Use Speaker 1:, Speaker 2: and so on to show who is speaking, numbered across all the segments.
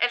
Speaker 1: El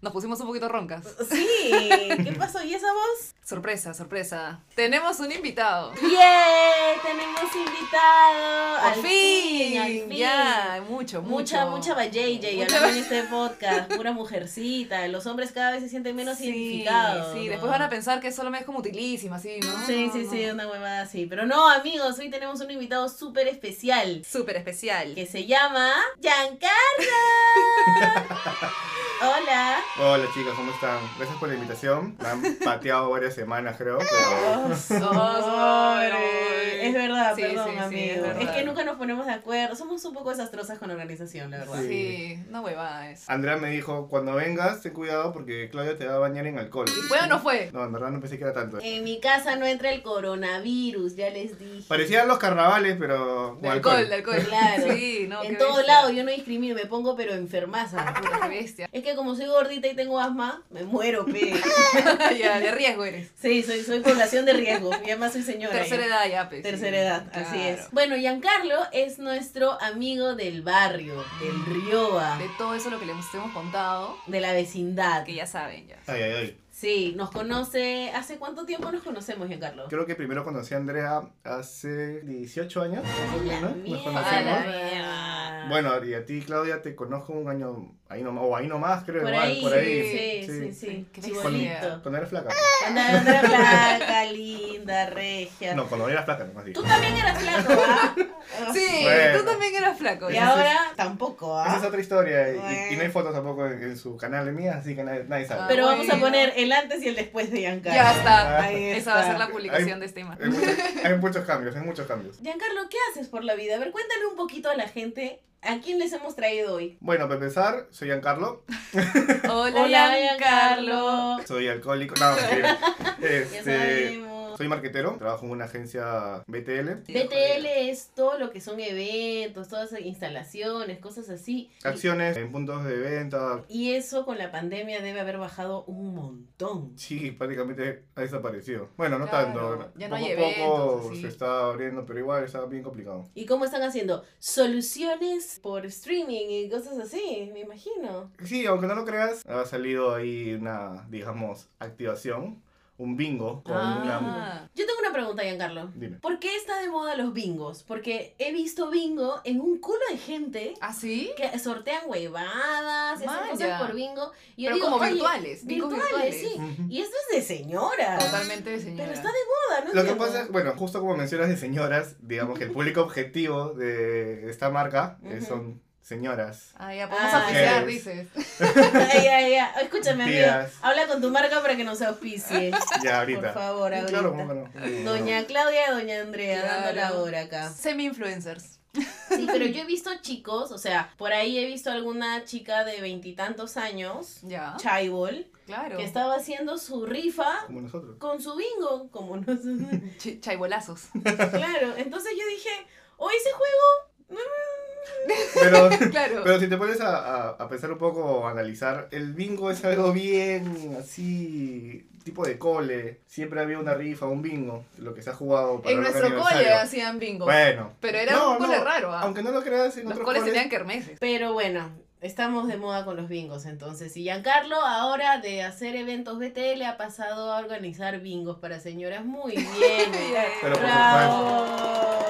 Speaker 2: Nos pusimos un poquito roncas.
Speaker 3: Sí, ¿qué pasó? ¿Y esa voz?
Speaker 2: Sorpresa, sorpresa. Tenemos un invitado.
Speaker 3: ¡Yay! Tenemos invitado.
Speaker 2: Por
Speaker 3: al
Speaker 2: fin.
Speaker 3: al fin.
Speaker 2: Ya, mucho, mucho.
Speaker 3: Mucha, mucha vajayjay
Speaker 2: Mucha
Speaker 3: hablando en este podcast. Pura mujercita. Los hombres cada vez se sienten menos identificados.
Speaker 2: Sí,
Speaker 3: ¿no?
Speaker 2: después van a pensar que solo me es como utilísima, así, ¿no?
Speaker 3: Sí,
Speaker 2: No,
Speaker 3: sí,
Speaker 2: no.
Speaker 3: sí, una huevada así. Pero no, amigos, hoy tenemos un invitado súper especial
Speaker 2: Súper especial.
Speaker 3: que se llama Giancarla. Hola.
Speaker 4: Hola chicas, ¿cómo están? Gracias por la invitación. Me han pateado varias semanas, creo. Pero...
Speaker 2: Sorry.
Speaker 3: Es verdad,
Speaker 2: Sí,
Speaker 3: perdón,
Speaker 2: sí, sí,
Speaker 3: amigo.
Speaker 2: es
Speaker 3: es,
Speaker 2: verdad.
Speaker 3: que nunca nos ponemos de acuerdo. Somos un poco desastrosas con la organización, la verdad.
Speaker 2: Sí, no huevada es.
Speaker 4: Andrea me dijo, cuando vengas, ten cuidado porque Claudia te va a bañar en alcohol.
Speaker 2: Bueno, no fue.
Speaker 4: No, en verdad no pensé que era tanto.
Speaker 3: En mi casa no entra el coronavirus, ya les dije.
Speaker 4: Parecían los carnavales, pero
Speaker 2: De
Speaker 4: con
Speaker 2: alcohol, de alcohol.
Speaker 3: Claro.
Speaker 2: Sí, no,
Speaker 3: en
Speaker 2: qué
Speaker 3: todos
Speaker 2: bestia.
Speaker 3: lados yo no discrimino, me pongo pero enfermaza.
Speaker 2: Puta, qué bestia.
Speaker 3: Es que como soy gordita y tengo asma, me muero, pe.
Speaker 2: ya, de riesgo eres.
Speaker 3: Sí, soy, soy población de riesgo. Y además soy señora.
Speaker 2: Tercera edad, ya, pues.
Speaker 3: Tercera
Speaker 2: sí.
Speaker 3: edad, así
Speaker 2: Claro.
Speaker 3: es. Bueno, Giancarlo es nuestro amigo del barrio, del Rioba,
Speaker 2: De todo eso lo que les hemos contado,
Speaker 3: de la vecindad.
Speaker 2: que ya saben ya.
Speaker 4: Ay, ay, ay.
Speaker 3: Sí, nos conoce. ¿Hace cuánto tiempo nos conocemos, Giancarlo?
Speaker 4: Creo que primero conocí a Andrea hace 18 años. más o
Speaker 3: A la
Speaker 4: menos. Nos
Speaker 3: mierda.
Speaker 2: A
Speaker 4: conocemos.
Speaker 2: la
Speaker 3: mierda.
Speaker 4: Bueno, y a ti, Claudia, te conozco un año ahí nomás, o ahí nomás, creo,
Speaker 3: por
Speaker 4: igual,
Speaker 3: ahí,
Speaker 4: por ahí.
Speaker 3: Sí, sí, sí.
Speaker 2: Qué
Speaker 3: Chibolito.
Speaker 2: bestia.
Speaker 4: Cuando eras flaca.
Speaker 3: Anda, anda flaca, linda, regia.
Speaker 4: No, cuando eras flaca, nomás digo.
Speaker 3: Tú también eras flaco, ¿ah?
Speaker 2: Sí,
Speaker 4: Bueno.
Speaker 2: tú también eras flaco.
Speaker 3: Y
Speaker 2: ya.
Speaker 3: ahora tampoco,
Speaker 4: Esa es
Speaker 3: ¿ah?
Speaker 4: otra historia y- y,
Speaker 3: Bueno.
Speaker 4: y no hay fotos tampoco en, en su canal de mía, así que nadie, nadie sabe.
Speaker 3: Pero vamos a
Speaker 2: Bueno.
Speaker 3: poner el antes y el después de Giancarlo.
Speaker 2: Ya está.
Speaker 3: Ahí
Speaker 2: Esa va a
Speaker 3: está.
Speaker 2: ser la publicación
Speaker 4: Ahí-
Speaker 2: de este esta imagen.
Speaker 4: Hay muchos, hay muchos cambios, hay muchos cambios.
Speaker 3: Giancarlo, ¿qué haces por la vida? A ver, cuéntale un poquito a la gente a quién les hemos traído hoy.
Speaker 4: Bueno, para empezar, soy Giancarlo,
Speaker 2: Hola, Giancarlo.
Speaker 4: soy alcohólico. No, mentira.
Speaker 3: Ya
Speaker 4: este,
Speaker 3: sabemos.
Speaker 4: soy marquetero, trabajo en una agencia BTL.
Speaker 2: Sí,
Speaker 3: BTL
Speaker 2: jodido.
Speaker 3: es todo lo que son eventos, todas esas instalaciones, cosas así.
Speaker 4: Acciones en puntos de venta.
Speaker 3: Y eso con la pandemia debe haber bajado un montón.
Speaker 4: Sí, prácticamente ha desaparecido. Bueno, no
Speaker 2: Claro,
Speaker 4: tanto.
Speaker 2: ya no
Speaker 4: poco
Speaker 2: hay
Speaker 4: a poco
Speaker 2: eventos, así.
Speaker 4: se está abriendo, pero igual está bien complicado.
Speaker 3: ¿Y cómo están haciendo? Soluciones por streaming y cosas así, me imagino.
Speaker 4: Sí, aunque no lo creas, ha salido ahí una, digamos, activación, un bingo con una...
Speaker 2: Ah,
Speaker 3: Yo tengo una pregunta, Giancarlo.
Speaker 4: Dime.
Speaker 3: ¿Por qué está de moda los bingos? Porque he visto bingo en un culo de gente
Speaker 2: ¿Ah, sí?
Speaker 3: que sortean huevadas, y hacen
Speaker 2: Vaya.
Speaker 3: cosas por bingo. Y yo
Speaker 2: Pero
Speaker 3: digo,
Speaker 2: como
Speaker 3: "Oye,
Speaker 2: virtuales. bingos
Speaker 3: virtuales, sí.
Speaker 4: Ujú.
Speaker 3: Y esto es de señora.
Speaker 2: Totalmente, señora.
Speaker 3: Pero está de moda, ¿no?
Speaker 4: Lo que
Speaker 3: entiendo.
Speaker 4: pasa es, bueno, justo como mencionas de señoras, digamos que el público objetivo de esta marca eh,
Speaker 3: Ujú.
Speaker 4: son señoras.
Speaker 2: Ah, ya, podemos
Speaker 3: Ah.
Speaker 2: oficiar,
Speaker 4: Mujeres.
Speaker 2: dices.
Speaker 3: Ay, ay, ay. Escúchame, amiga.
Speaker 4: Tías.
Speaker 3: Habla con tu marca para que nos auspicie.
Speaker 4: Ya
Speaker 3: Por
Speaker 4: ahorita.
Speaker 3: favor, ahorita.
Speaker 4: claro, ¿cómo que no?
Speaker 3: Doña Claudia y Doña Andrea, dando la
Speaker 2: Claro.
Speaker 3: hora acá.
Speaker 2: Semi-influencers.
Speaker 3: Sí, pero yo he visto chicos, o sea, por ahí he visto alguna chica de veintitantos años,
Speaker 2: Ya,
Speaker 3: Chaibol,
Speaker 2: claro.
Speaker 3: que estaba haciendo su rifa
Speaker 4: Como nosotros.
Speaker 3: con su bingo, como no sé.
Speaker 2: Ch- Chaibolazos.
Speaker 3: Claro, entonces yo dije, o ese juego,
Speaker 4: Pero,
Speaker 2: claro.
Speaker 4: pero si te pones a, a- a pensar un poco o analizar, el bingo es algo bien así, tipo de cole. Siempre había una rifa, un bingo, lo que se ha jugado para
Speaker 2: en
Speaker 4: un
Speaker 2: nuestro
Speaker 4: aniversario.
Speaker 2: cole hacían bingo.
Speaker 4: Bueno.
Speaker 2: Pero era
Speaker 4: No,
Speaker 2: un cole
Speaker 4: no,
Speaker 2: raro, ¿ah?
Speaker 4: Aunque no lo creas, en
Speaker 2: Los
Speaker 4: otros
Speaker 2: coles
Speaker 4: coles-
Speaker 2: tenían kermeses.
Speaker 3: pero bueno. Estamos de moda con los bingos entonces. Y Giancarlo ahora de hacer eventos BTL ha pasado a organizar bingos para señoras. Muy bien. eh.
Speaker 4: Pero por
Speaker 3: ¡Bravo!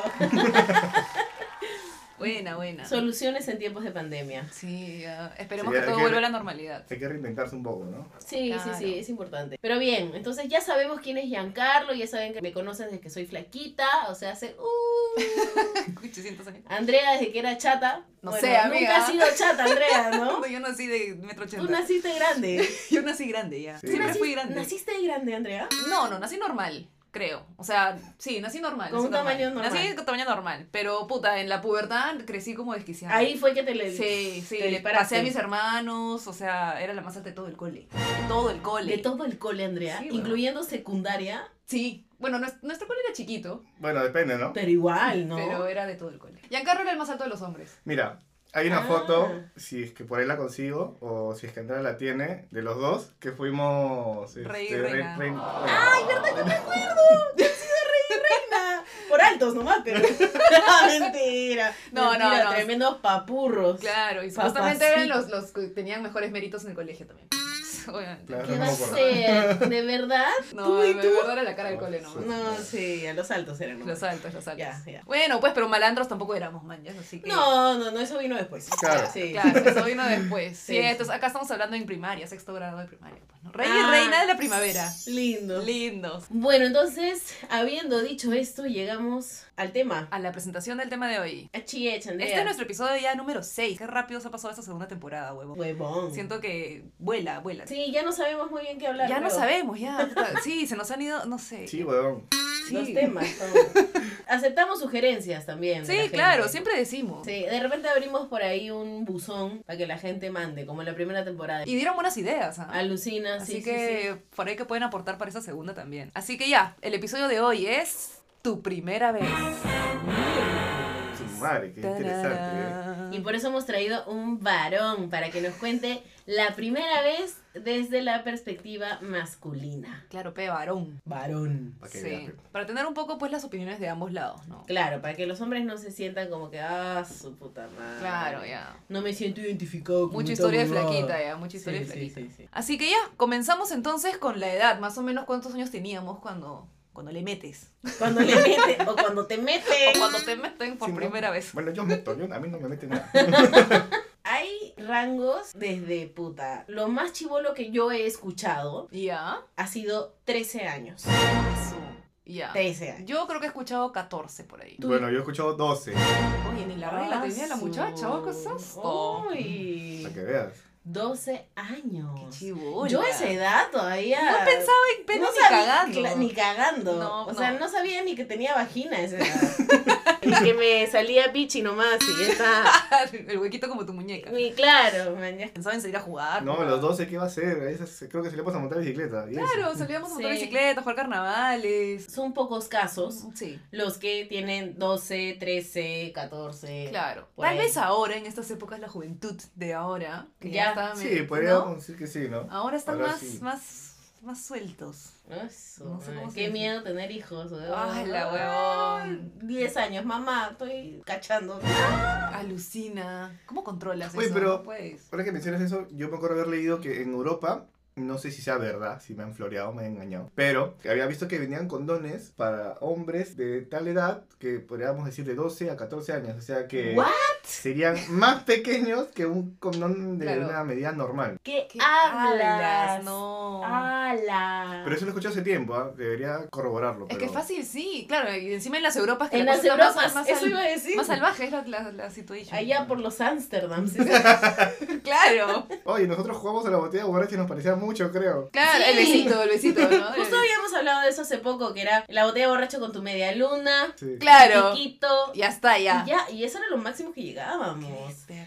Speaker 2: Buena, buena.
Speaker 3: Soluciones en tiempos de pandemia.
Speaker 2: Sí, ya. esperemos
Speaker 4: Sí,
Speaker 2: que
Speaker 4: hay
Speaker 2: todo
Speaker 4: que-
Speaker 2: vuelva a la normalidad.
Speaker 4: Hay que reinventarse un poco, ¿no?
Speaker 3: Sí,
Speaker 2: Claro.
Speaker 3: sí, sí, es importante. Pero bien, entonces ya sabemos quién es Giancarlo, ya saben que me conocen desde que soy flaquita, o sea, hace... Uh,
Speaker 2: 800 años.
Speaker 3: Andrea desde que era chata.
Speaker 2: No sé, amiga.
Speaker 3: Nunca ha sido chata, Andrea, ¿no?
Speaker 2: Yo nací de metro
Speaker 3: Tú
Speaker 2: ochenta.
Speaker 3: naciste grande.
Speaker 2: Yo nací grande ya.
Speaker 4: Sí.
Speaker 2: Siempre
Speaker 4: Nací-
Speaker 2: fui grande.
Speaker 3: ¿Naciste grande, Andrea?
Speaker 2: No, no, nací normal, creo. O sea, sí, nací normal.
Speaker 3: Con
Speaker 2: nací
Speaker 3: un tamaño normal.
Speaker 2: Nací con tamaño normal. Pero puta, en la pubertad crecí como desquiciada.
Speaker 3: Ahí fue que te le...
Speaker 2: Sí, sí,
Speaker 3: te
Speaker 2: le
Speaker 3: disparaste.
Speaker 2: pasé a mis hermanos, o sea, era la más alta de todo el cole. De todo el cole.
Speaker 3: De todo el cole, Andrea,
Speaker 2: Sí, bueno.
Speaker 3: incluyendo secundaria.
Speaker 2: Sí, Bueno, nues- nuestro cole era chiquito,
Speaker 4: Bueno, depende, ¿no?
Speaker 3: Pero igual, ¿no?
Speaker 2: pero era de todo el cole. Giancarlo era el más alto de los hombres.
Speaker 4: Mira, hay una
Speaker 3: Ah.
Speaker 4: foto, si es que por ahí la consigo, o si es que Andrea la tiene, de los dos, que fuimos... este,
Speaker 2: Rey y Ah. reina.
Speaker 4: ¡Ay, verdad!
Speaker 3: Reina. Por altos nomás, pero. mentira.
Speaker 2: No,
Speaker 3: Mentira,
Speaker 2: no, no.
Speaker 3: Tremendos papurros.
Speaker 2: Claro, y
Speaker 3: Papacito.
Speaker 2: supuestamente eran los, los que tenían mejores méritos en el colegio también. Obviamente.
Speaker 4: Claro.
Speaker 3: ¿Qué
Speaker 4: No
Speaker 3: va
Speaker 4: me
Speaker 3: a
Speaker 4: acuerdo.
Speaker 3: ser? ¿De verdad?
Speaker 2: No,
Speaker 3: ¿Tú y
Speaker 2: me
Speaker 3: tú?
Speaker 2: verdad era la cara del cole, no.
Speaker 3: No, sí, a los altos eran nomás.
Speaker 2: Los altos, los altos.
Speaker 3: Ya, ya.
Speaker 2: Bueno, pues, pero malandros tampoco éramos manjas, así que.
Speaker 3: No, no, no, eso vino después.
Speaker 4: Claro.
Speaker 3: Sí.
Speaker 2: Claro, eso vino después.
Speaker 3: Sí,
Speaker 2: Sí,
Speaker 3: sí.
Speaker 2: entonces acá estamos hablando en primaria, sexto grado de primaria. Pues, ¿no? Rey
Speaker 3: Ah.
Speaker 2: y reina de la primavera.
Speaker 3: Lindo.
Speaker 2: Lindos.
Speaker 3: Bueno, entonces, habiendo dicho esto, llegamos al tema.
Speaker 2: A la presentación del tema de hoy.
Speaker 3: A Chie, Chandrea.
Speaker 2: Ah. Este es nuestro episodio ya número 6. Qué rápido se ha pasado esta segunda temporada, huevo.
Speaker 3: Huevón.
Speaker 2: Siento que vuela, vuela.
Speaker 3: Mm. Sí, ya no sabemos muy bien qué hablar.
Speaker 2: ya no
Speaker 3: creo.
Speaker 2: sabemos, ya. puta, Sí, se nos han ido, no sé.
Speaker 4: Sí, weón.
Speaker 2: Sí.
Speaker 3: Los temas. son. Aceptamos sugerencias también. de la
Speaker 2: Sí,
Speaker 3: gente.
Speaker 2: claro, siempre decimos.
Speaker 3: Sí, de repente abrimos por ahí un buzón para que la gente mande, como en la primera temporada.
Speaker 2: Y dieron buenas ideas. ¿ah?
Speaker 3: Alucina,
Speaker 2: Así
Speaker 3: sí, sí,
Speaker 2: que
Speaker 3: sí.
Speaker 2: por ahí que pueden aportar para esa segunda también. Así que ya, el episodio de hoy es tu primera vez.
Speaker 4: Su madre, qué interesante. ¿eh?
Speaker 3: Y por eso hemos traído un varón para que nos cuente la primera vez desde la perspectiva masculina.
Speaker 2: Claro, pe varón.
Speaker 3: Varón.
Speaker 4: Pa' que veas,
Speaker 2: Sí.
Speaker 4: pe.
Speaker 2: Para tener un poco pues las opiniones de ambos lados, ¿no?
Speaker 3: Claro, para que los hombres no se sientan como que, ah, su puta madre.
Speaker 2: Claro, ya.
Speaker 3: No me siento identificado con
Speaker 2: Mucha
Speaker 3: esta
Speaker 2: historia de
Speaker 3: huevada.
Speaker 2: flaquita, ya, mucha
Speaker 3: Sí,
Speaker 2: historia de
Speaker 3: sí,
Speaker 2: flaquita.
Speaker 3: sí, sí.
Speaker 2: Así que ya, comenzamos entonces con la edad, más o menos cuántos años teníamos cuando, cuando le metes.
Speaker 3: Cuando le meten o cuando te meten.
Speaker 2: O cuando te meten por
Speaker 4: Sí, ¿no?
Speaker 2: primera vez.
Speaker 4: Bueno, yo meto, yo, a mí no me meten nada.
Speaker 3: Hay rangos desde puta. Lo más chivolo que yo he escuchado
Speaker 2: Ya.
Speaker 3: ha sido 13 años.
Speaker 2: eso, Ya.
Speaker 3: 13 años.
Speaker 2: Yo creo que he escuchado 14 por ahí.
Speaker 4: Bueno, yo he escuchado 12,
Speaker 2: Oye, ni la regla tenía la muchacha, ¿o qué es esto?
Speaker 3: Uy,
Speaker 4: para que veas.
Speaker 3: 12 años.
Speaker 2: chivo.
Speaker 3: Yo a esa edad todavía.
Speaker 2: No pensaba en pene
Speaker 3: No
Speaker 2: ni
Speaker 3: sabía-
Speaker 2: cagando.
Speaker 3: cla- Ni cagando.
Speaker 2: No,
Speaker 3: o sea,
Speaker 2: no.
Speaker 3: no sabía ni que tenía vagina a esa edad. y que me salía bichi nomás y ya está.
Speaker 2: El huequito como tu muñeca.
Speaker 3: Y claro, man, ya.
Speaker 2: Pensaba en salir a jugar.
Speaker 4: No,
Speaker 2: jugar.
Speaker 4: los 12, ¿qué va a hacer? Esas- creo que se le pasa a montar bicicleta. y eso.
Speaker 2: Claro, salíamos a montar
Speaker 3: Sí.
Speaker 2: bicicleta, a jugar carnavales.
Speaker 3: Son pocos casos
Speaker 2: Sí,
Speaker 3: los que tienen 12, 13, 14.
Speaker 2: claro.
Speaker 3: por
Speaker 2: Tal
Speaker 3: ahí.
Speaker 2: vez ahora, en estas épocas, la juventud de ahora, que
Speaker 3: Ya.
Speaker 2: ya, está...
Speaker 4: Sí,
Speaker 2: ¿no?
Speaker 4: podríamos decir que sí, ¿no?
Speaker 2: Ahora están
Speaker 4: Ahora
Speaker 2: más,
Speaker 4: sí.
Speaker 2: más, más sueltos.
Speaker 3: Eso,
Speaker 2: No sé
Speaker 3: man,
Speaker 2: cómo se
Speaker 3: qué
Speaker 2: dice.
Speaker 3: miedo tener hijos, weón.
Speaker 2: Ay, la huevón.
Speaker 3: 10 años, mamá, estoy cachando.
Speaker 2: Alucina. ¿Cómo controlas
Speaker 4: Oye,
Speaker 2: eso?
Speaker 4: pero-
Speaker 2: No puedes.
Speaker 4: Ahora que mencionas eso, yo me acuerdo haber leído que en Europa, no sé si sea verdad, si me han floreado, me han engañado, pero que había visto que vendían condones para hombres de tal edad que podríamos decir de 12 a 14 años, o sea que
Speaker 3: ¿What?
Speaker 4: serían más pequeños que un condón de
Speaker 2: Claro.
Speaker 4: una medida normal.
Speaker 3: ¿Qué,
Speaker 2: ¿Qué
Speaker 3: hablas? Ah.
Speaker 2: No.
Speaker 3: ¡Hala!
Speaker 4: Pero eso lo escuché hace tiempo, ¿ah? debería corroborarlo.
Speaker 2: Es
Speaker 4: Pero...
Speaker 2: que fácil, sí, claro. Y encima en las Europas que
Speaker 3: en
Speaker 2: la
Speaker 3: las
Speaker 2: cosa está más-
Speaker 3: Europas,
Speaker 2: más
Speaker 3: eso
Speaker 2: al-
Speaker 3: iba a decir.
Speaker 2: Más salvaje es la, la, la situation.
Speaker 3: Allá por los Amsterdams.
Speaker 2: Claro,
Speaker 4: Oye, nosotros jugamos a la botella borracha y nos parecía mucho, creo.
Speaker 2: claro.
Speaker 3: Sí.
Speaker 2: El besito, el besito, ¿no?
Speaker 3: Justo habíamos hablado de eso hace poco, que era la botella borracho con tu media luna,
Speaker 4: Sí.
Speaker 2: Claro.
Speaker 3: piquito,
Speaker 2: Ya está, ya.
Speaker 3: y ya, y eso era lo máximo que llegábamos.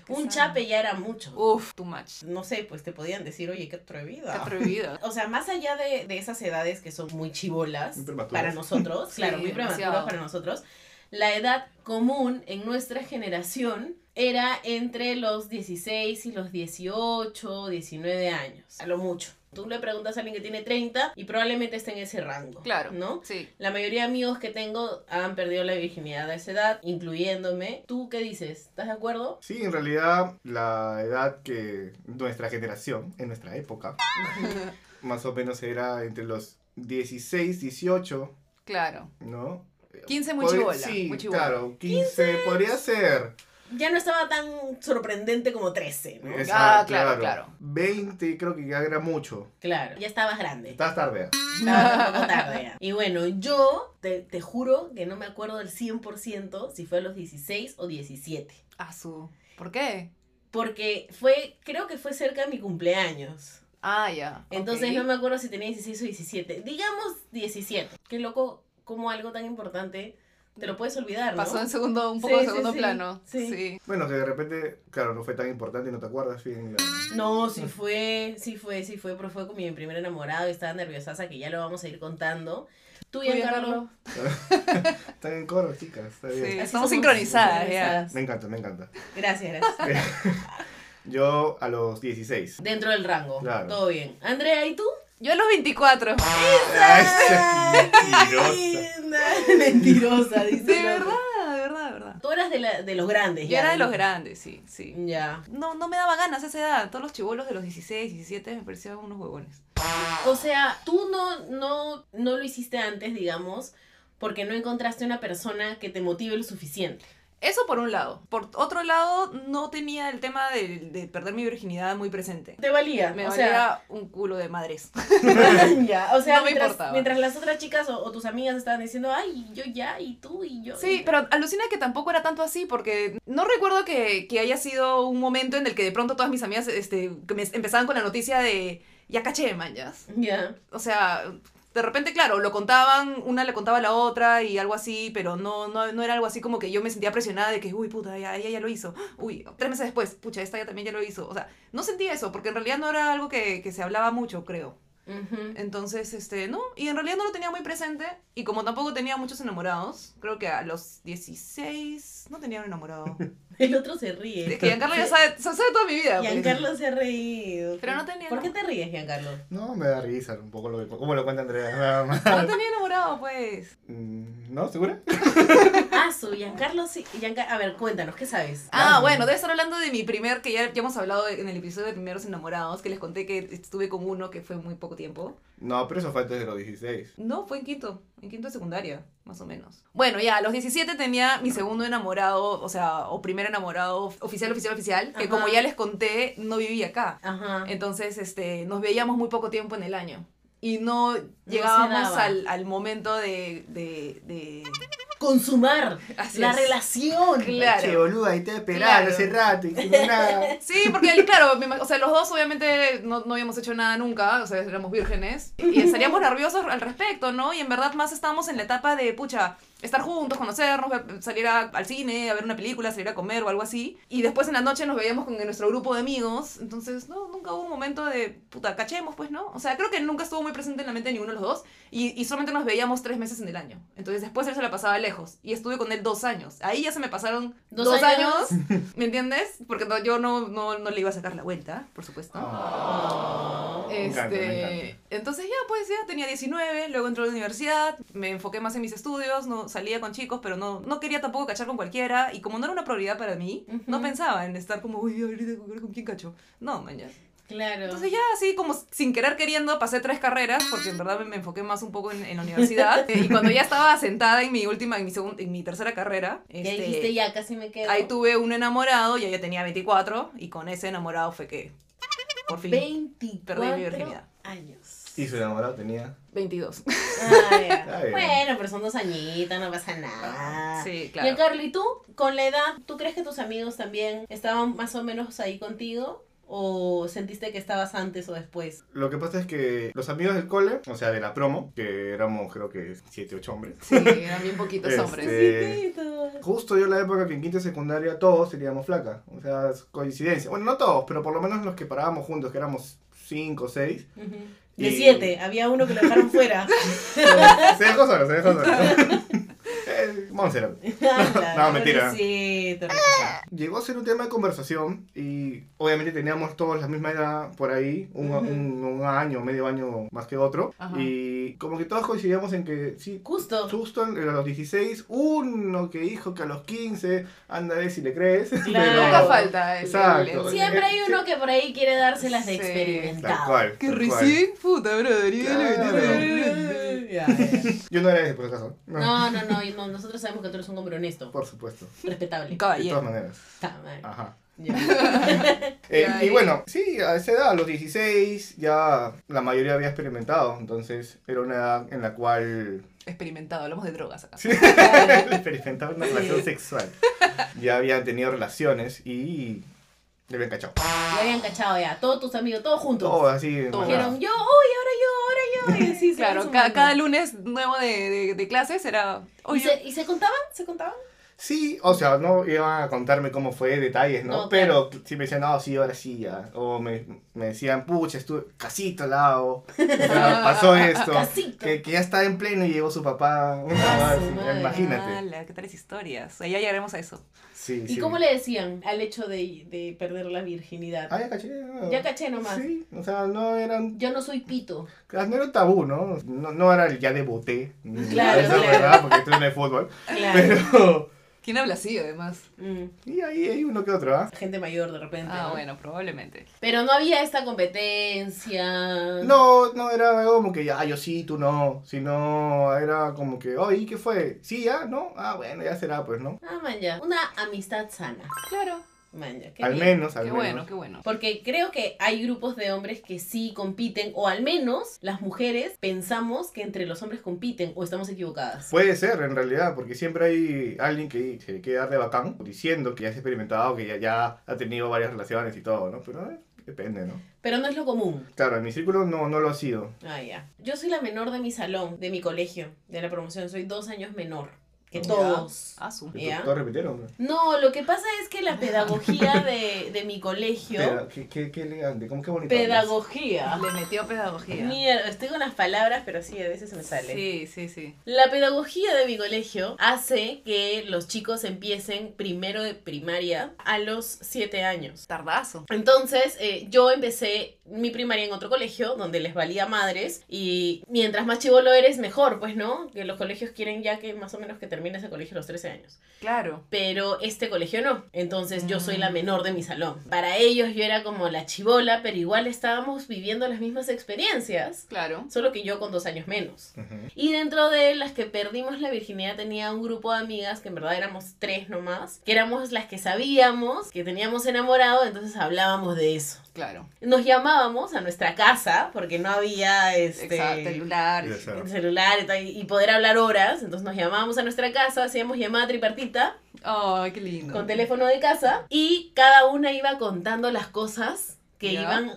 Speaker 3: Un chape ya era mucho.
Speaker 2: Uf, too much.
Speaker 3: No sé, pues te podían decir, oye, qué atrevida.
Speaker 4: Ah.
Speaker 2: Está prohibido.
Speaker 3: O sea, más allá de, de esas edades que son muy chibolas
Speaker 4: Muy prematuras.
Speaker 3: para nosotros,
Speaker 2: Sí,
Speaker 3: claro, muy
Speaker 2: demasiado.
Speaker 3: prematuras para nosotros, la edad común en nuestra generación era entre los 16 y los 18, 19 años, a lo mucho. Tú le preguntas a alguien que tiene 30 y probablemente está en ese rango.
Speaker 2: Claro.
Speaker 3: ¿No?
Speaker 2: Sí.
Speaker 3: La mayoría de amigos que tengo han perdido la virginidad a esa edad, incluyéndome. ¿Tú qué dices? ¿Estás de acuerdo?
Speaker 4: Sí, en realidad la edad que nuestra generación, en nuestra época, más o menos era entre los 16, 18,
Speaker 2: Claro.
Speaker 4: ¿no?
Speaker 2: 15 muy
Speaker 4: Podri-
Speaker 2: chibola.
Speaker 4: Sí,
Speaker 2: muy chibola.
Speaker 4: claro, 15, podría ser.
Speaker 3: Ya no estaba tan sorprendente como 13, ¿no?
Speaker 4: Esa-
Speaker 2: Ah, claro, claro.
Speaker 4: 20 creo que ya era mucho.
Speaker 3: Claro, ya estabas grande.
Speaker 4: Estás tarde.
Speaker 3: Estaba un poco tarde ya. Y bueno, yo te, te juro que no me acuerdo del 100% si fue a los 16 o 17.
Speaker 2: Ah, su. ¿Por qué?
Speaker 3: Porque fue, creo que fue cerca de mi cumpleaños.
Speaker 2: Ah, ya.
Speaker 3: Entonces
Speaker 2: Ok.
Speaker 3: no me acuerdo si tenía 16 o 17. Digamos 17. Qué loco, como algo tan importante te lo puedes olvidar, ¿no?
Speaker 2: Pasó en segundo, un poco
Speaker 3: Sí,
Speaker 2: de
Speaker 3: sí,
Speaker 2: segundo
Speaker 3: sí,
Speaker 2: plano.
Speaker 3: sí.
Speaker 2: Sí.
Speaker 4: Bueno, que de repente, claro, no fue tan importante y no te acuerdas bien. la-
Speaker 3: No, sí fue, sí fue, sí fue, pero fue con mi primer enamorado y estaba nerviosa que ya lo vamos a ir contando. Tú y Carlos.
Speaker 4: Están en coro, chicas. Está bien.
Speaker 2: Sí. Estamos sincronizadas,
Speaker 4: Me encanta, me encanta.
Speaker 3: Gracias, gracias.
Speaker 4: Yo a los 16.
Speaker 3: Dentro del rango.
Speaker 4: Claro.
Speaker 3: Todo bien. Andrea, ¿y tú?
Speaker 2: Yo a los 24.
Speaker 4: Ay, mentirosa.
Speaker 3: Mentirosa. Mentirosa,
Speaker 2: De
Speaker 3: dice. la otra.
Speaker 2: verdad, de verdad, de verdad.
Speaker 3: Tú eras de, la- de los grandes.
Speaker 2: Yo
Speaker 3: ya,
Speaker 2: era de
Speaker 3: ¿no?
Speaker 2: los grandes, sí, sí.
Speaker 3: Ya.
Speaker 2: No, no me daba ganas a esa edad. Todos los chivolos de los 16, 17 me parecían unos huevones.
Speaker 3: O sea, tú no, no, no lo hiciste antes, digamos, porque no encontraste una persona que te motive lo suficiente.
Speaker 2: Eso por un lado. Por otro lado, no tenía el tema de, de perder mi virginidad muy presente.
Speaker 3: Te valía.
Speaker 2: Me
Speaker 3: o
Speaker 2: valía
Speaker 3: sea,
Speaker 2: un culo de madres.
Speaker 3: ya, o sea,
Speaker 2: No me
Speaker 3: mientras,
Speaker 2: importaba.
Speaker 3: mientras las otras chicas o, o tus amigas estaban diciendo, ay, yo ya, y tú, y yo.
Speaker 2: Sí,
Speaker 3: y-
Speaker 2: pero alucina que tampoco era tanto así, porque no recuerdo que, que haya sido un momento en el que de pronto todas mis amigas este, que me empezaban con la noticia de ya caché, manjas.
Speaker 3: Ya.
Speaker 2: O sea, de repente, claro, lo contaban, una le contaba a la otra y algo así, pero no, no, no era algo así como que yo me sentía presionada de que, uy, puta, ya- ella ya lo hizo. Uy, tres meses después, pucha, esta ya también ya lo hizo. O sea, no sentía eso, porque en realidad no era algo que, que se hablaba mucho, creo.
Speaker 3: Ujú.
Speaker 2: Entonces, este, no, y en realidad no lo tenía muy presente, y como tampoco tenía muchos enamorados, creo que a los 16 no tenía un enamorado.
Speaker 3: El otro se ríe.
Speaker 2: Es que Giancarlo ya sabe, sabe toda mi vida. pues.
Speaker 3: Giancarlo se ha reído.
Speaker 2: Pero no tenía
Speaker 3: ¿Por qué
Speaker 2: nada.
Speaker 3: te ríes, Giancarlo?
Speaker 4: No, me da risa un poco lo que. ¿Cómo lo cuenta Andrea? Nada más.
Speaker 2: No tenía enamorado, pues.
Speaker 4: Mm, ¿No? ¿Segura?
Speaker 3: Ah, su Giancarlo sí. Gianca- A ver, cuéntanos, ¿qué sabes?
Speaker 2: Ah, bueno, debe estar hablando de mi primer, que ya, ya hemos hablado en el episodio de Primeros Enamorados, que les conté que estuve con uno que fue muy poco tiempo.
Speaker 4: No, pero eso fue antes de los 16.
Speaker 2: No, fue en quinto, en quinto de secundaria, más o menos. Bueno, ya, a los 17 tenía mi segundo enamorado, o sea, o primer enamorado oficial, oficial, oficial, que
Speaker 3: Ajá.
Speaker 2: como ya les conté, no vivía acá.
Speaker 3: Ajá.
Speaker 2: Entonces, este, nos veíamos muy poco tiempo en el año. Y no
Speaker 3: se
Speaker 2: llegábamos
Speaker 3: daba.
Speaker 2: al, al momento de... de, de...
Speaker 3: Consumar
Speaker 2: Así
Speaker 3: la
Speaker 2: es.
Speaker 3: relación.
Speaker 2: Claro.
Speaker 4: Che, boluda, ahí te he
Speaker 2: Claro.
Speaker 4: hace rato y que no nada.
Speaker 2: Sí, porque claro, me ima- o sea, los dos obviamente no, no habíamos hecho nada nunca, o sea, éramos vírgenes y estaríamos nerviosos al respecto, ¿no? Y en verdad más estábamos en la etapa de, pucha, estar juntos, conocernos, ver- salir a- al cine, a ver una película, salir a comer o algo así. Y después en la noche nos veíamos con nuestro grupo de amigos, entonces, no, nunca hubo un momento de, puta, cachemos, pues, ¿no? O sea, creo que nunca estuvo muy presente en la mente de ninguno de los dos y, y solamente nos veíamos tres meses en el año. Entonces después él se la pasaba lejos y estuve con él dos años. Ahí ya se me pasaron
Speaker 3: ¿Dos
Speaker 2: dos,
Speaker 3: años?
Speaker 2: años ¿Me entiendes? Porque no- yo no, no, no le iba a sacar la vuelta, por supuesto.
Speaker 3: Ah.
Speaker 4: Ah, oh, me
Speaker 2: Este,
Speaker 4: encanta, me encanta.
Speaker 2: entonces ya, pues ya tenía 19, luego entré a la universidad, me enfoqué más en mis estudios, no salía con chicos, pero no, no quería tampoco cachar con cualquiera, y como no era una prioridad para mí,
Speaker 3: Ujú.
Speaker 2: no pensaba en estar como, uy, ahorita con, con quién cacho. No, mañana.
Speaker 3: Claro.
Speaker 2: Entonces ya así como sin querer queriendo pasé tres carreras porque en verdad me, me enfoqué más un poco en, en la universidad Eh, y cuando ya estaba sentada en mi última, en mi segunda, en mi tercera carrera,
Speaker 3: Ya
Speaker 2: este,
Speaker 3: dijiste, ya casi me quedo.
Speaker 2: Ahí tuve un enamorado, ya yo tenía 24, y con ese enamorado fue que por fin
Speaker 3: 24
Speaker 2: Perdí mi virginidad.
Speaker 3: años.
Speaker 4: Y su enamorado tenía.
Speaker 2: 22.
Speaker 3: Ah, ya.
Speaker 4: Está bien.
Speaker 3: bueno, pero son dos añitos, no pasa nada.
Speaker 2: Ah, Sí,
Speaker 3: Y en
Speaker 2: claro.
Speaker 3: Carly, ¿tú con la edad, tú crees que tus amigos también estaban más o menos ahí contigo? ¿O sentiste que estabas antes o después?
Speaker 4: Lo que pasa es que los amigos del cole, o sea, de la promo, que éramos creo que 7, 8 hombres.
Speaker 2: Sí, eran bien poquitos
Speaker 4: Este,
Speaker 2: hombres.
Speaker 4: Eh. Justo yo en la época que en quinta y secundaria todos teníamos flaca. O sea, es coincidencia. Bueno, no todos, pero por lo menos los que parábamos juntos, que éramos 5 o 6.
Speaker 3: Ujú. De
Speaker 4: Y-
Speaker 3: siete, había uno que lo dejaron fuera.
Speaker 4: se dejó solo, se dejó solo. Eh, Montserrat.
Speaker 3: Ala,
Speaker 4: No, mentira.
Speaker 3: pobrecito.
Speaker 4: Llegó a ser un tema de conversación y obviamente teníamos todos la misma edad por ahí, un,
Speaker 3: Ujú.
Speaker 4: un- un año, medio año más que otro.
Speaker 2: Ajá.
Speaker 4: Y como que todos coincidíamos en que sí,
Speaker 3: Justo.
Speaker 4: justo en- eh, a los 16, uno que dijo que a los 15, anda a ver si le crees.
Speaker 3: Claro.
Speaker 2: Nunca falta. el-
Speaker 4: Exacto.
Speaker 2: el-
Speaker 3: Siempre hay uno que por ahí quiere dárselas de
Speaker 2: eh, Sí.
Speaker 4: Tal
Speaker 3: experimentado.
Speaker 4: cual.
Speaker 2: Que
Speaker 4: tal cual.
Speaker 2: recién, puta, brother. y-
Speaker 4: Claro.
Speaker 3: Ya, ya.
Speaker 4: Yo no era ese, por acaso. No,
Speaker 3: No, no, no, y no, nosotros sabemos que tú eres un hombre honesto,
Speaker 4: Por Ah. supuesto.
Speaker 3: respetable.
Speaker 4: De todas
Speaker 2: Caballero.
Speaker 4: maneras.
Speaker 3: Ta madre.
Speaker 4: Ajá.
Speaker 3: Ya.
Speaker 4: Eh,
Speaker 2: Ya,
Speaker 4: y
Speaker 2: y-
Speaker 4: bueno, sí, a esa edad, a los 16, ya la mayoría había experimentado, entonces era una edad en la cual
Speaker 2: Experimentado, hablamos de drogas acá.
Speaker 4: Sí. experimentaban una relación
Speaker 2: Sí.
Speaker 4: sexual. Ya habían tenido relaciones y le habían cachado.
Speaker 3: Ya habían cachado ya, todos tus amigos, todos juntos.
Speaker 4: Todo así. en
Speaker 2: Todo.
Speaker 4: manada.
Speaker 3: Dijeron yo, uy, ahora yo, ahora yo. Y así se
Speaker 2: claro,
Speaker 3: iban
Speaker 2: ca-
Speaker 3: sumando.
Speaker 2: cada lunes nuevo de, de, de clases era.
Speaker 3: ¿Y
Speaker 2: Oye,
Speaker 3: se, y se contaban? ¿Se contaban?
Speaker 4: Sí, o sea, no iban a contarme cómo fue, detalles, ¿no?
Speaker 3: No,
Speaker 4: Pero sí me decían, no, sí, ahora sí, ya. O me, me decían, pucha, estuve casito al lado, ya pasó esto.
Speaker 3: Casito. Ah,
Speaker 4: Que, que ya está en pleno y llegó su papá. una huevada
Speaker 3: su
Speaker 4: así,
Speaker 3: madre.
Speaker 4: Imagínate.
Speaker 2: Ala, ¿Qué tales historias? Ahí ya llegaremos a eso.
Speaker 4: Sí,
Speaker 3: ¿Y
Speaker 4: sí.
Speaker 3: cómo le decían al hecho de, de perder la virginidad?
Speaker 4: Ah, ya caché.
Speaker 3: ya caché nomás.
Speaker 4: Sí, o sea, no eran,
Speaker 3: Yo no soy pito.
Speaker 4: no era tabú, ¿no? No, no era el ya debuté. ni
Speaker 3: Claro,
Speaker 4: esa
Speaker 3: claro.
Speaker 4: huevada, porque tú eres fútbol.
Speaker 3: Claro.
Speaker 4: Pero,
Speaker 2: ¿Quién habla así, además?
Speaker 3: Mm,
Speaker 4: y ahí hay uno que otro, ¿ah?
Speaker 3: Gente mayor de repente.
Speaker 2: Ah,
Speaker 3: ¿no?
Speaker 2: bueno, probablemente.
Speaker 3: Pero no había esta competencia.
Speaker 4: No, no era como que ya, "Ah, yo sí, tú no, sino era como que, oye, ¿y ¿qué fue? Sí, ya, ¿no? Ah, bueno, ya será, pues, ¿no?
Speaker 3: Ah, man, ya. Una amistad sana.
Speaker 2: Claro.
Speaker 3: Man, ya. Qué
Speaker 4: Al
Speaker 3: bien.
Speaker 4: menos,
Speaker 2: Qué
Speaker 4: al menos.
Speaker 2: bueno, qué bueno.
Speaker 3: Porque creo que hay grupos de hombres que sí compiten, o al menos las mujeres pensamos que entre los hombres compiten, o estamos equivocadas.
Speaker 4: Puede ser, en realidad, porque siempre hay alguien que se quiere dar de bacán diciendo que ya se ha experimentado, que ya, ya ha tenido varias relaciones y todo, ¿no? Pero eh, depende, ¿no?
Speaker 3: Pero no es lo común.
Speaker 4: Claro, en mi círculo no, no lo ha sido.
Speaker 3: Ah, ya. Yo soy la menor de mi salón, de mi colegio, de la promoción. Soy dos años menor que
Speaker 4: Ya.
Speaker 3: todos.
Speaker 2: Ah, su.
Speaker 4: Que
Speaker 3: Ya.
Speaker 4: to- Todos repitieron. ¿no?
Speaker 3: No, lo que pasa es que la pedagogía de, de mi colegio.
Speaker 4: Peda- Qué, qué, qué elegante, cómo qué bonito. hablas.
Speaker 3: Pedagogía.
Speaker 2: Le metió pedagogía.
Speaker 3: Mierda, estoy con las palabras, pero sí, a veces se me sale.
Speaker 2: Sí, sí, sí.
Speaker 3: La pedagogía de mi colegio hace que los chicos empiecen primero de primaria a los 7 años.
Speaker 2: Tardazo.
Speaker 3: Entonces, eh, yo empecé mi primaria en otro colegio donde les valía madres y mientras más chivolo eres, mejor, pues, ¿no? Que los colegios quieren ya que más o menos que termines el colegio a los 13 años.
Speaker 2: Claro.
Speaker 3: Pero este colegio no. Entonces, yo soy la menor de mi salón. Para ellos yo era como la chivola, pero igual estábamos viviendo las mismas experiencias,
Speaker 2: Claro.
Speaker 3: solo que yo con dos años menos.
Speaker 4: Ujú.
Speaker 3: Y dentro de las que perdimos la virginidad tenía un grupo de amigas, que en verdad éramos tres nomás, que éramos las que sabíamos que teníamos enamorado, entonces hablábamos de eso.
Speaker 2: Claro.
Speaker 3: Nos llamábamos a nuestra casa porque no había este
Speaker 2: Exacto. Celular.
Speaker 4: Ya sea.
Speaker 3: celular y tal, y poder hablar horas, entonces nos llamábamos a nuestra casa, hacíamos llamada tripartita
Speaker 2: Ay, qué lindo.
Speaker 3: con teléfono de casa y cada una iba contando las cosas que
Speaker 2: Ya.
Speaker 3: iban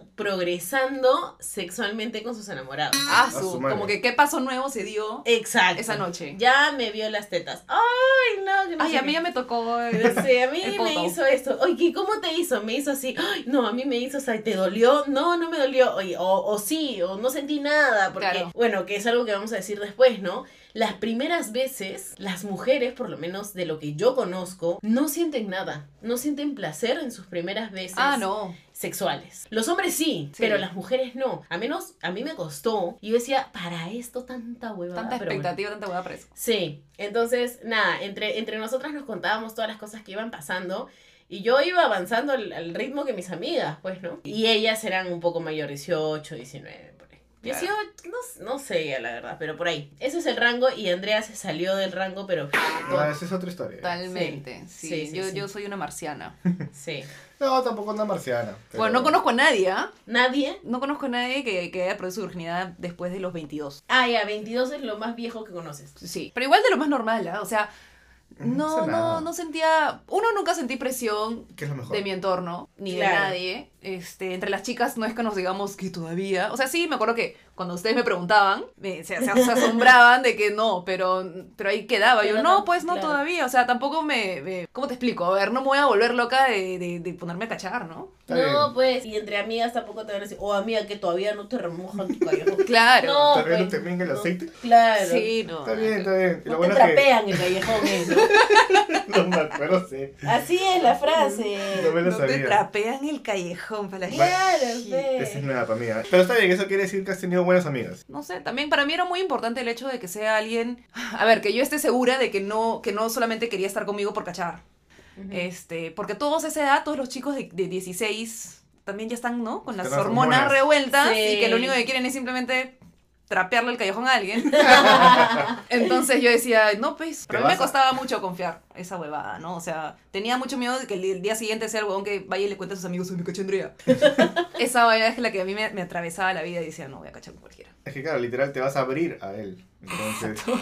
Speaker 3: progresando sexualmente con sus enamorados.
Speaker 2: Ah,
Speaker 4: Ah, su
Speaker 2: su.
Speaker 4: madre.
Speaker 2: Como que qué paso nuevo se dio
Speaker 3: Exacto.
Speaker 2: esa noche.
Speaker 3: Ya me vio las tetas. Ay, no, que no
Speaker 2: Ay,
Speaker 3: sé
Speaker 2: a mí
Speaker 3: qué.
Speaker 2: ya me tocó. eh.
Speaker 3: Sí, a mí
Speaker 2: El
Speaker 3: me
Speaker 2: poto.
Speaker 3: hizo esto. Oye, ¿cómo te hizo? Me hizo así. Ay, no, a mí me hizo, o sea, ¿te dolió? No, no me dolió. Oye, o, o sí, o no sentí nada. Porque,
Speaker 2: Claro.
Speaker 3: bueno, que es algo que vamos a decir después, ¿no? Las primeras veces, las mujeres, por lo menos de lo que yo conozco, no sienten nada. No sienten placer en sus primeras veces
Speaker 2: Ah, no.
Speaker 3: sexuales. Los hombres sí,
Speaker 2: Sí.
Speaker 3: pero las mujeres no. A menos, a mí me costó. Y yo decía, para esto tanta huevada.
Speaker 2: Tanta
Speaker 3: Ah, pero bueno.
Speaker 2: expectativa, tanta hueá para eso.
Speaker 3: Sí, entonces, nada, entre, entre nosotras nos contábamos todas las cosas que iban pasando y yo iba avanzando al, al ritmo que mis amigas, pues, ¿no? Y ellas eran un poco mayores, 18, 19, por ahí. 18, no, s- no sé, la verdad, pero por ahí. Ese es el rango y Andrea se salió del rango, pero...
Speaker 4: No, esa es otra historia.
Speaker 2: Totalmente. Sí,
Speaker 3: Sí, sí,
Speaker 2: yo,
Speaker 3: sí.
Speaker 2: yo soy una marciana.
Speaker 3: Sí.
Speaker 4: No, tampoco una marciana. pero-
Speaker 2: Bueno, no conozco a nadie, ¿ah?
Speaker 3: Nadie...
Speaker 2: No conozco a nadie que, que haya perdido su virginidad después de los 22.
Speaker 3: Ah, ya, 22 es lo más viejo que conoces.
Speaker 2: Sí. Pero igual de lo más normal, ¿ah? O sea, no,
Speaker 4: sé nada.
Speaker 2: no, no sentía. Uno nunca sentí presión
Speaker 4: ¿Qué es lo mejor?
Speaker 2: de mi entorno, ni
Speaker 3: Claro.
Speaker 2: de nadie. Este, entre las chicas no es que nos digamos que todavía. O sea, sí, me acuerdo que cuando ustedes me preguntaban, me- se, se- se asombraban de que no, pero, pero ahí quedaba.
Speaker 3: Pero
Speaker 2: Yo,
Speaker 3: no,
Speaker 2: no, pues no
Speaker 3: claro.
Speaker 2: todavía. O sea, tampoco me, me- ¿Cómo te explico? A ver, no me voy a volver loca de, de- de ponerme a cachar, ¿no?
Speaker 4: Está
Speaker 3: no,
Speaker 4: bien.
Speaker 3: pues, y entre amigas tampoco te van a decir, oh, amiga, que todavía no te remojan tu cabello.
Speaker 2: Claro.
Speaker 3: No,
Speaker 4: ¿Todavía no
Speaker 3: pues,
Speaker 4: te venga el
Speaker 3: no.
Speaker 4: aceite?
Speaker 3: Claro.
Speaker 2: Sí, no.
Speaker 4: Está bien, está bien. Y
Speaker 3: No
Speaker 4: Lo
Speaker 3: te
Speaker 4: bueno es que.
Speaker 3: trapean el callejón eso.
Speaker 4: No me acuerdo, sí.
Speaker 3: Así es la frase.
Speaker 4: No me lo
Speaker 2: No te
Speaker 4: sabía.
Speaker 2: trapean el callejón para la
Speaker 4: Bueno.
Speaker 3: Claro, fe.
Speaker 4: Esa es nueva para mí. ¿eh? Pero está bien, eso quiere decir que has tenido buenas amigas.
Speaker 2: No sé, también para mí era muy importante el hecho de que sea alguien, a ver, que yo esté segura de que no, que no solamente quería estar conmigo por cachar.
Speaker 3: Ujú.
Speaker 2: Este, porque todos a esa edad, todos los chicos de, de 16 también ya están, ¿no? Con las
Speaker 4: Con las
Speaker 2: hormonas,
Speaker 4: hormonas.
Speaker 2: revueltas
Speaker 3: Sí.
Speaker 2: y que lo único que quieren es simplemente trapearle el callejón a alguien. Entonces yo decía, no, pues,
Speaker 4: Te
Speaker 2: pero a mí me
Speaker 4: vas a-
Speaker 2: costaba mucho confiar esa huevada, ¿no? O sea, tenía mucho miedo de que el, el día siguiente sea el huevón que vaya y le cuente a sus amigos, soy mi cachandría. esa huevada es la que a mí me, me atravesaba la vida y decía, no, voy a cachar con cualquiera.
Speaker 4: Es que, claro, literal te vas a abrir a él. Entonces,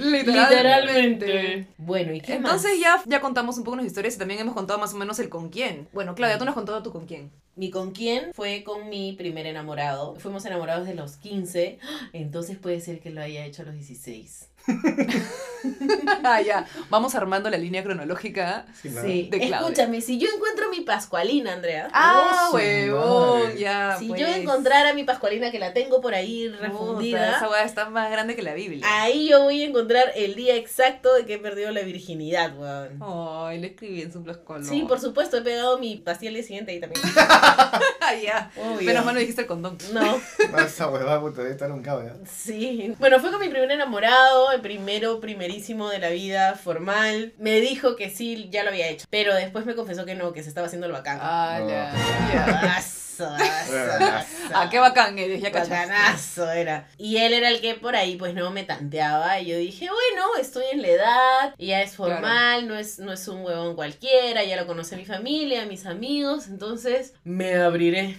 Speaker 3: Literalmente. Bueno, ¿y qué
Speaker 2: Entonces
Speaker 3: más?
Speaker 2: ya, ya contamos un poco las historias y también hemos contado más o menos el con quién. Bueno, Claudia, tú nos has contado tu con quién.
Speaker 3: Mi con quién fue con mi primer enamorado. Fuimos enamorados de los 15, entonces puede ser que lo haya hecho a los 16.
Speaker 2: Ah, ya. Vamos armando la línea cronológica.
Speaker 4: Sí, ¿no?
Speaker 3: Sí.
Speaker 2: De Claudia.
Speaker 3: Escúchame, si yo encuentro mi Pascualina, Andrea.
Speaker 2: Ah,
Speaker 4: su
Speaker 2: huevón,
Speaker 4: madre.
Speaker 2: ya.
Speaker 3: si
Speaker 2: pues.
Speaker 3: yo encontrara mi Pascualina que la tengo por ahí
Speaker 2: Puta,
Speaker 3: refundida. Ah.
Speaker 2: Esa hueá está más grande que la Biblia.
Speaker 3: Ahí yo voy a encontrar el día exacto de que he perdido la virginidad, weón.
Speaker 2: Ay, le escribí en su blascolón.
Speaker 3: Sí, por supuesto, he pegado mi pastilla el día siguiente ahí también.
Speaker 2: Ah, ya.
Speaker 3: Obvio.
Speaker 2: Menos mal no dijiste el condón.
Speaker 3: No,
Speaker 4: Ah, Esa huevada, puta, debe estar un ¿eh? cabo, ¿ya?
Speaker 3: sí. Bueno, fue con mi primer enamorado, el primero, primerísimo de la vida formal. Me dijo que sí, ya lo había hecho. Pero después me confesó que no, que se estaba haciendo el bacán.
Speaker 2: Ah,
Speaker 4: No.
Speaker 2: ya. ya.
Speaker 3: Bacanazo, bacanazo.
Speaker 2: Ah, qué bacán eres, ya cachaste.
Speaker 3: Bacanazo era. Y él era el que por ahí, pues no, me tanteaba. Y yo dije, bueno, estoy en la edad, y ya es formal, no, es, no es un huevón cualquiera, ya lo conoce mi familia, mis amigos, entonces me abriré.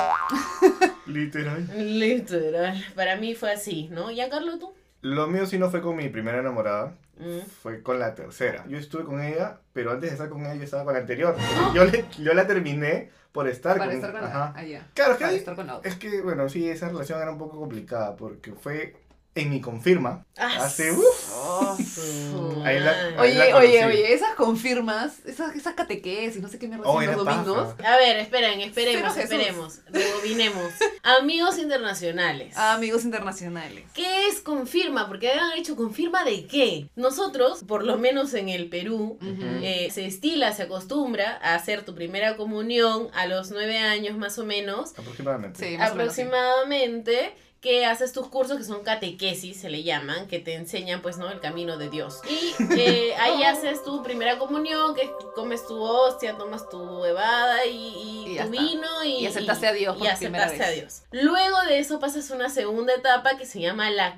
Speaker 4: Literal.
Speaker 3: Literal. Para mí fue así, ¿no? ¿Ya, Carlos, tú?
Speaker 4: Lo mío sí no fue con mi primera enamorada,
Speaker 3: Mm.
Speaker 4: fue con la tercera. Yo estuve con ella, pero antes de estar con ella yo estaba con la anterior. Yo, le, yo la terminé por estar
Speaker 2: Para
Speaker 4: con...
Speaker 2: estar con la
Speaker 4: Ajá.
Speaker 2: ah, ya.
Speaker 4: Claro, es que
Speaker 2: Para
Speaker 4: ahí-
Speaker 2: estar con la otra.
Speaker 4: es que, bueno, sí, esa relación era un poco complicada porque fue en mi confirma.
Speaker 3: Ah,
Speaker 4: Hace...
Speaker 3: su-
Speaker 4: uf,
Speaker 2: Oh,
Speaker 3: su
Speaker 4: Ahí la-
Speaker 3: madre.
Speaker 4: ahí la
Speaker 2: Oye, oye,
Speaker 4: conocí.
Speaker 2: oye, esas confirmas, esas, esas catequesis, no sé qué mierda
Speaker 4: Oh,
Speaker 2: hacen
Speaker 4: era
Speaker 2: los domingos.
Speaker 4: paja.
Speaker 3: A ver, esperen, esperemos,
Speaker 2: Pero Jesús.
Speaker 3: esperemos. Rebobinemos. Amigos internacionales.
Speaker 2: Ah, amigos internacionales.
Speaker 3: ¿Qué es confirma? Porque han hecho confirma de qué. Nosotros, por lo menos en el Perú,
Speaker 4: Ujú.
Speaker 3: eh, se estila, se acostumbra a hacer tu primera comunión a los nueve años más o menos,
Speaker 4: Aproximadamente. Mm,
Speaker 2: Sí, más o menos, sí.
Speaker 3: aproximadamente, que haces tus cursos que son catequesis, se le llaman, que te enseñan pues, ¿no? El camino de Dios. Y eh, ahí haces tu primera comunión, que comes tu hostia, tomas tu huevada y, y
Speaker 2: Y ya
Speaker 3: tu
Speaker 2: está.
Speaker 3: vino y...
Speaker 2: Y aceptaste a Dios
Speaker 3: y
Speaker 2: por primera
Speaker 3: aceptaste a
Speaker 2: vez.
Speaker 3: Dios. Luego de eso pasas una segunda etapa que se llama la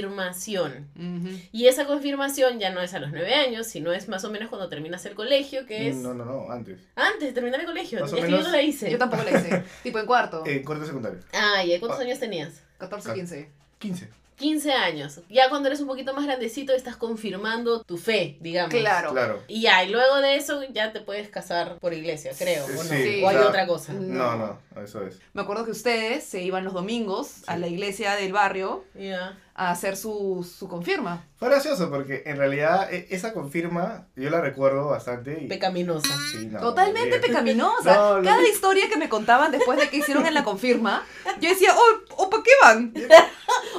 Speaker 3: confirmación.
Speaker 2: Ujú.
Speaker 3: Y esa confirmación ya no es a los nueve años, sino es más o menos cuando terminas el colegio,
Speaker 2: Mm,
Speaker 3: que es
Speaker 4: No, no, no, antes.
Speaker 3: antes de terminar el colegio.
Speaker 4: Más o
Speaker 3: Es que yo
Speaker 4: menos.
Speaker 3: no la hice.
Speaker 2: Yo tampoco la hice. tipo en cuarto,
Speaker 4: En cuarto Eh, secundario.
Speaker 3: Ay, ¿eh? ¿cuántos
Speaker 2: Ah.
Speaker 3: años tenías?
Speaker 2: 14, 15.
Speaker 4: 15.
Speaker 3: 15 años. Ya cuando eres un poquito más grandecito estás confirmando tu fe, digamos.
Speaker 2: Claro.
Speaker 4: Claro.
Speaker 3: Y ya, y luego de eso ya te puedes casar por iglesia, creo. ¿O, no?
Speaker 4: Eh, Sí,
Speaker 3: o hay
Speaker 4: claro.
Speaker 3: otra cosa.
Speaker 4: No, no, eso es.
Speaker 2: Me acuerdo que ustedes se iban los domingos a la iglesia del barrio
Speaker 3: Ya.
Speaker 2: a hacer su, su confirma.
Speaker 4: Fue gracioso porque en realidad e- esa confirma yo la recuerdo bastante. Y,
Speaker 3: Pecaminosa.
Speaker 4: sí, no, eh,
Speaker 2: Totalmente
Speaker 4: Ah, bien.
Speaker 2: pecaminosa.
Speaker 4: No, lo-
Speaker 2: Cada historia que me contaban después de que hicieron en la confirma, yo decía, oh, ¿para qué van?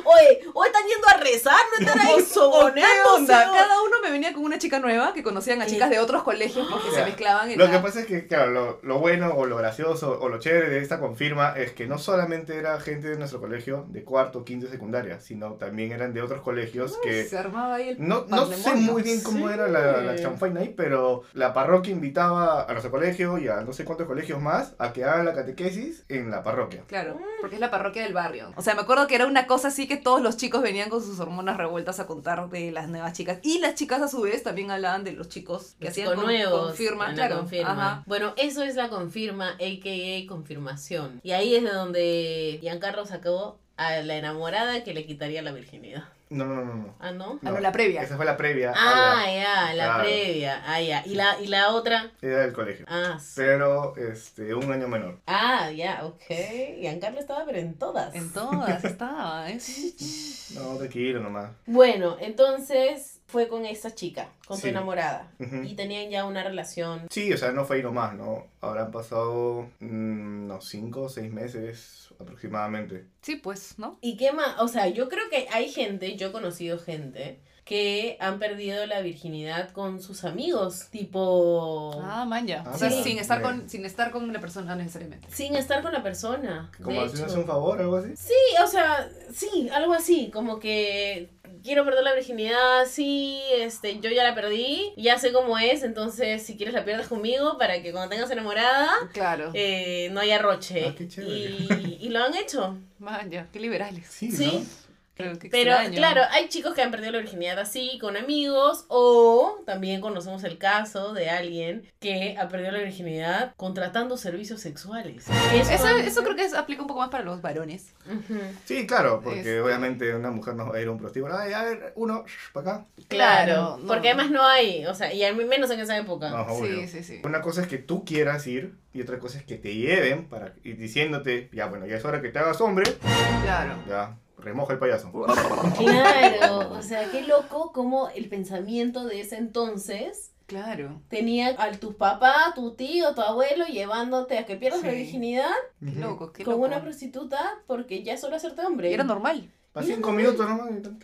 Speaker 3: Oye, o están yendo a rezar, no están ahí
Speaker 2: ¿O ¿Qué
Speaker 3: sobonándose.
Speaker 2: onda?
Speaker 3: o-
Speaker 2: Cada uno me venía con una chica nueva que conocían a chicas de otros colegios porque se
Speaker 4: Ya.
Speaker 2: mezclaban en
Speaker 4: Lo que
Speaker 2: la-
Speaker 4: pasa es que, claro, lo, lo bueno o lo gracioso o lo chévere de esta confirma es que no solamente era gente de nuestro colegio de cuarto, quinto y secundaria, sino también eran de otros colegios que...
Speaker 2: se armaba ahí el
Speaker 4: No, no sé
Speaker 2: pandemonio.
Speaker 4: muy bien cómo era la, la
Speaker 3: Sí.
Speaker 4: chanfaina ahí, pero la parroquia invitaba a nuestro colegio y a no sé cuántos colegios más a que hagan la catequesis en la parroquia.
Speaker 2: Claro,
Speaker 3: Mm.
Speaker 2: porque es la parroquia del barrio. O sea, me acuerdo que era una cosa así que todos los chicos venían con sus hormonas revueltas a contar de las nuevas chicas. Y las chicas a su vez también hablaban de los chicos que hacían con,
Speaker 3: nuevos,
Speaker 2: confirma.
Speaker 3: en la
Speaker 2: claro,
Speaker 3: confirma.
Speaker 2: ajá.
Speaker 3: Bueno, eso es la confirma, a.k.a. confirmación. Y ahí es de donde Giancarlo sacó a la enamorada que le quitaría la virginidad.
Speaker 4: No, no, no, no, no.
Speaker 3: Ah, ¿no?
Speaker 2: Ah, no, la previa.
Speaker 4: Esa fue la previa a
Speaker 3: Ah,
Speaker 4: la-
Speaker 3: ya, la
Speaker 4: Claro.
Speaker 3: previa. Ah, ya. ¿Y la, y la otra?
Speaker 4: era del colegio.
Speaker 3: Ah, sí.
Speaker 4: Pero, este, un año menor.
Speaker 3: Ah, ya, ok. Giancarlo estaba, pero en todas.
Speaker 2: En todas estaba, ¿eh? Sí, sí.
Speaker 4: No, tranquilo nomás.
Speaker 3: Bueno, entonces fue con esa chica, con su
Speaker 4: Sí.
Speaker 3: enamorada.
Speaker 4: Ujú.
Speaker 3: Y tenían ya una relación.
Speaker 4: Sí, o sea, no fue ahí nomás, ¿no? Habrán pasado mm, unos 5 o 6 meses aproximadamente.
Speaker 2: Sí, pues, ¿no?
Speaker 3: ¿Y qué más? O sea, yo creo que hay gente, yo he conocido gente, que han perdido la virginidad con sus amigos, tipo...
Speaker 2: Ah, manja.
Speaker 4: Ah,
Speaker 2: o sea,
Speaker 3: sí.
Speaker 2: sin, estar
Speaker 4: Bien.
Speaker 2: con, sin estar con una persona necesariamente.
Speaker 3: Sin estar con la persona.
Speaker 4: Como
Speaker 3: de
Speaker 4: haciéndose
Speaker 3: hecho.
Speaker 4: un favor o algo así.
Speaker 3: Sí, o sea, sí, algo así, como que quiero perder la virginidad, sí, este, yo ya la perdí, ya sé cómo es, entonces si quieres la pierdes conmigo para que cuando tengas enamorada
Speaker 2: Claro.
Speaker 3: eh, no haya roche.
Speaker 4: Ah, qué chévere.
Speaker 3: y, y lo han hecho.
Speaker 2: Manja, qué liberales.
Speaker 4: Sí,
Speaker 3: Sí.
Speaker 2: Claro, qué
Speaker 3: Pero
Speaker 2: extraño.
Speaker 3: claro, hay chicos que han perdido la virginidad así, con amigos, o también conocemos el caso de alguien que ha perdido la virginidad contratando servicios sexuales.
Speaker 2: Eso, eso creo que es- aplica un poco más para los varones.
Speaker 4: ¿no? Sí, claro, porque
Speaker 2: Este.
Speaker 4: obviamente una mujer no va a ir a un prostíbulo. Ay, a ver, uno, para acá.
Speaker 3: Claro,
Speaker 2: no.
Speaker 3: porque además no hay, o sea, y al menos en esa época.
Speaker 4: No, obvio.
Speaker 2: Sí, sí, sí.
Speaker 4: Una cosa es que tú quieras ir y otra cosa es que te lleven para y diciéndote, ya bueno, ya es hora que te hagas hombre.
Speaker 2: Claro.
Speaker 4: Ya, remoja el payaso.
Speaker 3: Claro, o sea, qué loco como el pensamiento de ese entonces
Speaker 2: Claro.
Speaker 3: tenía a tus papás, tu tío, tu abuelo llevándote a que pierdas la
Speaker 2: Sí.
Speaker 3: virginidad
Speaker 2: Qué loco, qué
Speaker 3: con
Speaker 2: loco.
Speaker 3: una prostituta porque ya solo hacerte hombre.
Speaker 2: Y era normal.
Speaker 4: Para cinco minutos nomás. y tanto.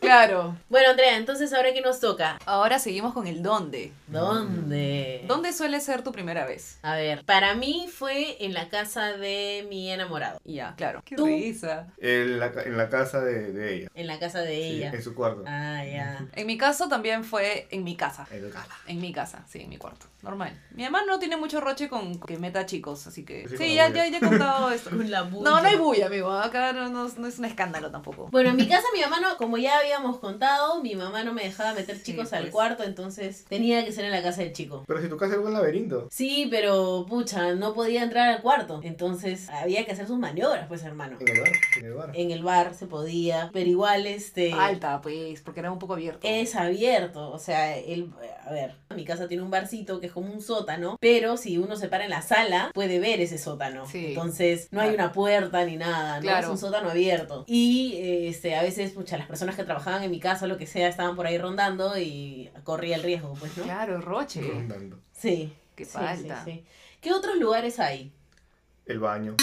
Speaker 2: Claro.
Speaker 3: Bueno, Andrea, entonces ahora que nos toca,
Speaker 2: Ahora seguimos con el dónde.
Speaker 3: ¿dónde?
Speaker 2: ¿Dónde suele ser tu primera vez?
Speaker 3: A ver, para mí fue en la casa de mi enamorado,
Speaker 2: Y Ya, claro. Qué
Speaker 3: Tú.
Speaker 2: risa.
Speaker 4: En la, ca- en la casa de, de ella.
Speaker 3: en la casa de
Speaker 4: Sí,
Speaker 3: ella.
Speaker 4: en su cuarto.
Speaker 3: Ah, ya.
Speaker 2: En mi caso también fue en mi casa.
Speaker 4: En su casa.
Speaker 2: En mi casa, sí, en mi cuarto. Normal. Mi mamá no tiene mucho roche con que meta chicos, así que.
Speaker 4: Sí,
Speaker 2: Sí,
Speaker 4: con la
Speaker 2: ya, ya, ya he contado esto.
Speaker 3: Con la
Speaker 2: No, no hay
Speaker 3: bulla.
Speaker 2: bulla, amigo. Acá no, no- no es un escándalo tampoco.
Speaker 3: Bueno, en mi casa mi mamá no, como ya habíamos contado, mi mamá no me dejaba meter
Speaker 2: Sí,
Speaker 3: chicos al
Speaker 2: pues.
Speaker 3: cuarto, entonces tenía que ser en la casa del chico.
Speaker 4: Pero si tu casa era un laberinto.
Speaker 3: Sí, pero pucha, no podía entrar al cuarto, entonces había que hacer sus maniobras, pues hermano.
Speaker 4: En el bar. En el bar.
Speaker 2: Eh.
Speaker 3: En el bar se podía, pero igual este
Speaker 2: Alta, pues, porque era un poco abierto.
Speaker 3: es abierto, o sea, el a ver, mi casa tiene un barcito que es como un sótano, pero si uno se para en la sala puede ver ese sótano.
Speaker 2: Sí.
Speaker 3: Entonces, no hay
Speaker 2: Claro.
Speaker 3: una puerta ni nada, no
Speaker 2: Claro.
Speaker 3: es un sótano abierto. Y eh, este a veces pucha, las personas que trabajaban en mi casa lo que sea estaban por ahí rondando y corría el riesgo, pues, ¿no?
Speaker 2: Claro, roche.
Speaker 4: Rondando.
Speaker 3: Sí.
Speaker 2: Qué
Speaker 3: sí,
Speaker 2: falta.
Speaker 3: sí, sí. ¿Qué otros lugares hay?
Speaker 4: El baño.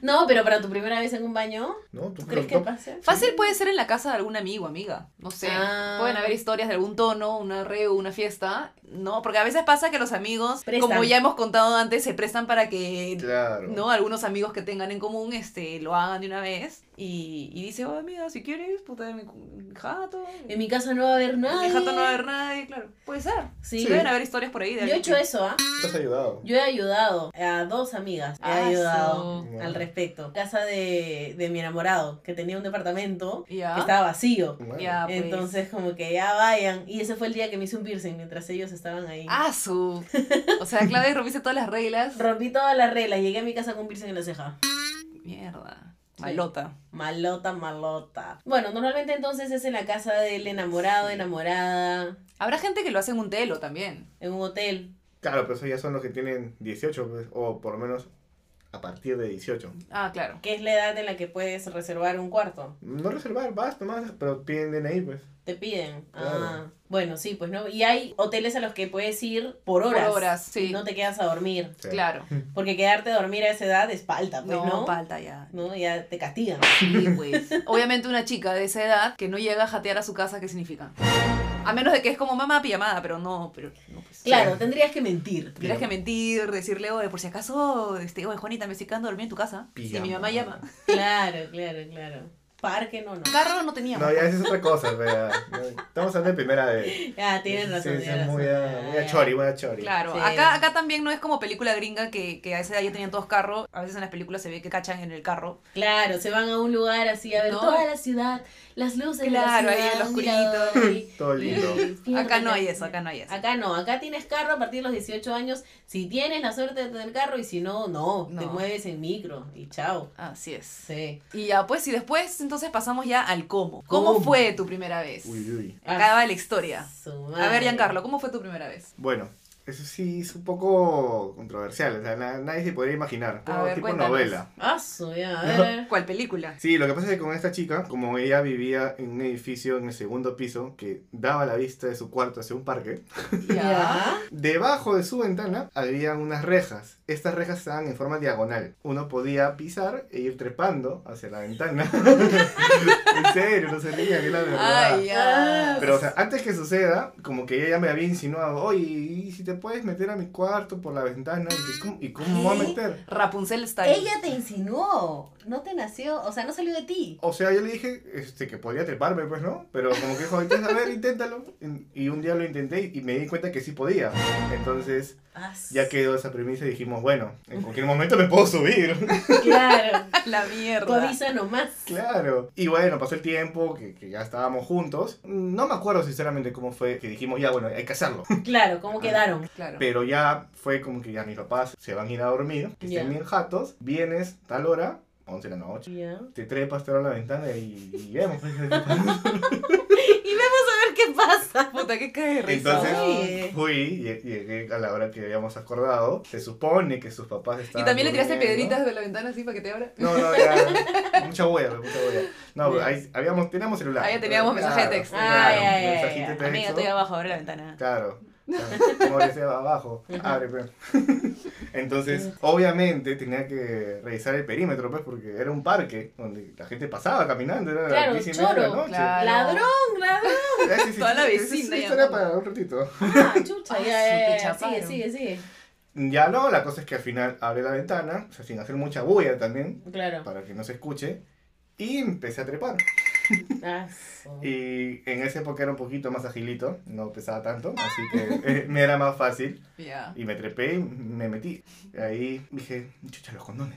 Speaker 3: No, pero para tu primera vez en un baño,
Speaker 4: ¿No?
Speaker 3: ¿tú
Speaker 4: ¿Tú
Speaker 3: crees que
Speaker 4: no-
Speaker 3: pase?
Speaker 2: Fácil puede ser en la casa de algún amigo, amiga. No sé.
Speaker 3: Ah.
Speaker 2: Pueden haber historias de algún tono, una reu, una fiesta. No, porque a veces pasa que los amigos,
Speaker 3: Prestan.
Speaker 2: como ya hemos contado antes, se prestan para que
Speaker 4: Claro.
Speaker 2: ¿no? Algunos amigos que tengan en común este, lo hagan de una vez y, y dice, oh, mira, si quieres, puta, mi, mi jato.
Speaker 3: En mi casa no va a haber nada.
Speaker 2: Mi jato no va a haber nadie, claro. Puede ser.
Speaker 3: Sí.
Speaker 2: Deben haber historias por ahí de
Speaker 3: Yo he hecho eso, ¿ah?
Speaker 4: Te has ayudado.
Speaker 3: Yo he ayudado a dos amigas. He
Speaker 2: Ah,
Speaker 3: ayudado
Speaker 4: su-
Speaker 3: al respecto. Casa de, de mi enamorado, que tenía un departamento
Speaker 2: Ya.
Speaker 3: que estaba vacío.
Speaker 4: Bueno,
Speaker 2: Ya, Ah. pues.
Speaker 3: Entonces, como que ya vayan. Y ese fue el día que me hice un piercing mientras ellos estaban ahí.
Speaker 2: Ah, su. O sea, Claudia rompiste todas las reglas.
Speaker 3: Rompí todas las reglas. Llegué a mi casa con un piercing en la ceja.
Speaker 2: Mierda.
Speaker 3: Sí.
Speaker 2: Malota.
Speaker 3: Malota, malota. Bueno, normalmente entonces es en la casa del enamorado, enamorada,
Speaker 2: Habrá gente que lo hace en un telo también.
Speaker 3: en un hotel.
Speaker 4: Claro, pero esos ya son los que tienen 18, pues, o por lo menos a partir de 18.
Speaker 2: Ah, claro.
Speaker 3: Que es la edad en la que puedes reservar un cuarto.
Speaker 4: No reservar, vas nomás, pero piden DNI, pues.
Speaker 3: Te piden.
Speaker 4: Claro.
Speaker 3: Ah, bueno, sí, pues no. Y hay hoteles a los que puedes ir por horas.
Speaker 2: horas, sí.
Speaker 3: No te quedas a dormir.
Speaker 4: O sea,
Speaker 2: Claro.
Speaker 3: Porque quedarte a dormir a esa edad es palta, pues,
Speaker 2: No,
Speaker 3: ¿no?
Speaker 2: falta ya.
Speaker 3: ¿No? Ya te castigan.
Speaker 2: Sí, pues. Obviamente una chica de esa edad que no llega a jatear a su casa, ¿qué significa? A menos de que es como mamá pijamada, pero no, pero no, pues.
Speaker 3: Claro, tendrías que mentir.
Speaker 2: Tienes que
Speaker 4: Bien.
Speaker 2: mentir, decirle, oye, por si acaso, este, oye, Juanita, me estoy quedando a dormir en tu casa. Si mi mamá
Speaker 4: Pijamada.
Speaker 2: llama.
Speaker 3: Claro, claro, claro. Parque no, no.
Speaker 2: Carro no teníamos.
Speaker 4: No, ya esa es otra cosa, pues, ya. No, Estamos hablando de primera vez.
Speaker 3: Ah, tienes razón.
Speaker 4: Sí, sí,
Speaker 3: tienes
Speaker 4: muy
Speaker 3: razón.
Speaker 4: a,
Speaker 3: Ah,
Speaker 4: muy a
Speaker 3: ya.
Speaker 4: chori, muy a chori.
Speaker 2: Claro,
Speaker 3: Sí.
Speaker 2: acá, acá también no es como película gringa que, que a esa edad ya tenían todos carros. A veces en las películas se ve que cachan en el carro.
Speaker 3: Claro, se van a un lugar así a ver
Speaker 2: No.
Speaker 3: toda la ciudad, las luces. de la
Speaker 2: Claro, ahí
Speaker 3: ciudad,
Speaker 2: el
Speaker 3: un
Speaker 2: oscurito.
Speaker 3: mirador y-
Speaker 4: Todo lindo.
Speaker 3: y pierde
Speaker 2: Acá no
Speaker 3: la-
Speaker 2: hay eso, acá no hay eso.
Speaker 3: Acá no, acá tienes carro a partir de los 18 años. Si tienes la suerte de tener carro y si no, no, te
Speaker 2: No.
Speaker 3: mueves en micro y chao.
Speaker 2: Así es.
Speaker 3: Sí.
Speaker 2: Y ya, pues, y después entonces pasamos ya al cómo. ¿Cómo,
Speaker 4: ¿Cómo?
Speaker 2: fue tu primera vez?
Speaker 4: Uy, uy.
Speaker 2: Acá va la historia.
Speaker 3: Su
Speaker 2: A ver,
Speaker 3: madre.
Speaker 2: Giancarlo, ¿cómo fue tu primera vez?
Speaker 4: Bueno, eso sí es un poco controversial, o sea, na- nadie se podría imaginar.
Speaker 2: A ver,
Speaker 4: tipo
Speaker 2: cuéntanos.
Speaker 4: novela.
Speaker 3: Ah, su, ya, a ver.
Speaker 2: ¿Cuál película?
Speaker 4: Sí, lo que pasa es que con esta chica, como ella vivía en un edificio en el segundo piso que daba la vista de su cuarto hacia un parque,
Speaker 3: Ya.
Speaker 4: debajo de su ventana había unas rejas. Estas rejas estaban en forma diagonal. Uno podía pisar e ir trepando hacia la ventana. en serio, no se rían, es la verdad.
Speaker 2: Ay, ya.
Speaker 3: Ah.
Speaker 4: Pero, o sea, antes que suceda, como que ella ya me había insinuado, oye, ¿y si te puedes meter a mi cuarto por la ventana? Y dije, ¿cómo, y cómo me voy a
Speaker 3: ¿Qué?
Speaker 4: meter?
Speaker 2: Rapunzel está
Speaker 3: Ella te insinuó, no te nació, o sea, no salió de ti.
Speaker 4: O sea, yo le dije este, que podía treparme, pues, ¿no? Pero como que dijo, "Ahorita, a ver, inténtalo. Y y un día lo intenté y me di cuenta que sí podía. Entonces,
Speaker 3: Ah, su-
Speaker 4: ya quedó esa premisa y dijimos, bueno, en cualquier momento me puedo subir.
Speaker 3: Claro.
Speaker 2: La
Speaker 3: Tú
Speaker 2: mierda.
Speaker 3: avisa nomás.
Speaker 4: Claro. Y bueno, pasó el tiempo, que, que ya estábamos juntos. No me acuerdo sinceramente cómo fue que dijimos, ya, bueno, hay que hacerlo.
Speaker 3: Claro,
Speaker 4: Ah.
Speaker 3: ¿cómo quedaron?
Speaker 2: Claro.
Speaker 4: Pero ya fue como que ya mis papás se van a ir a dormir, que
Speaker 3: Ya.
Speaker 4: estén bien jatos, vienes tal hora, 11 de la noche.
Speaker 3: Ya.
Speaker 4: Te trepas, te abro la ventana y, y vemos. pues, qué pasa.
Speaker 3: Y vamos a ver qué pasa.
Speaker 2: Puta, qué cae de risa.
Speaker 4: Entonces
Speaker 3: Oye.
Speaker 4: fui y llegué a la hora que habíamos acordado. Se supone que sus papás estaban.
Speaker 2: y también le tiraste
Speaker 4: durmiendo.
Speaker 2: piedritas de la ventana así para que te abra.
Speaker 4: No, no, ya. mucha hueá, mucha hueá. No,
Speaker 3: Ya.
Speaker 4: ahí habíamos, teníamos celular.
Speaker 2: Ah, ya teníamos mensaje de texto.
Speaker 4: Claro,
Speaker 3: Ay, ay, ay,
Speaker 4: mensajito
Speaker 3: ay.
Speaker 4: de texto.
Speaker 2: abajo, abre la ventana.
Speaker 4: Claro. Como dice abajo, abre, pues. Entonces, obviamente tenía que revisar el perímetro, pues, porque era un parque donde la gente pasaba caminando, era
Speaker 3: Claro,
Speaker 4: las 10 y media de la
Speaker 3: choro,
Speaker 4: noche.
Speaker 2: claro.
Speaker 3: Ladrón, ladrón.
Speaker 4: Eh, sí, sí,
Speaker 2: Toda la
Speaker 4: sí, sí, sí,
Speaker 2: vecina
Speaker 4: sí,
Speaker 2: ya.
Speaker 4: esto era para un ratito.
Speaker 3: Ah, chucha.
Speaker 2: Ah,
Speaker 3: ya, ya,
Speaker 2: sí, te
Speaker 3: ya. Sigue,
Speaker 2: chaparon.
Speaker 3: sigue, sigue.
Speaker 4: Ya no, la cosa es que al final abre la ventana, o sea, sin hacer mucha bulla también,
Speaker 3: Claro.
Speaker 4: para que no se escuche, y empecé a trepar.
Speaker 3: Ah, su-
Speaker 4: Y en esa época era un poquito más agilito, no pesaba tanto, así que eh, me era más fácil.
Speaker 2: Ya.
Speaker 4: Y me trepé y me metí. Ahí dije, chucha, los condones.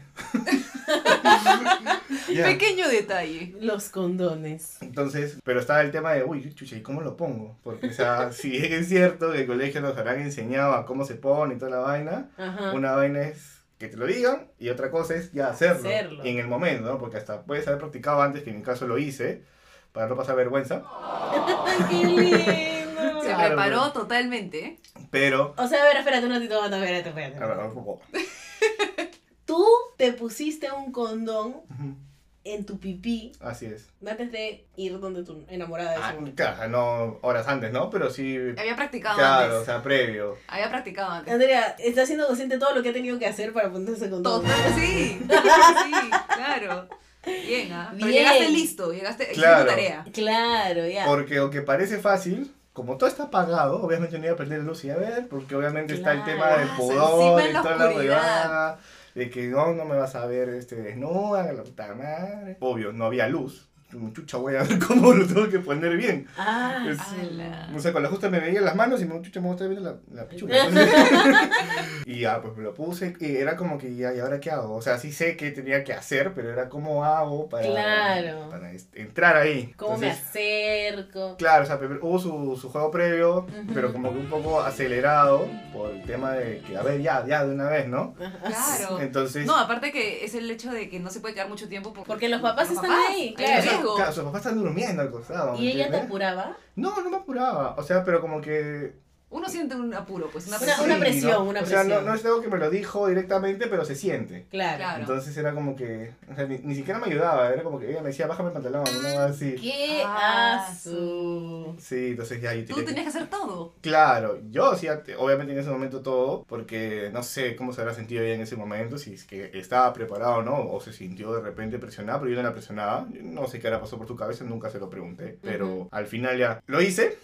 Speaker 4: Ya.
Speaker 2: Pequeño detalle.
Speaker 3: Los condones.
Speaker 4: Entonces, pero estaba el tema de, uy, chucha, ¿y cómo lo pongo? Porque, o sea, si es cierto que el colegio nos habrán enseñado a cómo se pone y toda la vaina,
Speaker 3: Ajá.
Speaker 4: Una vaina es que te lo digan y otra cosa es ya hacerlo.
Speaker 3: Hacerlo.
Speaker 4: Y en el momento, ¿no? Porque hasta puedes haber practicado antes, que en mi caso lo hice, para no pasar vergüenza.
Speaker 3: ¡Qué lindo!
Speaker 2: Se
Speaker 4: Claro,
Speaker 2: preparó
Speaker 4: pero-
Speaker 2: totalmente.
Speaker 4: Pero...
Speaker 3: O sea, a ver, espérate un ratito, Wanda, espérate, espérate.
Speaker 4: a ver, un poco.
Speaker 3: Tú te pusiste un condón
Speaker 4: Ujú.
Speaker 3: en tu pipí
Speaker 4: Así es.
Speaker 3: antes de ir donde tu enamorada de
Speaker 4: Ah,
Speaker 3: seguro.
Speaker 4: claro, no horas antes, ¿no? Pero sí...
Speaker 2: Había practicado
Speaker 4: Claro, o
Speaker 2: antes.
Speaker 4: sea, previo.
Speaker 2: Había practicado antes.
Speaker 3: Andrea, está siendo consciente de todo lo que ha tenido que hacer para ponerse condón.
Speaker 2: Total, sí. Sí, claro. Bien, ¿ah? Pero
Speaker 3: Bien.
Speaker 2: llegaste listo, llegaste hiciste
Speaker 4: Claro.
Speaker 2: tu tarea.
Speaker 3: Claro, ya.
Speaker 4: Porque aunque parece fácil, como todo está apagado, obviamente no iba a prender la luz y a ver, porque obviamente está el
Speaker 3: Claro.
Speaker 4: tema del
Speaker 2: Ah,
Speaker 4: pudor
Speaker 2: encima
Speaker 4: y
Speaker 2: en la
Speaker 4: toda la
Speaker 2: oscuridad.
Speaker 4: huevada, de que no, no me vas a ver este, desnuda, que la puta madre. Obvio, no había luz. Chucha, voy a ver cómo lo tengo que poner bien.
Speaker 3: Ah,
Speaker 4: Es-
Speaker 2: ala.
Speaker 4: O sea, con la justa me veía las manos y me chucha, me gusta viendo la, la pichula. y ya, pues me lo puse y era como que ya, ¿y ahora qué hago? O sea, sí sé qué tenía que hacer, pero era cómo hago para,
Speaker 3: Claro.
Speaker 4: para este, entrar ahí.
Speaker 3: ¿Cómo me
Speaker 4: Entonces,
Speaker 3: acerco?
Speaker 4: Claro, o sea, primero hubo su, su juego previo, pero como que un poco acelerado por el tema de que, a ver, ya, ya, de una vez, ¿no?
Speaker 2: Claro.
Speaker 4: Entonces,
Speaker 2: No, aparte que es el hecho de que no se puede quedar mucho tiempo por-
Speaker 3: Porque los papás están ahí,
Speaker 2: Hay
Speaker 3: claro.
Speaker 2: riesgo.
Speaker 4: claro, sus papás están durmiendo al costado. ¿me
Speaker 3: ¿Y ella te
Speaker 4: entiendes?
Speaker 3: apuraba?
Speaker 4: No, no me apuraba. O sea, pero como que.
Speaker 2: Uno siente un apuro, pues una
Speaker 3: Una- una
Speaker 2: presión.
Speaker 3: presión.
Speaker 4: ¿no?
Speaker 3: una
Speaker 4: O sea, no,
Speaker 3: presión.
Speaker 4: no es algo que me lo dijo directamente, pero se siente.
Speaker 3: Claro.
Speaker 2: Claro.
Speaker 4: Entonces era como que. O sea, ni, ni siquiera me ayudaba. Era como que ella me decía, bájame el pantalón, una cosa así.
Speaker 3: ¡Qué
Speaker 2: Ah,
Speaker 3: asu!
Speaker 4: Sí, entonces ya yo
Speaker 2: Tú
Speaker 4: tenía que-
Speaker 2: tenías que hacer todo.
Speaker 4: Claro, yo hacía te- obviamente en ese momento todo, porque no sé cómo se habrá sentido ella en ese momento, si es que estaba preparado o no, o se sintió de repente presionada, pero yo no la presionaba, Yo no sé qué ahora pasó por tu cabeza, nunca se lo pregunté, pero al final ya lo hice.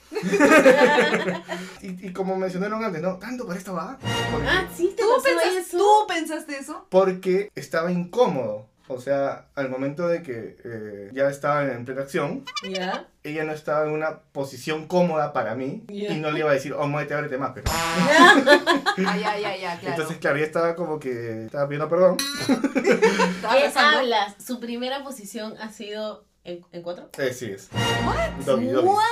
Speaker 4: y, y como mencionaron antes, ¿no? Tanto para esta va, porque,
Speaker 3: Ah, sí, te
Speaker 2: ¿Tú,
Speaker 3: pasó
Speaker 2: pensas-
Speaker 3: eso.
Speaker 2: ¿Tú pensaste eso?
Speaker 4: porque estaba incómodo, o sea, al momento de que eh, ya estaba en plena acción,
Speaker 3: ¿Ya?
Speaker 4: ella no estaba en una posición cómoda para mí,
Speaker 3: Ya.
Speaker 4: y no le iba a decir, oh, muévete, ábrete más, pero...
Speaker 2: Ay, ay, ay, ay, claro.
Speaker 4: Entonces, claro, ya estaba como que estaba pidiendo perdón.
Speaker 2: Estaba
Speaker 3: ¿Qué
Speaker 2: rezando.
Speaker 3: hablas? ¿Su primera posición ha sido en, en cuatro?
Speaker 4: Eh, sí es. Doggy, doggy.
Speaker 3: What?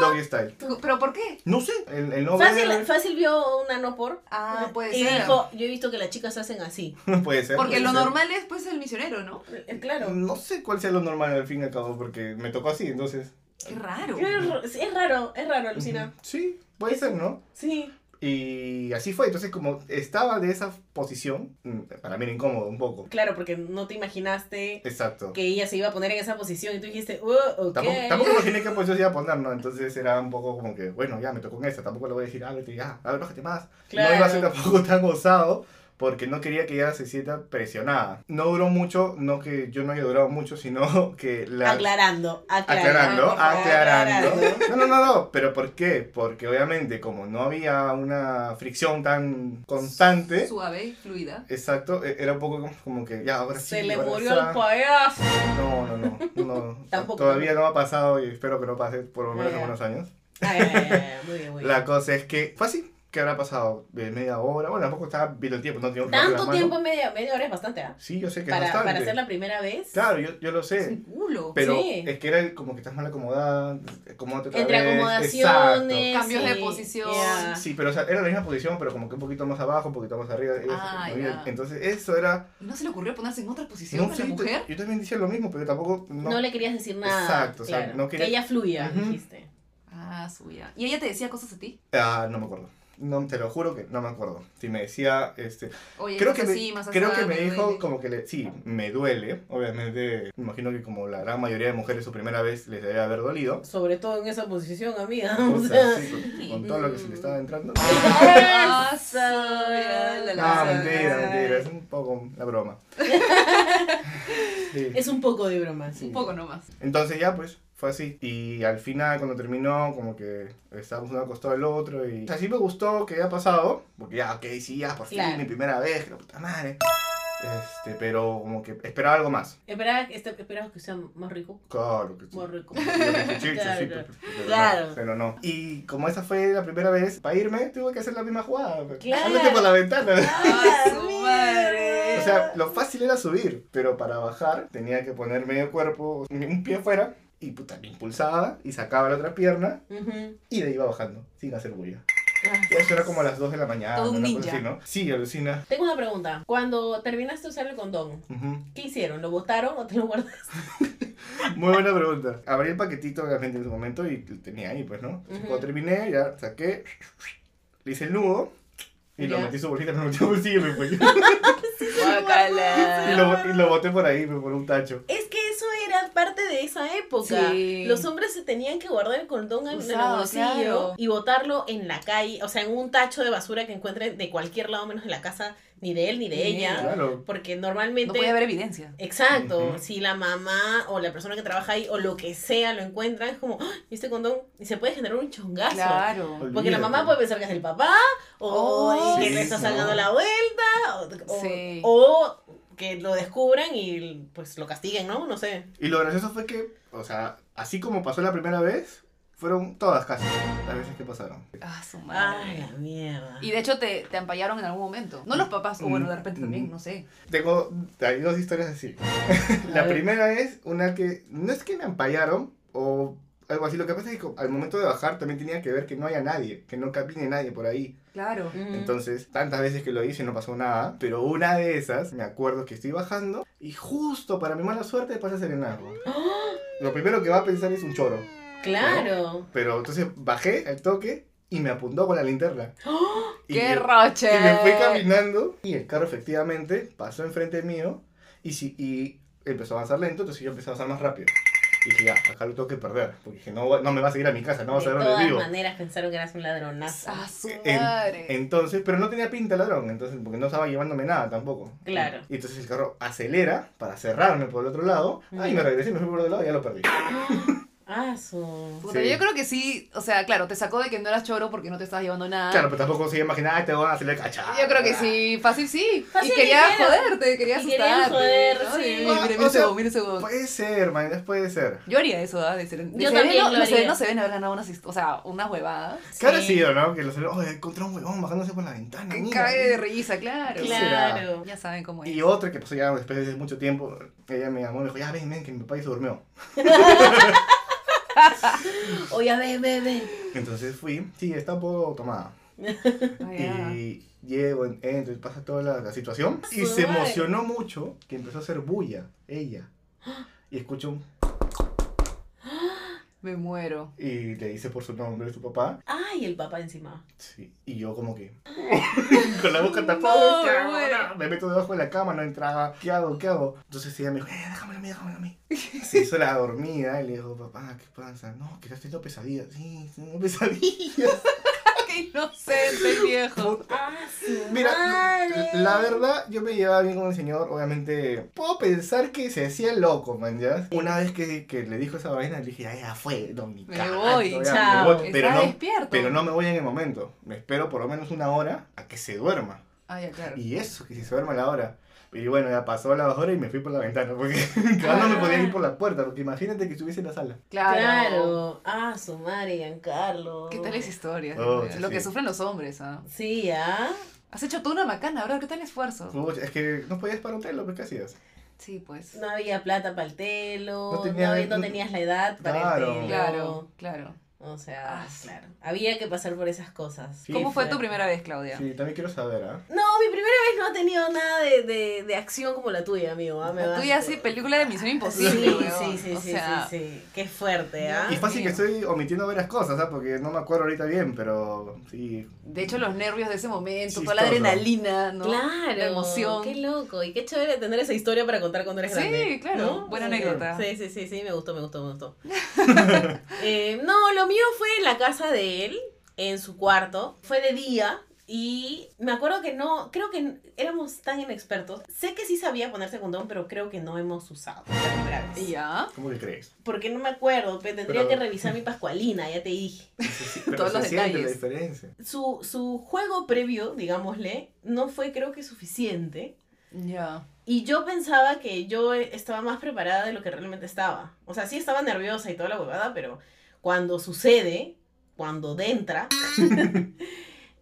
Speaker 4: Doggy style.
Speaker 2: ¿Pero por qué?
Speaker 4: No sé, el, el no
Speaker 3: Fácil,
Speaker 4: ver-
Speaker 3: fácil vio una no por.
Speaker 2: Ah, puede
Speaker 3: y
Speaker 2: ser.
Speaker 3: dijo, yo he visto que las chicas hacen así.
Speaker 4: puede ser.
Speaker 2: Porque
Speaker 4: puede
Speaker 2: lo
Speaker 4: ser.
Speaker 2: normal es pues el misionero, ¿no?
Speaker 3: Eh, Claro.
Speaker 2: Mm.
Speaker 4: No sé cuál sea lo normal al fin y al cabo, porque me tocó así, entonces.
Speaker 2: Qué raro.
Speaker 3: Es es raro, es raro, alucina.
Speaker 4: Ujú. Sí, puede ser, ¿no?
Speaker 3: Sí.
Speaker 4: Y así fue, entonces como estaba de esa posición, mm, para mí era incómodo un poco.
Speaker 3: Claro, porque no te imaginaste
Speaker 4: Exacto.
Speaker 3: que ella se iba a poner en esa posición y tú dijiste, oh, ok.
Speaker 4: Tampoco, tampoco imaginé que pues yo se iba a poner, ¿no? Entonces era un poco como que, bueno, ya me tocó en esta, tampoco le voy a decir, ábrete ya, "Ah, a ver, bájate más. No iba a ser
Speaker 3: Claro.
Speaker 4: tampoco tan osado porque no quería que ella se sienta presionada. No duró mucho, no que yo no haya durado mucho, sino que la...
Speaker 3: Aclarando, aclarando.
Speaker 4: Aclarando, aclarando.
Speaker 3: aclarando.
Speaker 4: No, no, no, no. ¿Pero por qué? Porque obviamente como no había una fricción tan constante,
Speaker 2: Suave, fluida.
Speaker 4: exacto, e- era un poco como- como que ya, ahora sí.
Speaker 3: Se le
Speaker 4: ahora
Speaker 3: murió
Speaker 4: sa-
Speaker 3: el payaso.
Speaker 4: No, no, no. no.
Speaker 3: Tampoco.
Speaker 4: Todavía no ha pasado y espero que no pase por lo menos
Speaker 3: Ah, ya.
Speaker 4: algunos años.
Speaker 3: Ay, ay, ay, ay, muy bien, muy bien.
Speaker 4: La cosa es que fue así. ¿Qué habrá pasado? ¿De media hora? Bueno, tampoco estaba viendo el tiempo, no tenía un reloj en la
Speaker 3: Tanto
Speaker 4: mano.
Speaker 3: tiempo, media, media hora es bastante, ¿ah?
Speaker 4: Sí, yo sé que
Speaker 3: Para,
Speaker 4: es
Speaker 3: para
Speaker 4: bastante.
Speaker 3: hacer la primera vez.
Speaker 4: Claro, yo, yo lo
Speaker 2: Es
Speaker 4: sé.
Speaker 2: un culo.
Speaker 4: Pero
Speaker 3: Sí.
Speaker 4: es que era el- como que estás mal acomodada, acomódate otra
Speaker 3: Entre
Speaker 4: vez.
Speaker 3: acomodaciones.
Speaker 4: Exacto.
Speaker 2: Cambios de
Speaker 3: y-
Speaker 2: posición.
Speaker 3: ya.
Speaker 4: Sí, pero o sea, era la misma posición, pero como que un poquito más abajo, un poquito más arriba. y-
Speaker 2: Ah,
Speaker 4: y-
Speaker 2: ya.
Speaker 4: Entonces, eso era.
Speaker 2: ¿No se le ocurrió ponerse en otra posición a
Speaker 4: sí,
Speaker 2: la
Speaker 4: te-
Speaker 2: mujer?
Speaker 4: yo también decía lo mismo, pero tampoco.
Speaker 3: No.
Speaker 4: No,
Speaker 3: le querías decir nada.
Speaker 4: Exacto, o sea,
Speaker 3: claro.
Speaker 4: no quería-
Speaker 3: Que ella fluya,
Speaker 4: Ujú.
Speaker 3: dijiste.
Speaker 2: Ah, suya. ¿Y ella te decía cosas a ti?
Speaker 4: Ah, no me acuerdo. No, te lo juro que no me acuerdo. Si me decía, este,
Speaker 2: Oye,
Speaker 4: creo
Speaker 2: más
Speaker 4: que, me,
Speaker 2: así, más
Speaker 4: creo
Speaker 2: asá,
Speaker 4: que me dijo
Speaker 2: duele.
Speaker 4: como que le, sí, me duele, obviamente, me imagino que como la gran mayoría de mujeres su primera vez les debe haber dolido.
Speaker 3: Sobre todo en esa posición, amiga.
Speaker 4: O
Speaker 3: O
Speaker 4: sea,
Speaker 3: sea,
Speaker 4: sí, con, con todo lo que se le estaba entrando.
Speaker 2: Ah, suya, la, la,
Speaker 4: No,
Speaker 2: la,
Speaker 4: Ah, mentira,
Speaker 2: la, la.
Speaker 4: mentira, es un poco la broma. Sí.
Speaker 3: es un poco de broma.
Speaker 4: Sí.
Speaker 2: Un poco nomás.
Speaker 4: Entonces ya pues fue así. Y al final cuando terminó como que estábamos uno acostado al otro y... O sea, sí me gustó que haya pasado. Porque ya, ok, sí, ya, por fin,
Speaker 3: Claro.
Speaker 4: mi primera vez, que la puta madre. Este, pero como que esperaba algo más.
Speaker 3: Esperaba, este- esperaba que sea más rico.
Speaker 4: Claro que sí.
Speaker 3: Más rico.
Speaker 4: Chiche, sí,
Speaker 3: Claro, claro.
Speaker 4: pe- pe- pues, pero
Speaker 3: Claro.
Speaker 4: no, pero no. Y como esa fue la primera vez, para irme tuve que hacer la misma jugada. pe.
Speaker 3: Claro.
Speaker 4: Ándate por la ventana.
Speaker 2: Ah, su
Speaker 3: mierda.
Speaker 2: madre.
Speaker 4: O sea, lo fácil era subir, pero para bajar tenía que poner medio cuerpo, un pie afuera, y puta, me impulsaba y sacaba la otra pierna
Speaker 3: Ujú.
Speaker 4: Y de ahí iba bajando, sin hacer bulla.
Speaker 3: Ah.
Speaker 4: Y eso era como a las 2 de la mañana.
Speaker 2: Todo un
Speaker 4: una cosa
Speaker 2: ninja.
Speaker 4: así, ¿no? Sí, alucina.
Speaker 3: Tengo una pregunta. Cuando terminaste de usar el condón,
Speaker 4: Ujú.
Speaker 3: ¿qué hicieron? ¿Lo botaron o te lo guardaron?
Speaker 4: Muy buena pregunta. Abrí el paquetito obviamente en su momento y lo tenía ahí, pues, ¿no?
Speaker 3: Ujú.
Speaker 4: Cuando terminé, ya saqué, le hice el nudo y lo
Speaker 3: Ya.
Speaker 4: metí en su bolsita, me lo metí en el bolsillo y me fui.
Speaker 2: Guácala.
Speaker 3: Ah.
Speaker 4: y, lo, y lo boté por ahí, me por un tacho.
Speaker 3: Es que eso era parte de esa época.
Speaker 2: Sí.
Speaker 3: Los hombres se tenían que guardar el condón en el
Speaker 2: Usado,
Speaker 3: bolsillo
Speaker 2: claro.
Speaker 3: y botarlo en la calle, o sea, en un tacho de basura que encuentren de cualquier lado menos de la casa, ni de él ni de
Speaker 2: Ni
Speaker 3: ella.
Speaker 2: ella.
Speaker 4: Claro.
Speaker 3: Porque
Speaker 2: No
Speaker 3: normalmente.
Speaker 2: puede haber evidencia.
Speaker 3: Exacto,
Speaker 4: Ujú.
Speaker 3: si la mamá o la persona que trabaja ahí o lo que sea lo encuentran, es como, "Ah, ¿y este condón? Y se puede generar un chongazo.
Speaker 2: Claro.
Speaker 3: Porque la mamá pues, puede pensar que es el papá, o
Speaker 2: Oh.
Speaker 3: y que
Speaker 4: Sí,
Speaker 3: le está
Speaker 4: no.
Speaker 3: sacando la vuelta, o, o-
Speaker 2: Sí.
Speaker 3: o que lo descubran y pues lo castiguen, ¿no? No sé.
Speaker 4: Y lo gracioso fue que, o sea, así como pasó la primera vez, fueron todas casi las veces que pasaron.
Speaker 2: Ah, su
Speaker 3: Ay,
Speaker 2: madre.
Speaker 3: la mierda.
Speaker 2: Y de hecho te, te ampallaron en algún momento. No los papás, o bueno, de repente
Speaker 4: Mm.
Speaker 2: también, no sé.
Speaker 4: Tengo hay dos historias así.
Speaker 3: A
Speaker 4: La
Speaker 3: ver.
Speaker 4: primera es una que no es que me ampallaron o algo así. Lo que pasa es que al momento de bajar también tenía que ver que no haya nadie, que no camine nadie por ahí.
Speaker 2: Claro.
Speaker 3: Mm.
Speaker 4: Entonces, tantas veces que lo hice no pasó nada. Pero una de esas, me acuerdo que estoy bajando y justo para mi mala suerte pasa serenazgo.
Speaker 3: ¡Ah!
Speaker 4: Lo primero que va a pensar es un choro.
Speaker 3: claro.
Speaker 4: Pero entonces bajé al toque y me apuntó con la linterna.
Speaker 3: ¡Ah!
Speaker 4: Y
Speaker 2: ¡Qué
Speaker 4: me-
Speaker 2: roche!
Speaker 4: y me fui caminando y el carro efectivamente pasó enfrente mío y, si, y empezó a avanzar lento, entonces yo empecé a avanzar más rápido. Y dije, ya, acá lo tengo que perder, porque dije, no, va- no me va a seguir a mi casa, no va a
Speaker 3: de
Speaker 4: saber dónde
Speaker 3: todas
Speaker 4: vivo.
Speaker 3: maneras pensaron que eras un ladronazo.
Speaker 2: Ah, su
Speaker 4: En-
Speaker 2: madre.
Speaker 4: entonces, pero no tenía pinta el ladrón, entonces, porque no estaba llevándome nada tampoco.
Speaker 3: Claro.
Speaker 4: Y entonces el carro acelera para cerrarme por el otro lado,
Speaker 3: Mm.
Speaker 4: ay, me regresé, me fui por el otro lado y ya lo perdí.
Speaker 3: Ah, su.
Speaker 2: Puta,
Speaker 4: Sí.
Speaker 2: Yo creo que sí, o sea, claro, te sacó de que no eras choro porque no te estabas llevando nada.
Speaker 4: Claro, pero tampoco se imaginaba, ay, te van a acelerar, cachá.
Speaker 2: Yo creo que sí, fácil sí.
Speaker 3: Fácil
Speaker 2: y quería
Speaker 3: dijeron.
Speaker 2: joderte, quería
Speaker 3: Y querían
Speaker 2: asustarte.
Speaker 3: joder,
Speaker 2: ¿no?
Speaker 3: sí.
Speaker 2: Y
Speaker 4: Ah,
Speaker 2: Mira, mira
Speaker 4: o
Speaker 2: ese
Speaker 4: sea, pues-
Speaker 2: huevón, mira ese huevón.
Speaker 4: Puede ser, man, puede ser.
Speaker 2: Yo haría eso, ¿ah? De ser, de
Speaker 3: Yo
Speaker 2: ser-
Speaker 3: también
Speaker 2: no,
Speaker 3: lo
Speaker 2: no se-
Speaker 3: haría.
Speaker 2: no se ven haber ganado unas, hist- o sea, unas huevadas.
Speaker 4: ¿Qué habrá
Speaker 3: Sí.
Speaker 4: sido, no? Que los oye, encontré un huevón bajándose por la ventana.
Speaker 2: Que
Speaker 4: mira.
Speaker 2: Cae de risa, claro.
Speaker 4: Claro.
Speaker 3: Claro.
Speaker 2: Ya saben cómo es.
Speaker 4: Y
Speaker 3: Pues.
Speaker 4: otra que pasó ya después de mucho tiempo, ella me llamó y me dijo, ya ven, ven, que mi papá se durmió.
Speaker 3: Oye, ve, ve, ve.
Speaker 4: Entonces fui, sí, está un poco tomada.
Speaker 3: Oh,
Speaker 2: Ah,
Speaker 4: eh,
Speaker 2: ya.
Speaker 4: Y llego, en- entro y pasa toda la, la situación. Y
Speaker 3: Su
Speaker 4: se
Speaker 3: madre.
Speaker 4: emocionó mucho que empezó a hacer bulla, ella. Y escucho un...
Speaker 2: Me muero.
Speaker 4: Y le dice por su nombre su papá.
Speaker 3: Ay, el papá encima.
Speaker 4: Sí. Y yo como que... con la boca tapada.
Speaker 2: No,
Speaker 4: ¿qué hago?
Speaker 2: güey.
Speaker 4: No, Me meto debajo de la cama, no entraba. ¿Qué hago? ¿Qué hago? Entonces ella me dijo, eh, déjamelo a mí, déjamelo a mí. Se hizo la dormida y le dijo, papá, ¿qué pasa? No, que estás teniendo pesadillas. Sí, tengo pesadillas.
Speaker 2: Qué inocente, viejo.
Speaker 3: Ah, su.
Speaker 4: Mira,
Speaker 3: madre.
Speaker 4: la verdad, yo me llevaba bien con el señor, obviamente. Puedo pensar que se hacía loco, man, ¿ya? Una vez que, que le dijo esa vaina, le dije, "Ah, ya fue, dominicano.
Speaker 2: Me voy,
Speaker 4: ya,
Speaker 3: chao.
Speaker 4: me voy". Pero
Speaker 2: Está
Speaker 4: no,
Speaker 2: despierto.
Speaker 4: pero no me voy en el momento. Me espero por lo menos una hora a que se duerma.
Speaker 2: Ah, ya, claro.
Speaker 4: Y eso, que si se duerma a la hora. Y bueno, ya pasó la hora y me fui por la ventana, porque claro, no me podía ir por la puerta, porque imagínate que estuviese en la sala.
Speaker 3: Claro. Ah, su madre, Giancarlo.
Speaker 2: ¿Qué tal esa historia?
Speaker 4: Oh,
Speaker 2: lo
Speaker 4: sí.
Speaker 2: que sufren los hombres, ¿ah?
Speaker 3: Sí, ¿ah?
Speaker 2: Has hecho tú una macana, bro. ¿Qué tal esfuerzo?
Speaker 4: Pucha, es que no podías para un telo, pues, ¿qué hacías?
Speaker 2: Sí, pues.
Speaker 3: No había plata para el telo,
Speaker 4: No
Speaker 3: no,
Speaker 4: tenía-
Speaker 3: había- no
Speaker 4: no-
Speaker 3: tenías la edad para
Speaker 4: Claro.
Speaker 3: el telo.
Speaker 2: Claro, claro.
Speaker 3: O sea,
Speaker 2: Ah, sí.
Speaker 3: claro. Había que pasar por esas cosas.
Speaker 4: Sí,
Speaker 2: ¿Cómo fue
Speaker 3: fue.
Speaker 2: tu primera vez, Claudia?
Speaker 4: Sí, también quiero saber, ¿ah?
Speaker 3: No, mi primera vez no ha tenido nada de, de, de acción como la tuya, amigo. ah, me
Speaker 2: La
Speaker 3: vas-
Speaker 2: tuya sí, película de Misión
Speaker 3: Sí,
Speaker 2: Imposible,
Speaker 3: sí,
Speaker 2: weón.
Speaker 3: sí, sí,
Speaker 2: O
Speaker 3: sí,
Speaker 2: sea,
Speaker 3: sí, sí. Qué fuerte, ¿ah?
Speaker 4: Y fácil que
Speaker 2: Dios mío.
Speaker 4: estoy omitiendo varias cosas, ¿ah? Porque no me acuerdo ahorita bien, pero sí.
Speaker 2: De hecho, los nervios de ese momento, toda la
Speaker 4: Chistoso.
Speaker 2: adrenalina, ¿no?
Speaker 3: Claro,
Speaker 2: La emoción.
Speaker 3: Qué loco. Y qué chévere tener esa historia para contar cuando eres
Speaker 2: Sí,
Speaker 3: grande.
Speaker 2: claro, buena
Speaker 3: Sí,
Speaker 2: anécdota.
Speaker 3: Sí, sí, sí, sí, me gustó, me gustó, me gustó. Eh, no, lo mío fue en la casa de él, en su cuarto. Fue de día. Y me acuerdo que no, creo que éramos tan inexpertos. Sé que sí sabía ponerse condón, pero creo que no hemos usado. la primera vez.
Speaker 2: Y ya.
Speaker 4: ¿Cómo que crees?
Speaker 3: Porque no me acuerdo, pe- tendría
Speaker 4: Pero-
Speaker 3: que revisar mi Pascualina, ya te dije.
Speaker 4: Pero
Speaker 2: Todos
Speaker 4: se
Speaker 2: los
Speaker 4: siente
Speaker 2: detalles.
Speaker 4: la diferencia.
Speaker 3: Su, su juego previo, digámosle, no fue creo que suficiente.
Speaker 2: Ya.
Speaker 3: Y yo pensaba que yo estaba más preparada de lo que realmente estaba. O sea, sí estaba nerviosa y toda la huevada, pero cuando sucede, cuando entra,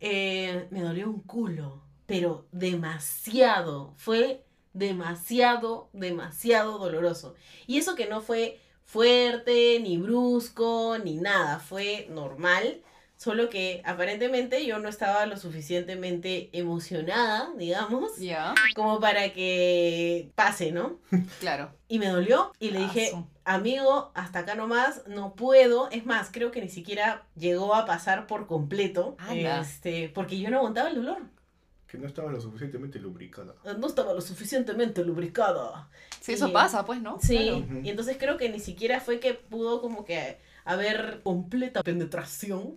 Speaker 3: eh, me dolió un culo. Pero demasiado. Fue demasiado, demasiado doloroso. Y eso que no fue fuerte, ni brusco, ni nada. Fue normal. Solo que aparentemente yo no estaba lo suficientemente emocionada, digamos
Speaker 2: Ya.
Speaker 3: como para que pase, ¿no?
Speaker 2: Claro. Ah,
Speaker 3: Y me dolió y le dije,
Speaker 2: Asu.
Speaker 3: amigo, hasta acá nomás, no puedo. Es más, creo que ni siquiera llegó a pasar por completo,
Speaker 2: Ala.
Speaker 3: este, porque yo no aguantaba el dolor.
Speaker 4: Que no estaba lo suficientemente lubricada.
Speaker 3: No estaba lo suficientemente lubricada.
Speaker 2: Sí, eso
Speaker 3: y-
Speaker 2: pasa, pues, ¿no?
Speaker 3: Sí,
Speaker 2: Claro.
Speaker 4: Ujú.
Speaker 3: y entonces creo que ni siquiera fue que pudo como que haber completa penetración,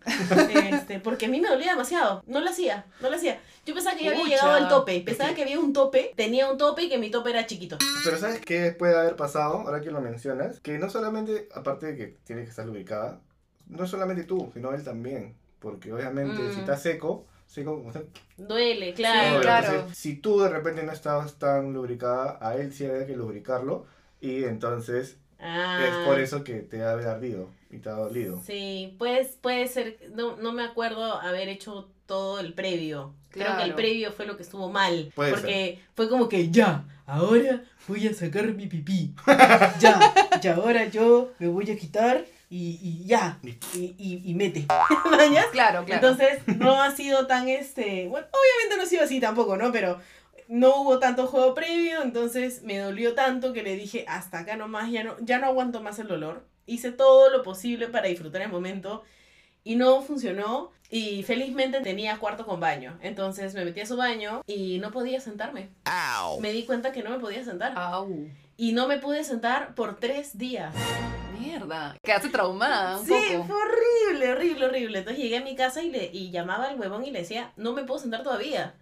Speaker 3: este, porque a mí me dolía demasiado, no lo hacía, no lo hacía. Yo pensaba que ya había
Speaker 2: Pucha.
Speaker 3: llegado al tope, pensaba que había un tope, tenía un tope y que mi tope era chiquito.
Speaker 4: Pero ¿sabes qué puede haber pasado, ahora que lo mencionas? Que no solamente, aparte de que tienes que estar lubricada, no solamente tú, sino él también. Porque obviamente
Speaker 2: Mm.
Speaker 4: si está seco, seco como está-
Speaker 3: Duele,
Speaker 2: Sí,
Speaker 3: Ah, claro.
Speaker 2: claro.
Speaker 4: Entonces, si tú de repente no estabas tan lubricada, a él sí había que lubricarlo. Y entonces
Speaker 3: Ah,
Speaker 4: es por eso que te ha de haber ardido y te ha dolido.
Speaker 3: Sí, pues, puede ser, no, no me acuerdo haber hecho todo el previo. Creo que el
Speaker 2: Claro.
Speaker 3: previo fue lo que estuvo mal.
Speaker 4: Puede
Speaker 3: porque fue como que ya, ahora voy a sacar mi pipí. ya, y ahora yo me voy a quitar y, y ya. Y, y, y mete. ¿Mañas?
Speaker 2: Claro, claro.
Speaker 3: Entonces, no ha sido tan este. Bueno, obviamente no ha sido así tampoco, ¿no? Pero no hubo tanto juego previo, entonces me dolió tanto que le dije, hasta acá nomás, ya no, ya no aguanto más el dolor. Hice todo lo posible para disfrutar el momento y no funcionó. Y felizmente tenía cuarto con baño. Entonces me metí a su baño y no podía sentarme. Me di cuenta que no me podía sentar.
Speaker 2: Au.
Speaker 3: Y no me pude sentar por tres días.
Speaker 2: Mierda. Quedaste traumada un
Speaker 3: Sí,
Speaker 2: poco.
Speaker 3: fue horrible, horrible, horrible. Entonces llegué a mi casa y, le, y llamaba al huevón y le decía, no me puedo sentar todavía.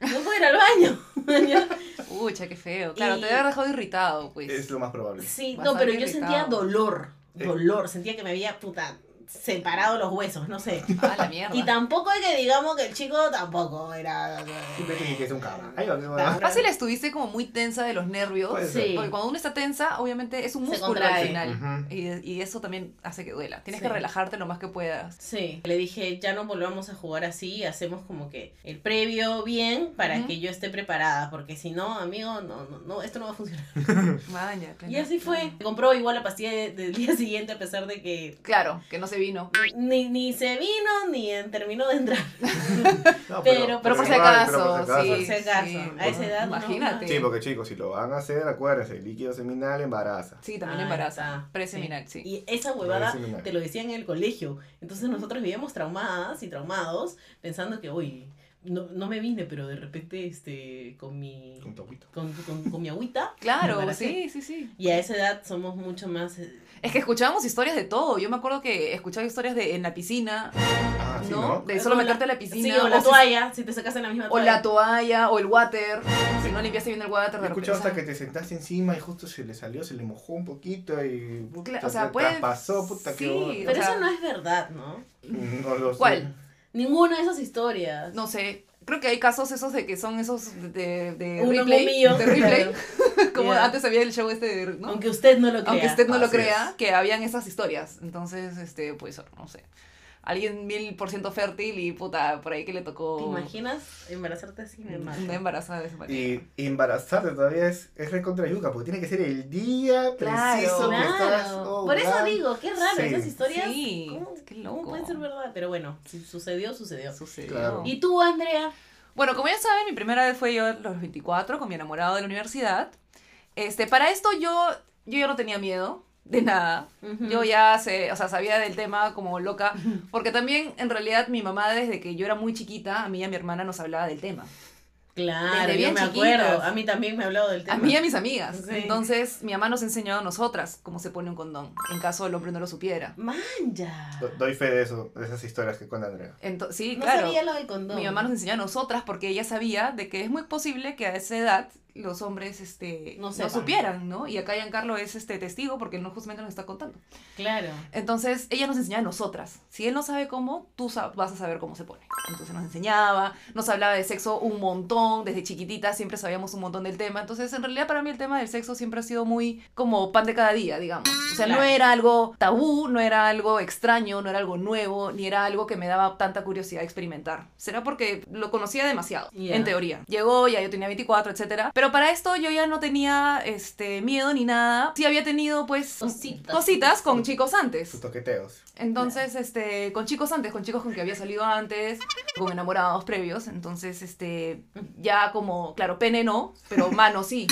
Speaker 3: No puedo ir al baño.
Speaker 2: Ucha, qué feo. Claro,
Speaker 3: Y-
Speaker 2: te había dejado irritado, pues.
Speaker 4: Es lo más probable.
Speaker 3: sí,
Speaker 2: Bastante
Speaker 3: no, pero yo
Speaker 2: irritado.
Speaker 3: sentía dolor,
Speaker 4: Eh.
Speaker 3: dolor. Sentía que me había, puta, separado los huesos, no sé.
Speaker 2: Ah, la mierda.
Speaker 3: Y tampoco es que digamos que el chico tampoco era...
Speaker 4: Simplemente que es un cabrón. Ahí va, ahí va.
Speaker 3: Claro.
Speaker 2: Fácil estuviste como muy tensa de los nervios.
Speaker 4: Puede ser.
Speaker 3: Sí.
Speaker 2: Porque cuando uno está tensa, obviamente es un
Speaker 3: Se
Speaker 2: músculo al
Speaker 3: contrae.
Speaker 2: final.
Speaker 4: Ujú.
Speaker 2: y, y eso también hace que duela. Tienes
Speaker 3: Sí.
Speaker 2: que relajarte lo más que puedas.
Speaker 3: Sí, le dije, ya no volvamos a jugar así, hacemos como que el previo bien para
Speaker 2: Ujú.
Speaker 3: que yo esté preparada, porque si no, amigo, no, no, no, esto no va a funcionar.
Speaker 2: Maña, claro.
Speaker 3: Y así fue. Compró igual la pastilla de- del día siguiente a pesar de que
Speaker 2: Claro, que no se vino.
Speaker 3: ni, ni se vino ni en- terminó de entrar.
Speaker 4: No,
Speaker 3: Pero-
Speaker 2: Pero por si
Speaker 4: igual,
Speaker 2: acaso,
Speaker 4: pero por si
Speaker 2: sí.
Speaker 3: Por si acaso,
Speaker 2: sí.
Speaker 3: a esa edad. no,
Speaker 2: Imagínate.
Speaker 4: Sí, porque chicos, si lo van a hacer, acuérdense, líquido seminal embaraza.
Speaker 2: Sí, también
Speaker 3: Ah,
Speaker 2: embaraza.
Speaker 3: está.
Speaker 2: Preseminal, sí.
Speaker 3: Y esa huevada
Speaker 4: Preseminal.
Speaker 3: te lo decían en el colegio. Entonces nosotros vivíamos traumadas y traumados pensando que, uy, no, no me vine, pero de repente este, con mi,
Speaker 4: Con tu agüita.
Speaker 3: con, con- con mi agüita. me
Speaker 2: Claro,
Speaker 3: embaracé.
Speaker 2: sí, sí, sí.
Speaker 3: Y a esa edad somos mucho más... eh,
Speaker 2: Es que escuchábamos historias de todo. Yo me acuerdo que escuchaba historias de en la piscina,
Speaker 4: Ah, sí,
Speaker 2: ¿no?
Speaker 4: ¿no?
Speaker 2: De solo
Speaker 3: O la-
Speaker 2: meterte a la piscina.
Speaker 3: sí, o la
Speaker 2: si-
Speaker 3: toalla, si te sacas en la misma
Speaker 2: o
Speaker 3: toalla.
Speaker 2: la toalla, o el water. Si no limpiaste bien el water,
Speaker 4: He
Speaker 2: de
Speaker 4: escuchado
Speaker 2: repente-
Speaker 4: hasta que te sentaste encima y justo se le salió, se le mojó un poquito y puta,
Speaker 2: Cla- o sea,
Speaker 4: se
Speaker 2: puede-
Speaker 4: traspasó, puta,
Speaker 2: sí,
Speaker 4: que
Speaker 3: Pero
Speaker 2: o sea-
Speaker 3: eso no es verdad, ¿no?
Speaker 4: No lo sé.
Speaker 2: ¿Cuál?
Speaker 3: Ninguna de esas historias.
Speaker 2: No sé. Creo que hay casos esos de que son esos de, de
Speaker 3: Uno
Speaker 2: replay.
Speaker 3: momillo.
Speaker 2: De replay. Como
Speaker 3: Ya.
Speaker 2: antes había el show este de. ¿no?
Speaker 3: Aunque usted no lo crea.
Speaker 2: aunque usted no lo
Speaker 4: Así
Speaker 2: crea,
Speaker 4: es.
Speaker 2: que habían esas historias. Entonces, este, pues, no sé. Alguien mil por ciento fértil y puta, por ahí que le
Speaker 3: ¿Te
Speaker 2: tocó
Speaker 3: imaginas embarazarte así, mi hermano?
Speaker 2: una embarazada de esa manera.
Speaker 4: Y embarazarte todavía es, es recontra yuca, porque tiene que ser el día
Speaker 2: Claro.
Speaker 4: preciso que estás.
Speaker 3: Claro.
Speaker 4: oh,
Speaker 3: Por eso
Speaker 4: ovulando.
Speaker 3: digo, qué raro,
Speaker 4: Sí.
Speaker 3: esas historias.
Speaker 2: Sí,
Speaker 3: ¿cómo,
Speaker 2: qué
Speaker 3: cómo
Speaker 2: loco.
Speaker 3: pueden ser verdad? Pero bueno, si sucedió, sucedió.
Speaker 2: Sucedió.
Speaker 4: Claro.
Speaker 3: ¿Y tú, Andrea?
Speaker 2: Bueno, como ya saben, mi primera vez fue yo a los 24 con mi enamorado de la universidad. Este, para esto yo, yo ya no tenía miedo de nada. Yo ya sé, o sea, sabía del tema como loca, porque también en realidad mi mamá desde que yo era muy chiquita, a mí y a mi hermana nos hablaba del tema.
Speaker 3: Claro,
Speaker 2: Desde
Speaker 3: yo
Speaker 2: bien
Speaker 3: me
Speaker 2: chiquitas.
Speaker 3: acuerdo. A mí también me ha hablado del tema.
Speaker 2: A mí y a mis amigas.
Speaker 3: Sí.
Speaker 2: Entonces, mi mamá nos enseñó a nosotras cómo se pone un condón, en caso el hombre no lo supiera.
Speaker 3: Manja.
Speaker 4: Do- Doy fe de eso, de esas historias que cuenta Andrea.
Speaker 2: Entonces, sí,
Speaker 3: No
Speaker 2: claro.
Speaker 3: sabía lo del condón.
Speaker 2: Mi mamá nos enseñó a nosotras porque ella sabía de que es muy posible que a esa edad los hombres este,
Speaker 3: No
Speaker 2: no,
Speaker 3: sepan.
Speaker 2: supieran, ¿no? Y acá Giancarlo es este testigo porque él no justamente nos está contando.
Speaker 3: Claro.
Speaker 2: Entonces, ella nos enseñaba a nosotras. Si él no sabe cómo, tú sa- vas a saber cómo se pone. Entonces nos enseñaba, nos hablaba de sexo un montón, desde chiquititas siempre sabíamos un montón del tema. Entonces, en realidad para mí el tema del sexo siempre ha sido muy como pan de cada día, digamos. O sea, no
Speaker 3: Claro.
Speaker 2: era algo tabú, no era algo extraño, no era algo nuevo, ni era algo que me daba tanta curiosidad experimentar. Será porque lo conocía demasiado,
Speaker 3: Ya.
Speaker 2: en teoría. Llegó, ya yo tenía 24, etcétera. Pero para esto yo ya no tenía este miedo ni nada. Sí había tenido pues
Speaker 3: Cositas.
Speaker 2: cositas con chicos antes.
Speaker 4: Sus toqueteos.
Speaker 2: Entonces, este, con chicos antes, con chicos con que había salido antes, con enamorados previos, entonces, este, ya como, claro, pene no, pero mano sí,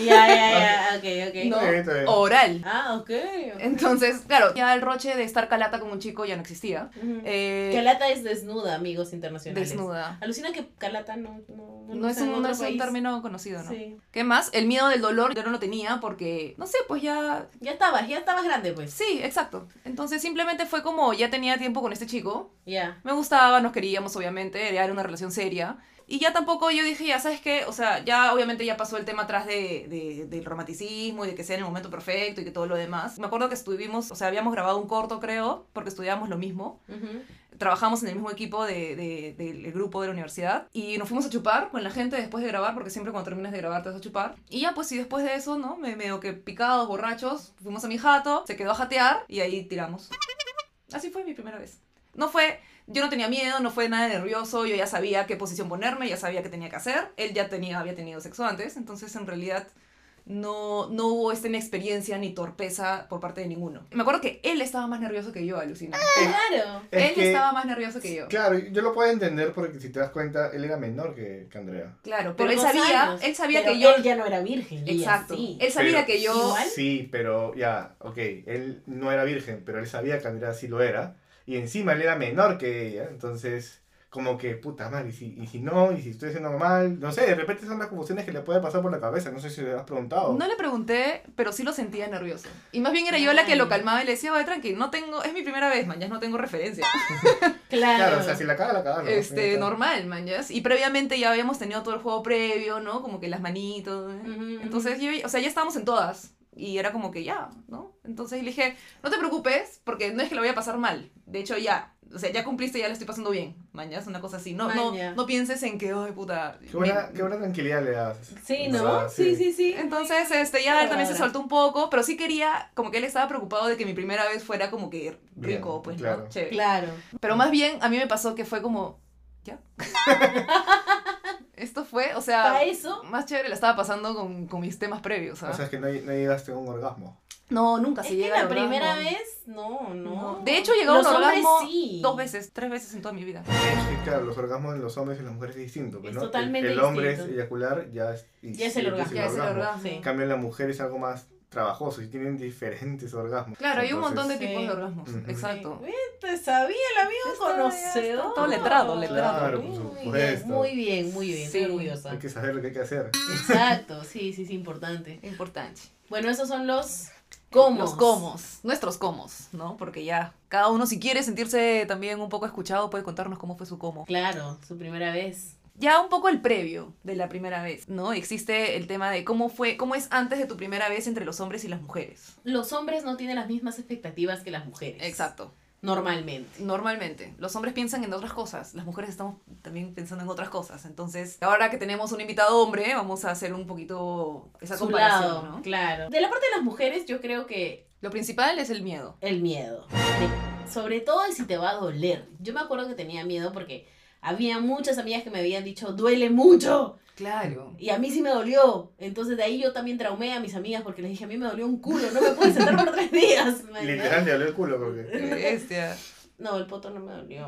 Speaker 3: Ya, ya, ya. Ok, ok.
Speaker 2: No.
Speaker 4: Está bien, está bien.
Speaker 2: oral.
Speaker 3: Ah, ok. ok.
Speaker 2: Entonces, claro, ya el roche de estar calata con un chico ya no existía.
Speaker 3: Ujú.
Speaker 2: Eh,
Speaker 3: Calata es desnuda, amigos internacionales.
Speaker 2: desnuda.
Speaker 3: Alucina que Calata no, no, no,
Speaker 2: No es
Speaker 3: está en
Speaker 2: un, no
Speaker 3: otro
Speaker 2: es un
Speaker 3: país.
Speaker 2: término conocido, ¿no?
Speaker 3: Sí.
Speaker 2: ¿Qué más? El miedo del dolor yo no lo tenía porque, no sé, pues ya
Speaker 3: Ya estabas, ya estabas grande, pues.
Speaker 2: Sí, exacto. Entonces simplemente fue como ya tenía tiempo con este chico,
Speaker 3: Ya.
Speaker 2: me gustaba, nos queríamos obviamente, era una relación seria. Y ya tampoco yo dije, ya sabes qué, o sea, ya obviamente ya pasó el tema atrás de, de- del romanticismo y de que sea en el momento perfecto y que todo lo demás. Me acuerdo que estuvimos, o sea, habíamos grabado un corto creo, porque estudiábamos lo mismo,
Speaker 3: Ujú.
Speaker 2: trabajamos en el mismo equipo de, de- del grupo de la universidad y nos fuimos a chupar con la gente después de grabar, porque siempre cuando terminas de grabar te vas a chupar. Y ya pues y después de eso, ¿no? Me, medio que picados, borrachos, fuimos a mi jato, se quedó a jatear y ahí tiramos. Así fue mi primera vez. No fue, yo no tenía miedo, no fue nada nervioso, yo ya sabía qué posición ponerme, ya sabía qué tenía que hacer. Él ya tenía, había tenido sexo antes, entonces en realidad no, no hubo esta inexperiencia ni torpeza por parte de ninguno. Me acuerdo que él estaba más nervioso que yo, alucina.
Speaker 3: Ah, Claro.
Speaker 4: Es
Speaker 2: él
Speaker 4: que-
Speaker 2: estaba más nervioso que yo.
Speaker 4: Claro, yo lo puedo entender porque si te das cuenta, él era menor que, que Andrea.
Speaker 2: Claro,
Speaker 3: Pero
Speaker 2: pero él
Speaker 3: dos
Speaker 2: sabía,
Speaker 3: años.
Speaker 2: él sabía
Speaker 3: Pero
Speaker 2: que yo...
Speaker 3: Él ya no era virgen. y ella
Speaker 2: Exacto.
Speaker 3: sí.
Speaker 2: Él sabía
Speaker 4: Pero-
Speaker 2: que yo...
Speaker 3: Igual.
Speaker 4: Sí, pero ya, ok, él no era virgen, pero él sabía que Andrea sí lo era. Y encima él era menor que ella, entonces, como que, puta madre, y si, y si no, y si estoy haciendo mal, no sé, de repente son las confusiones que le puede pasar por la cabeza, no sé si le has preguntado.
Speaker 2: No le pregunté, pero sí lo sentía nervioso. Y más bien era yo la que lo
Speaker 3: Ay.
Speaker 2: calmaba y le decía, oye, tranqui, no tengo... Es mi primera vez, man, ya no tengo referencia.
Speaker 3: Ah, Claro.
Speaker 4: Claro, o sea, si la caga, la caga. ¿no?
Speaker 2: Este,
Speaker 4: Claro.
Speaker 2: normal, man, ya. Y previamente ya habíamos tenido todo el juego previo, ¿no? Como que las manitos. ¿eh?
Speaker 3: Ujú,
Speaker 2: Entonces, yo, o sea, ya estábamos en todas. Y era como que ya, ¿no? Entonces le dije, no te preocupes, porque no es que lo voy a pasar mal. De hecho, ya. O sea, ya cumpliste, ya la estoy pasando bien. Mañana es una cosa así. No, no,
Speaker 3: Maña.
Speaker 2: no pienses en que, ay, puta.
Speaker 4: Qué buena,
Speaker 2: me-
Speaker 4: qué buena tranquilidad le das.
Speaker 3: Sí,
Speaker 4: ¿Verdad?
Speaker 3: ¿no? Sí, sí, sí.
Speaker 2: Entonces, este, ya él también se
Speaker 3: Ahora.
Speaker 2: soltó un poco, pero sí quería, como que él estaba preocupado de que mi primera vez fuera como que
Speaker 4: Bien,
Speaker 2: rico, pues, ¿no?
Speaker 4: claro.
Speaker 2: Chévere.
Speaker 3: Claro.
Speaker 2: Pero más bien, a mí me pasó que fue como, ¿ya? Esto fue, Ah. o sea,
Speaker 3: Para eso.
Speaker 2: más chévere la estaba pasando con, con mis temas previos,
Speaker 4: O
Speaker 2: ¿ah?
Speaker 4: sea, es que no, no llegaste a un orgasmo.
Speaker 2: No, nunca
Speaker 3: Es
Speaker 2: se
Speaker 3: que
Speaker 2: llega
Speaker 3: la
Speaker 2: al orgasmo.
Speaker 3: primera vez, no, no.
Speaker 2: No. De hecho, llegó
Speaker 3: Los
Speaker 2: un
Speaker 3: hombres
Speaker 2: orgasmo
Speaker 3: sí.
Speaker 2: dos veces, tres veces en toda mi vida.
Speaker 4: Es que, claro, los orgasmos en los hombres y en las mujeres es distinto. pues,
Speaker 3: Es
Speaker 4: ¿no?
Speaker 3: totalmente
Speaker 4: El, el hombre es
Speaker 3: distinto.
Speaker 4: eyacular, ya es, y
Speaker 3: Ya es
Speaker 4: sí,
Speaker 3: el orgasmo.
Speaker 2: Ya es el orgasmo.
Speaker 3: Sí.
Speaker 4: En cambio, en la mujer es algo más trabajoso y tienen diferentes orgasmos.
Speaker 2: Claro, hay un
Speaker 4: Entonces,
Speaker 2: montón de
Speaker 3: Sí.
Speaker 2: tipos de orgasmos,
Speaker 4: Ujú.
Speaker 2: exacto.
Speaker 3: Te sabía el amigo
Speaker 2: Ya está, ya
Speaker 3: conocedor.
Speaker 2: está, todo letrado, letrado.
Speaker 4: Claro, por
Speaker 3: muy,
Speaker 4: supuesto.
Speaker 3: bien, muy bien, muy bien. Estoy
Speaker 2: Sí.
Speaker 3: orgullosa.
Speaker 4: Hay que saber lo que hay que hacer.
Speaker 3: Exacto, sí, sí, sí, importante.
Speaker 2: Importante.
Speaker 3: Bueno, esos son los cómo.
Speaker 2: Eh, Los comos, nuestros comos, ¿no? Porque ya cada uno si quiere sentirse también un poco escuchado puede contarnos cómo fue su como.
Speaker 3: Claro, su primera vez.
Speaker 2: Ya un poco el previo de la primera vez, ¿no? Existe el tema de cómo fue, cómo es antes de tu primera vez entre los hombres y las mujeres.
Speaker 3: Los hombres no tienen las mismas expectativas que las mujeres.
Speaker 2: Exacto.
Speaker 3: normalmente.
Speaker 2: Normalmente, los hombres piensan en otras cosas, las mujeres estamos también pensando en otras cosas. Entonces, ahora que tenemos un invitado hombre, vamos a hacer un poquito esa
Speaker 3: Su
Speaker 2: comparación,
Speaker 3: lado,
Speaker 2: ¿no?
Speaker 3: claro. De la parte de las mujeres, yo creo que
Speaker 2: Lo principal es el miedo.
Speaker 3: El miedo. De- sobre todo de si te va a doler. Yo me acuerdo que tenía miedo porque había muchas amigas que me habían dicho, duele mucho.
Speaker 2: Claro.
Speaker 3: Y a mí sí me dolió. Entonces de ahí yo también traumé a mis amigas porque les dije, a mí me dolió un culo, no me pude sentar por tres días.
Speaker 4: Literal, te dolió el culo. Porque...
Speaker 2: Bestia.
Speaker 3: No, el poto no me dolió.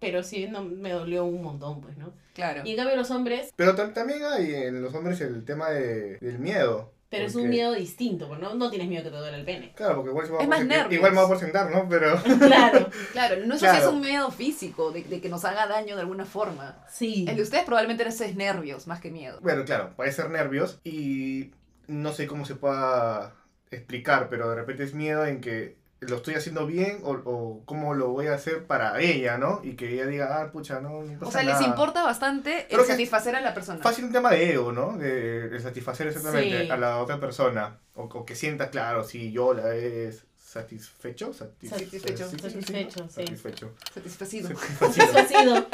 Speaker 3: Pero sí no, me dolió un montón, pues, ¿no?
Speaker 2: Claro.
Speaker 3: Y en cambio los hombres,
Speaker 4: Pero tam- también hay en los hombres el tema de- del miedo.
Speaker 3: pero es
Speaker 4: porque-
Speaker 3: un miedo distinto, porque no, no tienes miedo que te duele el pene.
Speaker 4: Claro, porque igual, se va
Speaker 2: Es
Speaker 4: a
Speaker 2: más
Speaker 4: porcent-
Speaker 2: nervios.
Speaker 4: igual me va a porcentar, ¿no? Pero
Speaker 3: Claro,
Speaker 2: Claro, no sé si
Speaker 4: Claro.
Speaker 2: es un miedo físico, de, de que nos haga daño de alguna forma.
Speaker 3: sí.
Speaker 2: El de ustedes probablemente ese es nervios, más que miedo.
Speaker 4: bueno, claro, puede ser nervios y no sé cómo se pueda explicar, pero de repente es miedo en que lo estoy haciendo bien o, o cómo lo voy a hacer para ella, ¿no? Y que ella diga, ah, pucha, no, no
Speaker 2: O
Speaker 4: pasa
Speaker 2: sea, les
Speaker 4: nada".
Speaker 2: importa bastante
Speaker 4: Creo
Speaker 2: el
Speaker 4: que-
Speaker 2: satisfacer a la persona.
Speaker 4: Fácil un tema de ego, ¿no? De, de satisfacer exactamente
Speaker 3: Sí.
Speaker 4: a la otra persona. O, o que sienta, claro, si yo la es satisfecho. Satis-
Speaker 2: Satisfecho.
Speaker 4: sí, sí, sí,
Speaker 3: Satisfecho, sí.
Speaker 4: Satisfecho.
Speaker 2: Satisfacido.
Speaker 3: Eso ha
Speaker 4: Satisfacido.
Speaker 3: sido.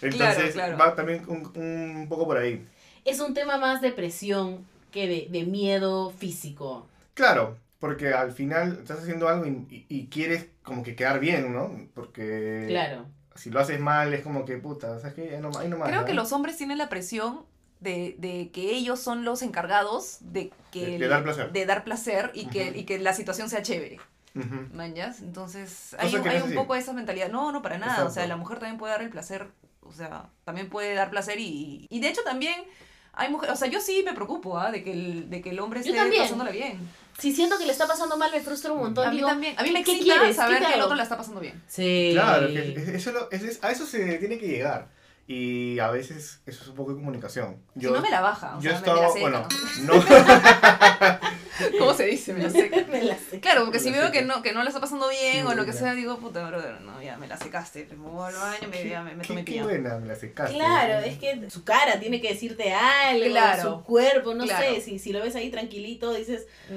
Speaker 4: Entonces,
Speaker 2: Claro, claro.
Speaker 4: va también un, un poco por ahí.
Speaker 3: es un tema más de presión que de, de miedo físico.
Speaker 4: Claro, porque al final estás haciendo algo y, y- y quieres como que quedar bien, ¿no? Porque
Speaker 3: claro.
Speaker 4: si lo haces mal es como que, puta, ¿sabes qué? Ahí nomás, ahí nomás,
Speaker 2: Creo
Speaker 4: ¿no?
Speaker 2: que los hombres tienen la presión de, de que ellos son los encargados de que...
Speaker 4: De- de
Speaker 2: el-
Speaker 4: dar placer.
Speaker 2: de dar placer y, que,
Speaker 4: Ujú.
Speaker 2: y que la situación sea chévere.
Speaker 4: Ujú.
Speaker 2: ¿Mañas? Entonces,
Speaker 4: Cosa
Speaker 2: hay, un-
Speaker 4: que no
Speaker 2: hay
Speaker 4: es
Speaker 2: un
Speaker 4: así.
Speaker 2: poco de esa mentalidad. No, no, para nada. O sea,
Speaker 4: Exacto.
Speaker 2: la mujer también puede dar el placer. O sea, también puede dar placer y, y de hecho también... Hay mujeres, o sea, yo sí me preocupo ¿ah? de, que el, de que el hombre
Speaker 3: Yo
Speaker 2: esté
Speaker 3: también.
Speaker 2: pasándola bien.
Speaker 3: Si siento que le está pasando mal, me frustra un montón.
Speaker 2: A mí
Speaker 3: digo,
Speaker 2: también. A mí me
Speaker 3: ¿qué
Speaker 2: excita
Speaker 3: quieres?
Speaker 2: saber
Speaker 3: ¿Qué
Speaker 2: que el
Speaker 3: hago?
Speaker 2: otro la está pasando bien.
Speaker 3: Sí.
Speaker 4: Claro, que es- eso lo- eso es- a eso se tiene que llegar. Y a veces eso es un poco de comunicación.
Speaker 2: si no me la baja. O
Speaker 4: yo
Speaker 2: sea,
Speaker 4: he
Speaker 2: me- me la
Speaker 4: estado,
Speaker 2: seca.
Speaker 4: bueno, no,
Speaker 2: ¿Cómo se dice? Me la seca.
Speaker 3: Me la sé.
Speaker 2: Claro, porque
Speaker 4: Me
Speaker 2: si
Speaker 4: la
Speaker 2: veo
Speaker 4: seca.
Speaker 2: que no, que no la está pasando bien
Speaker 4: Sí,
Speaker 2: o lo que
Speaker 4: ya.
Speaker 2: sea, digo, puta, brother, no, ya me la secaste. Me voy al baño, me, ya me, me
Speaker 4: qué-
Speaker 2: tomé
Speaker 4: qué
Speaker 2: pillado.
Speaker 4: buena, me la secaste.
Speaker 3: Claro, es que su cara tiene que decirte algo,
Speaker 2: Claro.
Speaker 3: su cuerpo, no
Speaker 2: Claro.
Speaker 3: sé, si, si lo ves ahí tranquilito, dices,
Speaker 2: Mm,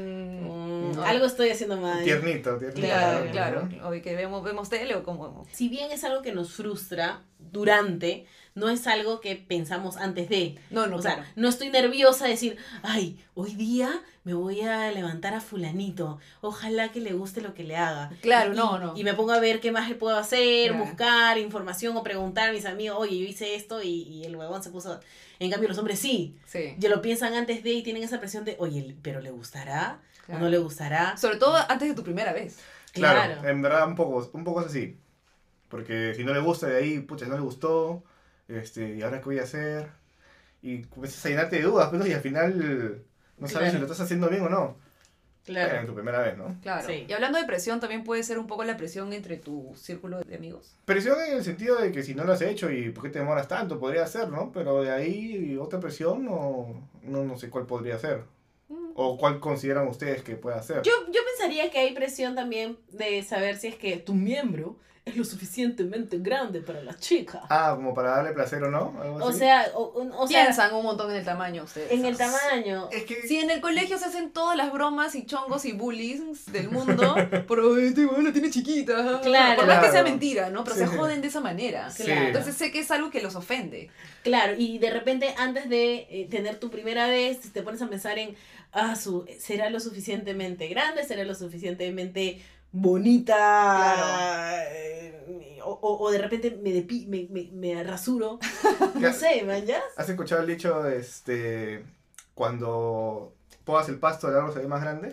Speaker 3: "Mm,
Speaker 2: no.
Speaker 3: algo estoy haciendo mal.
Speaker 4: Tiernito, tiernito.
Speaker 2: Claro,
Speaker 4: ¿no?
Speaker 2: claro. O de que vemos, vemos tele o como.
Speaker 3: Si bien es algo que nos frustra durante, no es algo que pensamos antes de.
Speaker 2: No, no,
Speaker 3: O
Speaker 2: claro.
Speaker 3: sea, no estoy nerviosa de decir, ay, hoy día me voy a levantar a fulanito, ojalá que le guste lo que le haga.
Speaker 2: Claro,
Speaker 3: Y-
Speaker 2: no, no.
Speaker 3: Y me pongo a ver qué más le puedo hacer,
Speaker 2: Claro.
Speaker 3: buscar información o preguntar a mis amigos, oye, yo hice esto y, y el huevón se puso... En cambio, los hombres sí,
Speaker 2: Sí.
Speaker 3: ya lo piensan antes de y tienen esa presión de, oye, pero ¿le gustará? ¿O
Speaker 2: claro.
Speaker 3: no le gustará?
Speaker 2: Sobre todo antes de tu primera vez.
Speaker 4: Claro, en verdad un poco, un poco es así. Porque si no le gusta de ahí, pucha, no le gustó, este, ¿y ahora qué voy a hacer? Y comienzas a llenarte de dudas, pues, y al final no sabes
Speaker 3: Claro.
Speaker 4: si lo estás haciendo bien o no. Era en
Speaker 3: claro.
Speaker 4: tu primera vez, ¿no?
Speaker 2: Claro.
Speaker 3: Sí.
Speaker 2: Y hablando de presión, también puede ser un poco la presión entre tu círculo de amigos.
Speaker 4: Presión en el sentido de que si no lo has hecho y por qué te demoras tanto, podría ser, ¿no? Pero de ahí otra presión no, no, no sé cuál podría ser.
Speaker 2: Mm.
Speaker 4: O cuál consideran ustedes que pueda ser.
Speaker 3: Yo, yo pensaría que hay presión también de saber si es que tu miembro es lo suficientemente grande para la chica.
Speaker 4: Ah, como para darle placer o no. algo
Speaker 3: O
Speaker 4: así.
Speaker 3: sea, o, o- o sea,
Speaker 2: Piensan un montón en el tamaño ustedes.
Speaker 3: en el
Speaker 2: ¿sabes?
Speaker 3: tamaño.
Speaker 4: es que...
Speaker 2: Si en el colegio se hacen todas las bromas y chongos y bullies del mundo, pero este weón la tiene chiquita.
Speaker 3: Claro.
Speaker 2: Por más que sea
Speaker 4: Claro.
Speaker 2: mentira, ¿no? Pero
Speaker 4: Sí.
Speaker 2: se joden de esa manera.
Speaker 4: Sí.
Speaker 3: claro.
Speaker 2: Entonces sé que es algo que los ofende.
Speaker 3: Claro, y de repente antes de eh, tener tu primera vez, te pones a pensar en, ah, su, ¿será lo suficientemente grande? ¿Será lo suficientemente bonita?
Speaker 2: Claro.
Speaker 3: Eh, o, o- o de repente me, depi- me, me, me rasuro.
Speaker 4: Ya-
Speaker 3: No sé, man, ¿ya?
Speaker 4: ¿Has escuchado el dicho, este, cuando podas el pasto, el árbol se ve más grande?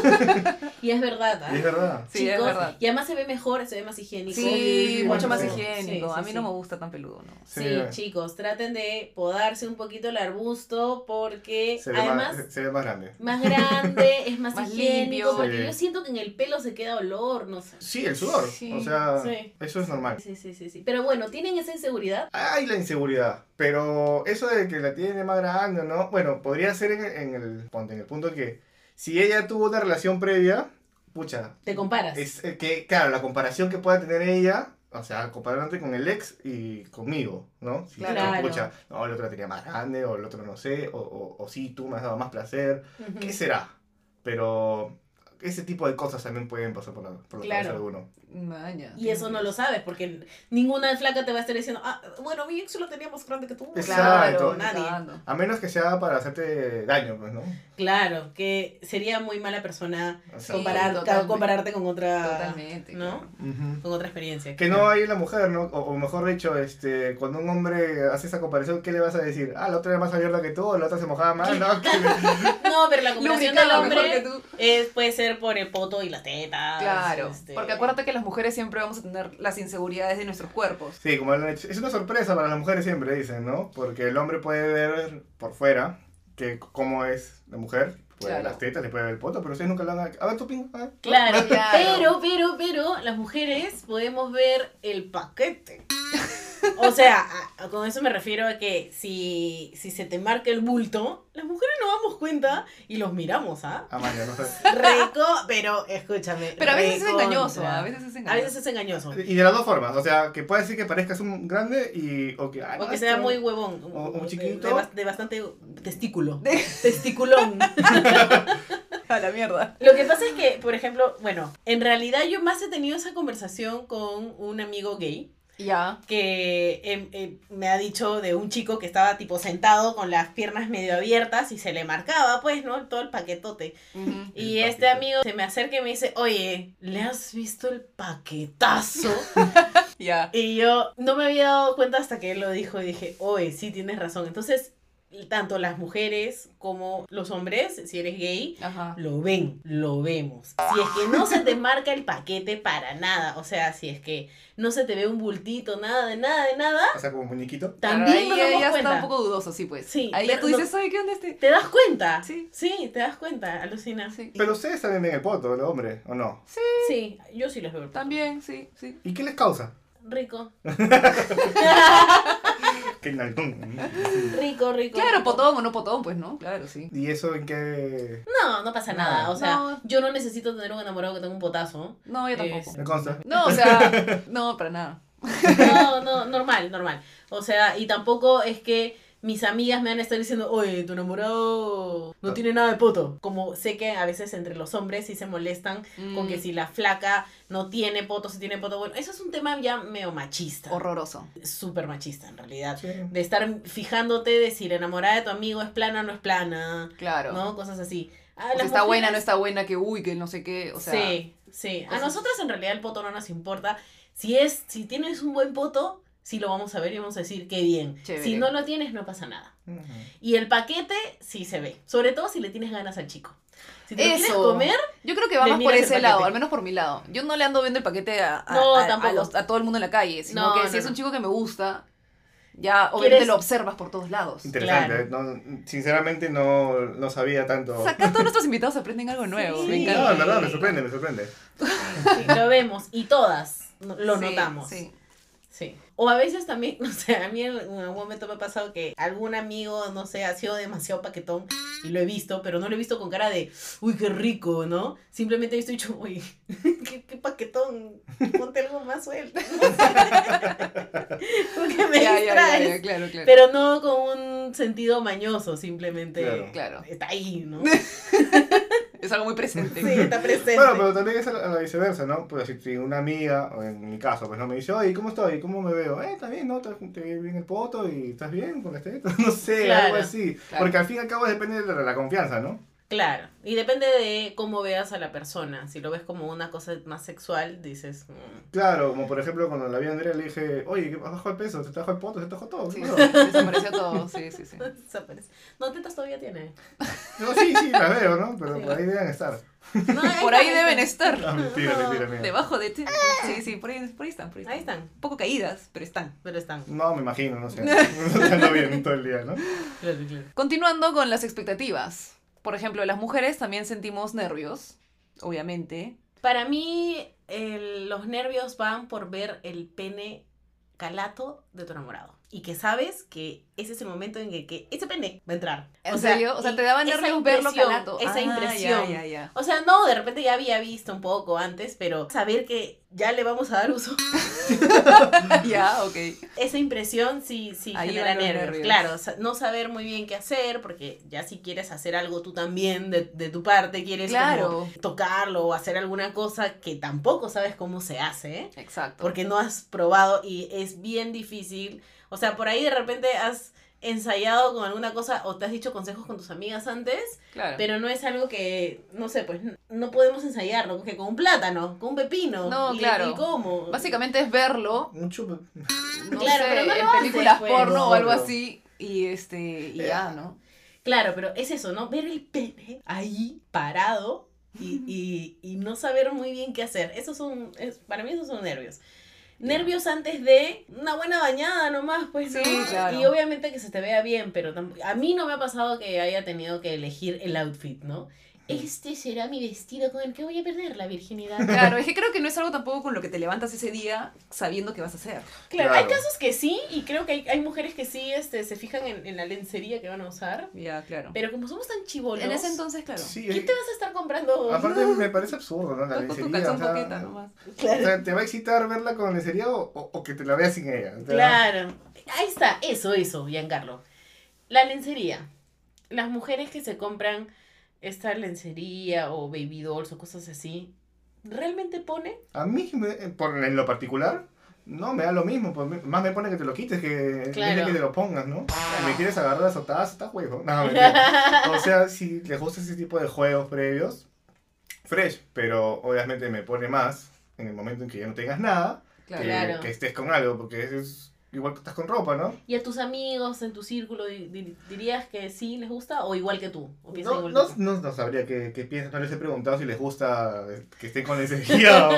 Speaker 3: y es verdad, ¿ah?
Speaker 4: Ah. Y es verdad.
Speaker 2: Sí, es
Speaker 3: Chicos,
Speaker 2: verdad.
Speaker 3: Y además se ve mejor, se ve más higiénico.
Speaker 2: Sí,
Speaker 4: Sí,
Speaker 2: mucho
Speaker 4: bueno,
Speaker 2: más
Speaker 4: sí.
Speaker 2: higiénico.
Speaker 3: Sí, sí,
Speaker 2: a mí no
Speaker 3: sí.
Speaker 2: me gusta tan peludo, ¿no?
Speaker 3: Sí,
Speaker 4: Se ve-
Speaker 3: chicos, traten de podarse un poquito el arbusto porque
Speaker 4: se ve,
Speaker 3: además
Speaker 4: más, se ve más grande.
Speaker 3: más grande, es más,
Speaker 2: Más
Speaker 3: higiénico,
Speaker 2: limpio.
Speaker 3: porque
Speaker 4: Sí.
Speaker 3: yo siento que en el pelo se queda olor, no sé.
Speaker 4: Sí, el sudor.
Speaker 2: Sí.
Speaker 4: O sea,
Speaker 3: Sí.
Speaker 4: eso es normal.
Speaker 3: Sí, sí, sí, sí. Pero bueno, ¿tienen esa inseguridad?
Speaker 4: Hay la inseguridad, pero eso de que la tiene más grande, ¿no? Bueno, podría ser en, en el, ponte, en el punto que si ella tuvo una relación previa, pucha,
Speaker 3: Te comparas.
Speaker 4: es eh, que, claro, la comparación que pueda tener ella, o sea, comparándote con el ex y conmigo, ¿no? Si
Speaker 2: Claro.
Speaker 4: tú, pucha, no, el otro la tenía más grande, o el otro no sé, o, o, o sí, tú me has dado más placer,
Speaker 3: Ujú.
Speaker 4: ¿qué será? Pero Ese tipo de cosas también pueden pasar por la, por la
Speaker 3: Claro.
Speaker 4: cabeza de uno.
Speaker 2: Maña.
Speaker 3: Y eso no lo sabes, porque ninguna flaca te va a estar diciendo, ah, bueno, mi ex lo tenía más grande que tú.
Speaker 4: Exacto.
Speaker 3: nadie.
Speaker 4: A menos que sea para hacerte daño, pues, ¿no?
Speaker 3: Claro, que sería muy mala persona
Speaker 4: O sea,
Speaker 3: comparar,
Speaker 2: totalmente.
Speaker 3: compararte con otra.
Speaker 2: Totalmente.
Speaker 3: ¿No?
Speaker 4: ujú.
Speaker 3: Con otra experiencia.
Speaker 4: Este, Que no hay la mujer, ¿no? O, o mejor dicho, este, cuando un hombre hace esa comparación, ¿qué le vas a decir? Ah, la otra era más abierta que tú, o la otra se mojaba más, ¿no?
Speaker 3: No, pero la comparación del
Speaker 2: Lubricado mejor que
Speaker 3: hombre
Speaker 2: tú.
Speaker 3: es, puede ser por el poto y la teta.
Speaker 2: Claro,
Speaker 3: este,
Speaker 2: porque acuérdate que las mujeres siempre vamos a tener las inseguridades de nuestros cuerpos.
Speaker 4: Sí, como lo han hecho. Es una sorpresa para las mujeres siempre, dicen, ¿no? Porque el hombre puede ver por fuera que c- cómo es la mujer. Puede
Speaker 2: Claro.
Speaker 4: ver las tetas, le puede ver el poto, pero ustedes nunca lo han... A ver, tú, ping, a ver.
Speaker 3: Claro,
Speaker 2: Claro.
Speaker 3: pero, pero, pero, las mujeres podemos ver el paquete. O sea, a- a- con eso me refiero a que si, si se te marca el bulto, las mujeres nos damos cuenta y los miramos, ¿ah?
Speaker 4: Ah, maña, no sé.
Speaker 3: Rico, pero escúchame.
Speaker 2: Pero a veces es
Speaker 3: recontra.
Speaker 2: engañoso, ¿ah? a veces es engañoso.
Speaker 3: A veces es engañoso.
Speaker 4: Y de las dos formas, o sea, que puede decir que parezcas un grande y... O que, ah, no,
Speaker 3: O que
Speaker 4: esto-
Speaker 3: sea muy huevón.
Speaker 4: O- o
Speaker 3: de-
Speaker 4: chiquito.
Speaker 3: De, bas- de bastante testículo.
Speaker 2: De-
Speaker 3: Testiculón.
Speaker 2: A la mierda.
Speaker 3: Lo que pasa es que, por ejemplo, bueno, en realidad yo más he tenido esa conversación con un amigo gay.
Speaker 2: Ya.
Speaker 3: que em, em, me ha dicho de un chico que estaba tipo sentado con las piernas medio abiertas y se le marcaba, pues, ¿no? Todo el paquetote.
Speaker 2: Ujú.
Speaker 3: Y
Speaker 4: El
Speaker 3: este
Speaker 4: paquete.
Speaker 3: amigo se me acerca y me dice, oye, ¿le has visto el paquetazo?
Speaker 2: Ya.
Speaker 3: y yo no me había dado cuenta hasta que él lo dijo y dije, oye, sí, tienes razón. Entonces, tanto las mujeres como los hombres, si eres gay,
Speaker 2: Ajá.
Speaker 3: lo ven, lo vemos. Si es que no se te marca el paquete para nada, o sea, si es que no se te ve un bultito, nada de nada de nada,
Speaker 4: O sea, como muñequito.
Speaker 3: también
Speaker 2: ahí
Speaker 3: nos
Speaker 2: ya-
Speaker 3: damos
Speaker 2: ya
Speaker 3: cuenta.
Speaker 2: está un poco dudoso, sí, pues.
Speaker 3: Sí,
Speaker 2: Ahí ya
Speaker 3: pero
Speaker 2: tú
Speaker 3: no-
Speaker 2: dices, oye, ¿qué onda este?
Speaker 3: ¿Te das cuenta?
Speaker 2: Sí.
Speaker 3: Sí, te das cuenta, alucina. Sí,
Speaker 2: Sí.
Speaker 4: Pero ustedes también ven el poto, el hombre, ¿o no?
Speaker 3: yo sí los veo.
Speaker 2: También, sí, sí.
Speaker 4: ¿Y qué les causa?
Speaker 3: Rico,
Speaker 4: Que nalgón.
Speaker 3: rico, rico.
Speaker 2: Claro,
Speaker 3: rico.
Speaker 2: potón o no potón, pues no, claro, sí.
Speaker 4: ¿Y eso en qué...?
Speaker 3: No, no pasa nada.
Speaker 4: Nada.
Speaker 3: O sea,
Speaker 2: No.
Speaker 3: yo no necesito tener un enamorado que tenga un potazo.
Speaker 2: No, yo tampoco.
Speaker 3: Es-
Speaker 4: ¿Me consta?
Speaker 2: No, o sea, no, para nada.
Speaker 3: No, no, normal, normal. O sea, y tampoco es que mis amigas me van a estar diciendo, oye, tu enamorado no tiene nada de poto. Como sé que a veces entre los hombres sí se molestan con que
Speaker 2: Mm,
Speaker 3: si la flaca no tiene poto, si tiene poto. Bueno, eso es un tema ya medio machista.
Speaker 2: Horroroso.
Speaker 3: Súper machista, en realidad.
Speaker 4: Sí.
Speaker 3: De estar fijándote de si la enamorada de tu amigo es plana o no es plana,
Speaker 2: Claro.
Speaker 3: ¿no? Cosas así. A
Speaker 2: O sea,
Speaker 3: las
Speaker 2: está buena, no
Speaker 3: mujeres-
Speaker 2: está buena, que uy, que no sé qué. O sea,
Speaker 3: sí, sí. A
Speaker 2: cosas-
Speaker 3: nosotras en realidad el poto no nos importa. Si es, si tienes un buen poto, sí lo vamos a ver y vamos a decir qué bien.
Speaker 2: Chévere.
Speaker 3: Si no lo tienes, no pasa nada.
Speaker 4: Ujú.
Speaker 3: Y el paquete sí se ve. Sobre todo si le tienes ganas al chico. Si te lo quieres
Speaker 2: Eso.
Speaker 3: comer,
Speaker 2: yo creo que va
Speaker 3: Le
Speaker 2: más por
Speaker 3: miras el
Speaker 2: ese lado,
Speaker 3: paquete.
Speaker 2: al menos por mi lado. Yo no le ando viendo el paquete a, a,
Speaker 3: No,
Speaker 2: a- a
Speaker 3: tampoco.
Speaker 2: los- a todo el mundo en la calle, sino
Speaker 3: No,
Speaker 2: que
Speaker 3: no,
Speaker 2: si es un
Speaker 3: no.
Speaker 2: chico que me gusta, ya obviamente
Speaker 3: ¿Quieres-
Speaker 2: lo observas por todos lados.
Speaker 4: Interesante. ¿eh? No, sinceramente no, no sabía tanto...
Speaker 2: O sea, acá todos nuestros invitados aprenden algo nuevo.
Speaker 3: Sí.
Speaker 2: Me
Speaker 4: No,
Speaker 2: encanta.
Speaker 4: en verdad, me sorprende, me sorprende.
Speaker 3: sí, lo vemos. Y todas lo
Speaker 2: Sí,
Speaker 3: notamos.
Speaker 2: sí.
Speaker 3: Sí. O a veces también, no sé, a mí en algún momento me ha pasado que algún amigo, no sé, ha sido demasiado paquetón y lo he visto, pero no lo he visto con cara de, uy, qué rico, ¿no? Simplemente he visto y dicho, uy, qué, qué paquetón, ponte algo más suelto. Porque me
Speaker 2: Ya, ya, ya,
Speaker 3: distraes.
Speaker 2: ya, claro, claro.
Speaker 3: Pero no con un sentido mañoso, simplemente.
Speaker 4: Claro.
Speaker 2: Claro,
Speaker 3: Está ahí, ¿no?
Speaker 2: es algo muy presente.
Speaker 3: Sí, está presente.
Speaker 4: Bueno, pero también es a la a la viceversa, ¿no? Pues si, si una amiga, o en mi caso, pues no me dice, oye, ¿cómo estoy? ¿Cómo me veo? Eh, está bien, ¿no? Te te ve bien el poto y estás bien con las tetas, no sé,
Speaker 3: Claro.
Speaker 4: algo así.
Speaker 2: Claro.
Speaker 4: Porque al fin y al cabo depende de la, la confianza, ¿no?
Speaker 3: Claro, y depende de cómo veas a la persona. Si lo ves como una cosa más sexual, dices... mm,
Speaker 4: Claro, como por ejemplo cuando la vi a Andrea le dije, oye, ¿qué has bajado el peso? ¿Te trajo el poto? ¿Te trajo todo?
Speaker 2: Sí,
Speaker 4: ¿Qué pasó?"
Speaker 2: desapareció todo, sí, sí, sí.
Speaker 3: desaparece. No, tetas todavía tiene.
Speaker 4: No, sí, sí, las veo, ¿no? Pero
Speaker 3: Sí.
Speaker 4: por ahí deben estar.
Speaker 3: No,
Speaker 2: Por ahí
Speaker 3: están,
Speaker 2: deben estar.
Speaker 4: Ah, mentira, mentira, mentira.
Speaker 2: Debajo de ti. Sí, sí, por ahí, por ahí están. Por ahí
Speaker 3: Ah. Ahí están,
Speaker 2: Un poco caídas, pero están.
Speaker 3: pero están.
Speaker 4: No, me imagino, no sé. Ando bien todo el día, ¿no?
Speaker 3: Claro, claro.
Speaker 2: Continuando con las expectativas. Por ejemplo, las mujeres también sentimos nervios, obviamente.
Speaker 3: Para mí, el- los nervios van por ver el pene calato de tu enamorado. Y que sabes que ese es el momento en el que ese pene va a entrar.
Speaker 2: ¿En serio? O sea, te daba
Speaker 3: y esa
Speaker 2: nervios verlo
Speaker 3: impresión,
Speaker 2: calato.
Speaker 3: Esa
Speaker 2: Ah,
Speaker 3: impresión.
Speaker 2: Ya, ya, ya.
Speaker 3: O sea, no, de repente ya había visto un poco antes, pero saber que ya le vamos a dar uso
Speaker 2: ya, ok.
Speaker 3: Esa impresión sí, sí
Speaker 2: Ahí
Speaker 3: genera
Speaker 2: van los
Speaker 3: nervios,
Speaker 2: nervios.
Speaker 3: claro. sa- No saber muy bien qué hacer, porque ya si quieres hacer algo tú también de, de tu parte, quieres como
Speaker 2: Claro.
Speaker 3: tocarlo o hacer alguna cosa que tampoco sabes cómo se hace,
Speaker 2: Exacto.
Speaker 3: porque no has probado y es bien difícil. O sea, por ahí de repente has ensayado con alguna cosa o te has dicho consejos con tus amigas antes,
Speaker 2: claro.
Speaker 3: pero no es algo que, no sé, pues n- no podemos ensayarlo, que con un plátano, con un pepino,
Speaker 2: No,
Speaker 3: y,
Speaker 2: claro.
Speaker 3: y cómo.
Speaker 2: Básicamente es verlo,
Speaker 4: Un chupe.
Speaker 2: no
Speaker 3: Claro,
Speaker 2: sé,
Speaker 3: pero no lo
Speaker 2: en
Speaker 3: haces,
Speaker 2: películas
Speaker 3: pues.
Speaker 2: porno o algo
Speaker 4: Claro.
Speaker 2: así. Y este, y
Speaker 4: Eh,
Speaker 2: ya, ¿no?
Speaker 3: Claro, pero es eso, ¿no? Ver el pene ahí parado y, y- y no saber muy bien qué hacer. Esos son, es- para mí esos son nervios. Nervios antes de una buena bañada nomás, pues. ¿no?
Speaker 2: Sí, claro.
Speaker 3: Y obviamente que se te vea bien, pero tam- a mí no me ha pasado que haya tenido que elegir el outfit,
Speaker 2: Mm.
Speaker 3: ¿no? Este será mi vestido con el que voy a perder la virginidad.
Speaker 2: Claro, es que creo que no es algo tampoco con lo que te levantas ese día sabiendo que vas a hacer.
Speaker 3: Claro, hay
Speaker 4: Claro.
Speaker 3: casos que sí, y creo que hay, hay mujeres que sí este, se fijan en, en la lencería que van a usar,
Speaker 2: Ya, claro.
Speaker 3: pero como somos tan chivolos,
Speaker 2: en ese entonces, claro.
Speaker 4: Sí,
Speaker 3: ¿qué
Speaker 4: eh,
Speaker 3: te vas a estar comprando?
Speaker 4: aparte me parece absurdo, ¿no? La
Speaker 2: Con tu
Speaker 4: lencería.
Speaker 2: calzón
Speaker 4: O sea,
Speaker 2: coqueta nomás.
Speaker 4: o sea, ¿te va a excitar verla con lencería o, o- o que te la veas sin ella? O sea,
Speaker 3: Claro. Ahí está, eso, eso, Giancarlo. La lencería. Las mujeres que se compran esta lencería o baby dolls o cosas así, ¿realmente pone?
Speaker 4: A mí, me- por, en lo particular, no me da lo mismo. pues, me- más me pone que te lo quites que, en vez de
Speaker 3: Claro.
Speaker 4: que te lo pongas, ¿no? Si me quieres agarrar las otadas, está juego. No, mentira. o sea, si les gusta ese tipo de juegos previos, fresh, pero obviamente me pone más en el momento en que ya no tengas nada que,
Speaker 2: Claro.
Speaker 4: que estés con algo, porque es igual que estás con ropa, ¿no?
Speaker 3: ¿Y a tus amigos en tu círculo di- di- dirías que sí les gusta o igual que tú? ¿O piensan
Speaker 4: No,
Speaker 3: igual
Speaker 4: no,
Speaker 3: que tú?
Speaker 4: no, no sabría qué, qué piensan, no les he preguntado si les gusta eh, que estén con ese guía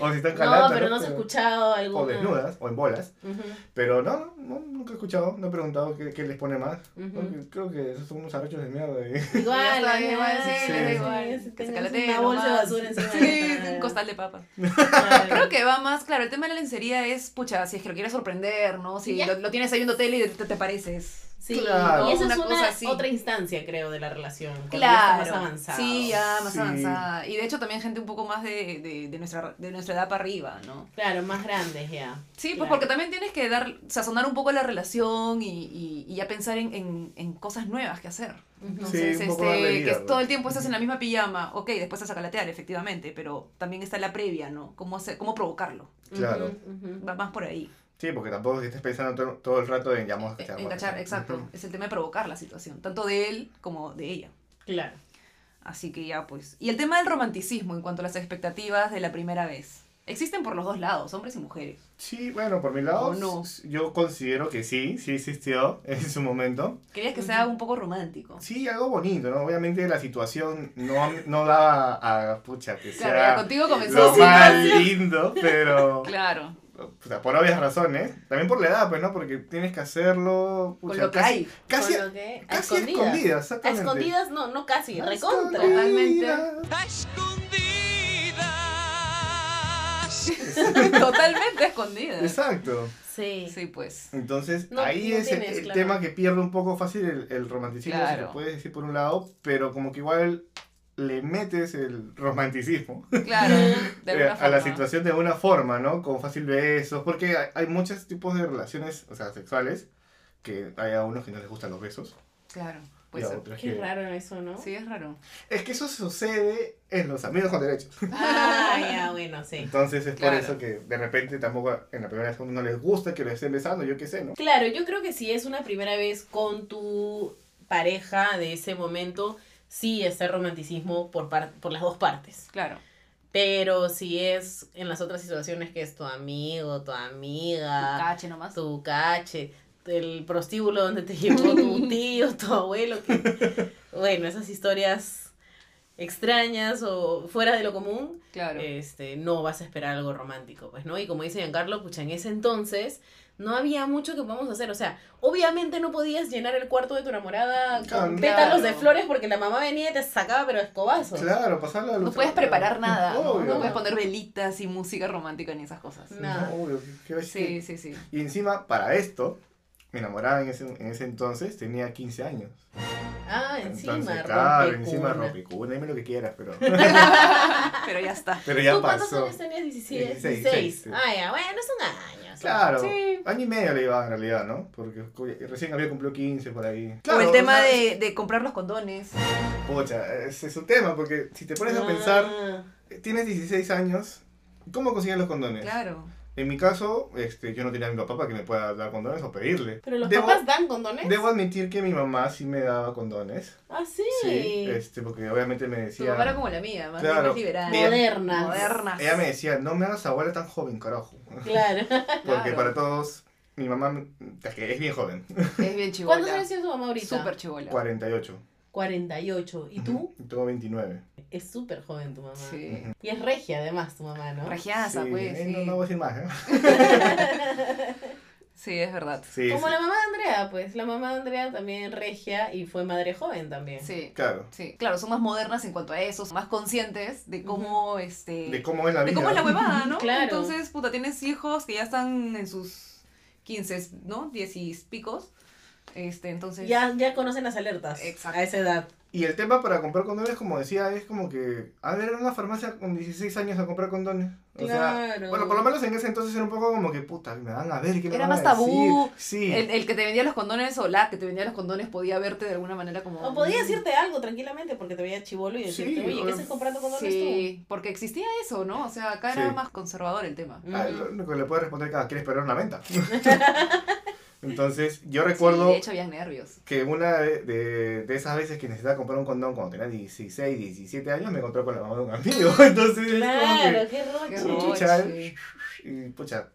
Speaker 4: o, o si están
Speaker 3: No,
Speaker 4: calando.
Speaker 3: pero no has escuchado alguna.
Speaker 4: O desnudas, o en bolas.
Speaker 3: Ujú,
Speaker 4: Pero no, no, nunca he escuchado, no he preguntado qué, qué les pone más.
Speaker 3: ujú.
Speaker 4: Porque Creo que esos son unos arrochos de mierda. y-
Speaker 3: Igual,
Speaker 2: Ya está, igual,
Speaker 3: ay,
Speaker 2: sí,
Speaker 4: sí,
Speaker 3: ay,
Speaker 2: igual.
Speaker 3: sí,
Speaker 2: Que se
Speaker 3: tengas
Speaker 2: caletee
Speaker 3: una bolsa de
Speaker 2: nomás.
Speaker 3: basura encima de
Speaker 2: Sí,
Speaker 3: la-
Speaker 2: un costal de papa.
Speaker 3: Claro.
Speaker 2: Creo que va más, claro, el tema de la lencería es, pucha, si es que lo quieres sorprender, ¿no? Si
Speaker 3: Ya.
Speaker 2: lo, lo tienes ahí viendo tele y te, te pareces.
Speaker 3: Sí,
Speaker 4: Claro.
Speaker 3: y esa
Speaker 2: Una
Speaker 3: es
Speaker 2: cosa
Speaker 3: una
Speaker 2: así.
Speaker 3: otra instancia, creo, de la relación. cuando ya
Speaker 2: Claro.
Speaker 3: está más avanzado.
Speaker 2: Sí, ya más
Speaker 4: Sí.
Speaker 2: avanzada. Y de hecho también gente un poco más de, de, de nuestra, de nuestra edad para arriba, ¿no?
Speaker 3: Claro, más grandes ya.
Speaker 2: Sí, pues
Speaker 3: Claro.
Speaker 2: porque también tienes que dar, sazonar un poco la relación y, y, y ya pensar en, en, en cosas nuevas que hacer. Entonces,
Speaker 4: un
Speaker 2: este,
Speaker 4: poco darle vida,
Speaker 2: que
Speaker 4: ¿no?
Speaker 2: todo el tiempo estás en la misma pijama, ok, después te vas a calatear, efectivamente, pero también está la previa, ¿no? Cómo, hacer, cómo provocarlo.
Speaker 4: Claro.
Speaker 3: Ujú, ujú.
Speaker 2: Va más por ahí.
Speaker 4: Sí, porque tampoco es que estés pensando to- todo el rato en llamar
Speaker 2: Eh, Encachar, exacto. Es el tema de provocar la situación, tanto de él como de ella.
Speaker 3: Claro.
Speaker 2: Así que ya pues. Y el tema del romanticismo en cuanto a las expectativas de la primera vez. Existen por los dos lados, hombres y mujeres.
Speaker 4: Sí, bueno, por mi lado,
Speaker 2: ¿O no?
Speaker 4: s- yo considero que sí, sí existió en su momento.
Speaker 2: Querías que sea un poco romántico.
Speaker 4: Sí, algo bonito, ¿no? Obviamente la situación no, no daba a, pucha, que
Speaker 2: Claro, ya
Speaker 4: sea
Speaker 2: contigo comenzó.
Speaker 4: lo
Speaker 2: así.
Speaker 4: más lindo, pero...
Speaker 2: Claro,
Speaker 4: puta, por obvias razones. También por la edad, pues, ¿no? Porque tienes que hacerlo...
Speaker 2: con
Speaker 4: pucha,
Speaker 2: lo que
Speaker 4: casi,
Speaker 2: hay.
Speaker 4: Casi,
Speaker 3: Con lo que- a
Speaker 4: casi
Speaker 3: escondidas.
Speaker 4: escondida,
Speaker 3: A
Speaker 4: exactamente.
Speaker 3: escondidas, no, no casi,
Speaker 4: A
Speaker 3: recontra.
Speaker 4: escondidas.
Speaker 2: Totalmente. Totalmente escondida.
Speaker 4: Exacto.
Speaker 3: Sí.
Speaker 2: Sí, pues.
Speaker 4: Entonces,
Speaker 3: No,
Speaker 4: ahí
Speaker 3: no
Speaker 4: es el-
Speaker 3: tienes,
Speaker 4: el
Speaker 3: claro.
Speaker 4: tema que pierde un poco fácil el, el romanticismo, si
Speaker 2: Claro.
Speaker 4: lo puedes decir por un lado, pero como que igual le metes el romanticismo
Speaker 2: Claro, de
Speaker 4: eh,
Speaker 2: alguna
Speaker 4: a
Speaker 2: forma.
Speaker 4: la situación de una forma, ¿no? Con fácil besos, porque hay, hay muchos tipos de relaciones, o sea, sexuales, que hay a unos que no les gustan los besos
Speaker 2: Claro,
Speaker 4: y
Speaker 2: pues.
Speaker 4: a otros
Speaker 3: Qué
Speaker 4: que...
Speaker 3: raro eso, ¿no?
Speaker 2: Sí, es raro.
Speaker 4: Es que eso sucede en los amigos con derechos.
Speaker 3: Ah, ya, bueno, sí.
Speaker 4: Entonces es
Speaker 2: Claro.
Speaker 4: por eso que de repente tampoco en la primera vez a uno no les gusta que lo estén besando, yo qué sé, ¿no?
Speaker 3: Claro, yo creo que si es una primera vez con tu pareja de ese momento, sí está el romanticismo por, par- por las dos partes.
Speaker 2: Claro.
Speaker 3: Pero si es en las otras situaciones que es tu amigo, tu amiga,
Speaker 2: Cache nomás.
Speaker 3: tu cache, el prostíbulo donde te llevó tu tío, tu abuelo. que- bueno, esas historias extrañas o fuera de lo común,
Speaker 2: Claro.
Speaker 3: este, no vas a esperar algo romántico, pues, ¿no? Y como dice Giancarlo, pucha, en ese entonces no había mucho que podamos hacer. O sea, obviamente no podías llenar el cuarto de tu enamorada
Speaker 4: Claro.
Speaker 3: con pétalos de flores porque la mamá venía y te sacaba pero escobazos.
Speaker 4: Claro, pasarlo a
Speaker 2: No puedes preparar nada, ¿no?
Speaker 4: Obvio.
Speaker 2: No puedes poner velitas y música romántica ni esas cosas.
Speaker 3: No.
Speaker 4: No,
Speaker 3: Nada.
Speaker 4: obvio, ¿qué va a
Speaker 2: Sí, sí,
Speaker 4: decir?
Speaker 2: sí.
Speaker 4: Y encima, para esto, mi enamorada en ese, en ese entonces tenía 15 años.
Speaker 3: Ah, encima,
Speaker 4: Entonces, claro, encima
Speaker 3: rompecuna.
Speaker 4: rompecuna, dime lo que quieras, pero,
Speaker 2: Pero ya está.
Speaker 4: pero ya
Speaker 3: ¿Tú cuántos
Speaker 4: pasó.
Speaker 3: años tenías? 17, 16.
Speaker 4: 16, sí.
Speaker 3: Ah, ya, bueno, son años.
Speaker 4: Claro,
Speaker 2: Sí.
Speaker 4: año y medio le llevaba en realidad, ¿no? Porque oye, recién había cumplido 15 por ahí.
Speaker 2: o el tema
Speaker 4: o sea,
Speaker 2: de, de comprar los condones.
Speaker 4: Pucha, ese es un tema, porque si te
Speaker 3: Ah.
Speaker 4: pones a pensar, tienes 16 años, ¿cómo consigues los condones?
Speaker 2: Ah. Claro.
Speaker 4: En mi caso, este, yo no tenía a mi papá para que me pueda dar condones o pedirle.
Speaker 3: ¿Pero los
Speaker 4: Debo-
Speaker 3: papás dan condones?
Speaker 4: Debo admitir que mi mamá sí me daba condones.
Speaker 3: Ah, sí.
Speaker 4: este, porque obviamente me
Speaker 2: Tu mamá era
Speaker 4: decía.
Speaker 2: como la mía, más
Speaker 4: Claro.
Speaker 2: más liberal.
Speaker 4: Bien.
Speaker 3: Modernas.
Speaker 2: Modernas.
Speaker 4: Ella me decía, no me hagas abuela tan joven, carajo.
Speaker 3: Claro.
Speaker 4: Porque
Speaker 2: Claro.
Speaker 4: para todos, mi mamá mm, es que es bien joven,
Speaker 2: Es bien chivola.
Speaker 3: ¿Cuántos años tiene su mamá ahorita?
Speaker 2: Súper chivola.
Speaker 4: 48.
Speaker 3: 48. ¿Y tú?
Speaker 4: Y Tengo 29.
Speaker 3: Es súper joven tu mamá.
Speaker 2: Sí.
Speaker 3: Y es regia además tu mamá, ¿no?
Speaker 2: Regiaza,
Speaker 4: Sí,
Speaker 2: pues.
Speaker 4: eh,
Speaker 2: Sí.
Speaker 4: no, no voy a decir más, ¿eh?
Speaker 2: Sí, es verdad.
Speaker 4: Sí,
Speaker 3: Como
Speaker 4: sí,
Speaker 3: la mamá de Andrea, pues. La mamá de Andrea también es regia y fue madre joven también.
Speaker 2: Sí.
Speaker 4: claro.
Speaker 2: Sí. Claro, son más modernas en cuanto a eso, son más conscientes de cómo este.
Speaker 4: De cómo es la vida.
Speaker 2: de cómo es la huevada, ¿no?
Speaker 3: Claro.
Speaker 2: Entonces, puta, tienes hijos que ya están en sus 15, ¿no? 10 y picos. Este, entonces.
Speaker 3: Ya, ya conocen las alertas
Speaker 2: Exacto.
Speaker 3: a esa edad.
Speaker 4: Y el tema para comprar condones, como decía, es como que a ver en una farmacia con 16 años a comprar condones. O
Speaker 3: Claro.
Speaker 4: sea, bueno, por lo menos en ese entonces era un poco como que puta, me van a ver, ¿qué me
Speaker 2: Era
Speaker 4: van
Speaker 2: más
Speaker 4: a decir?
Speaker 2: tabú.
Speaker 4: Sí.
Speaker 2: El, el que te vendía los condones o la que te vendía los condones podía verte de alguna manera como.
Speaker 3: O podía decirte algo tranquilamente porque te veía chivolo y decirte,
Speaker 4: Sí,
Speaker 3: oye, ¿qué
Speaker 4: o-
Speaker 3: estás comprando condones
Speaker 2: Sí, porque existía eso, ¿no? O sea, acá era
Speaker 4: Sí.
Speaker 2: más conservador el tema.
Speaker 3: tú?
Speaker 4: Ah,
Speaker 3: Mm.
Speaker 4: lo único que le puedes responder es que quieres esperar una venta. entonces, yo recuerdo
Speaker 2: Sí, de hecho, había nervios.
Speaker 4: que una de, de- de esas veces que necesitaba comprar un condón cuando tenía 16, 17 años, me encontré con la mamá de un amigo. Entonces, es como que-
Speaker 3: Claro, qué
Speaker 2: Qué
Speaker 4: Sí,
Speaker 3: roche.
Speaker 2: roche.
Speaker 4: chuchal. Y pucha,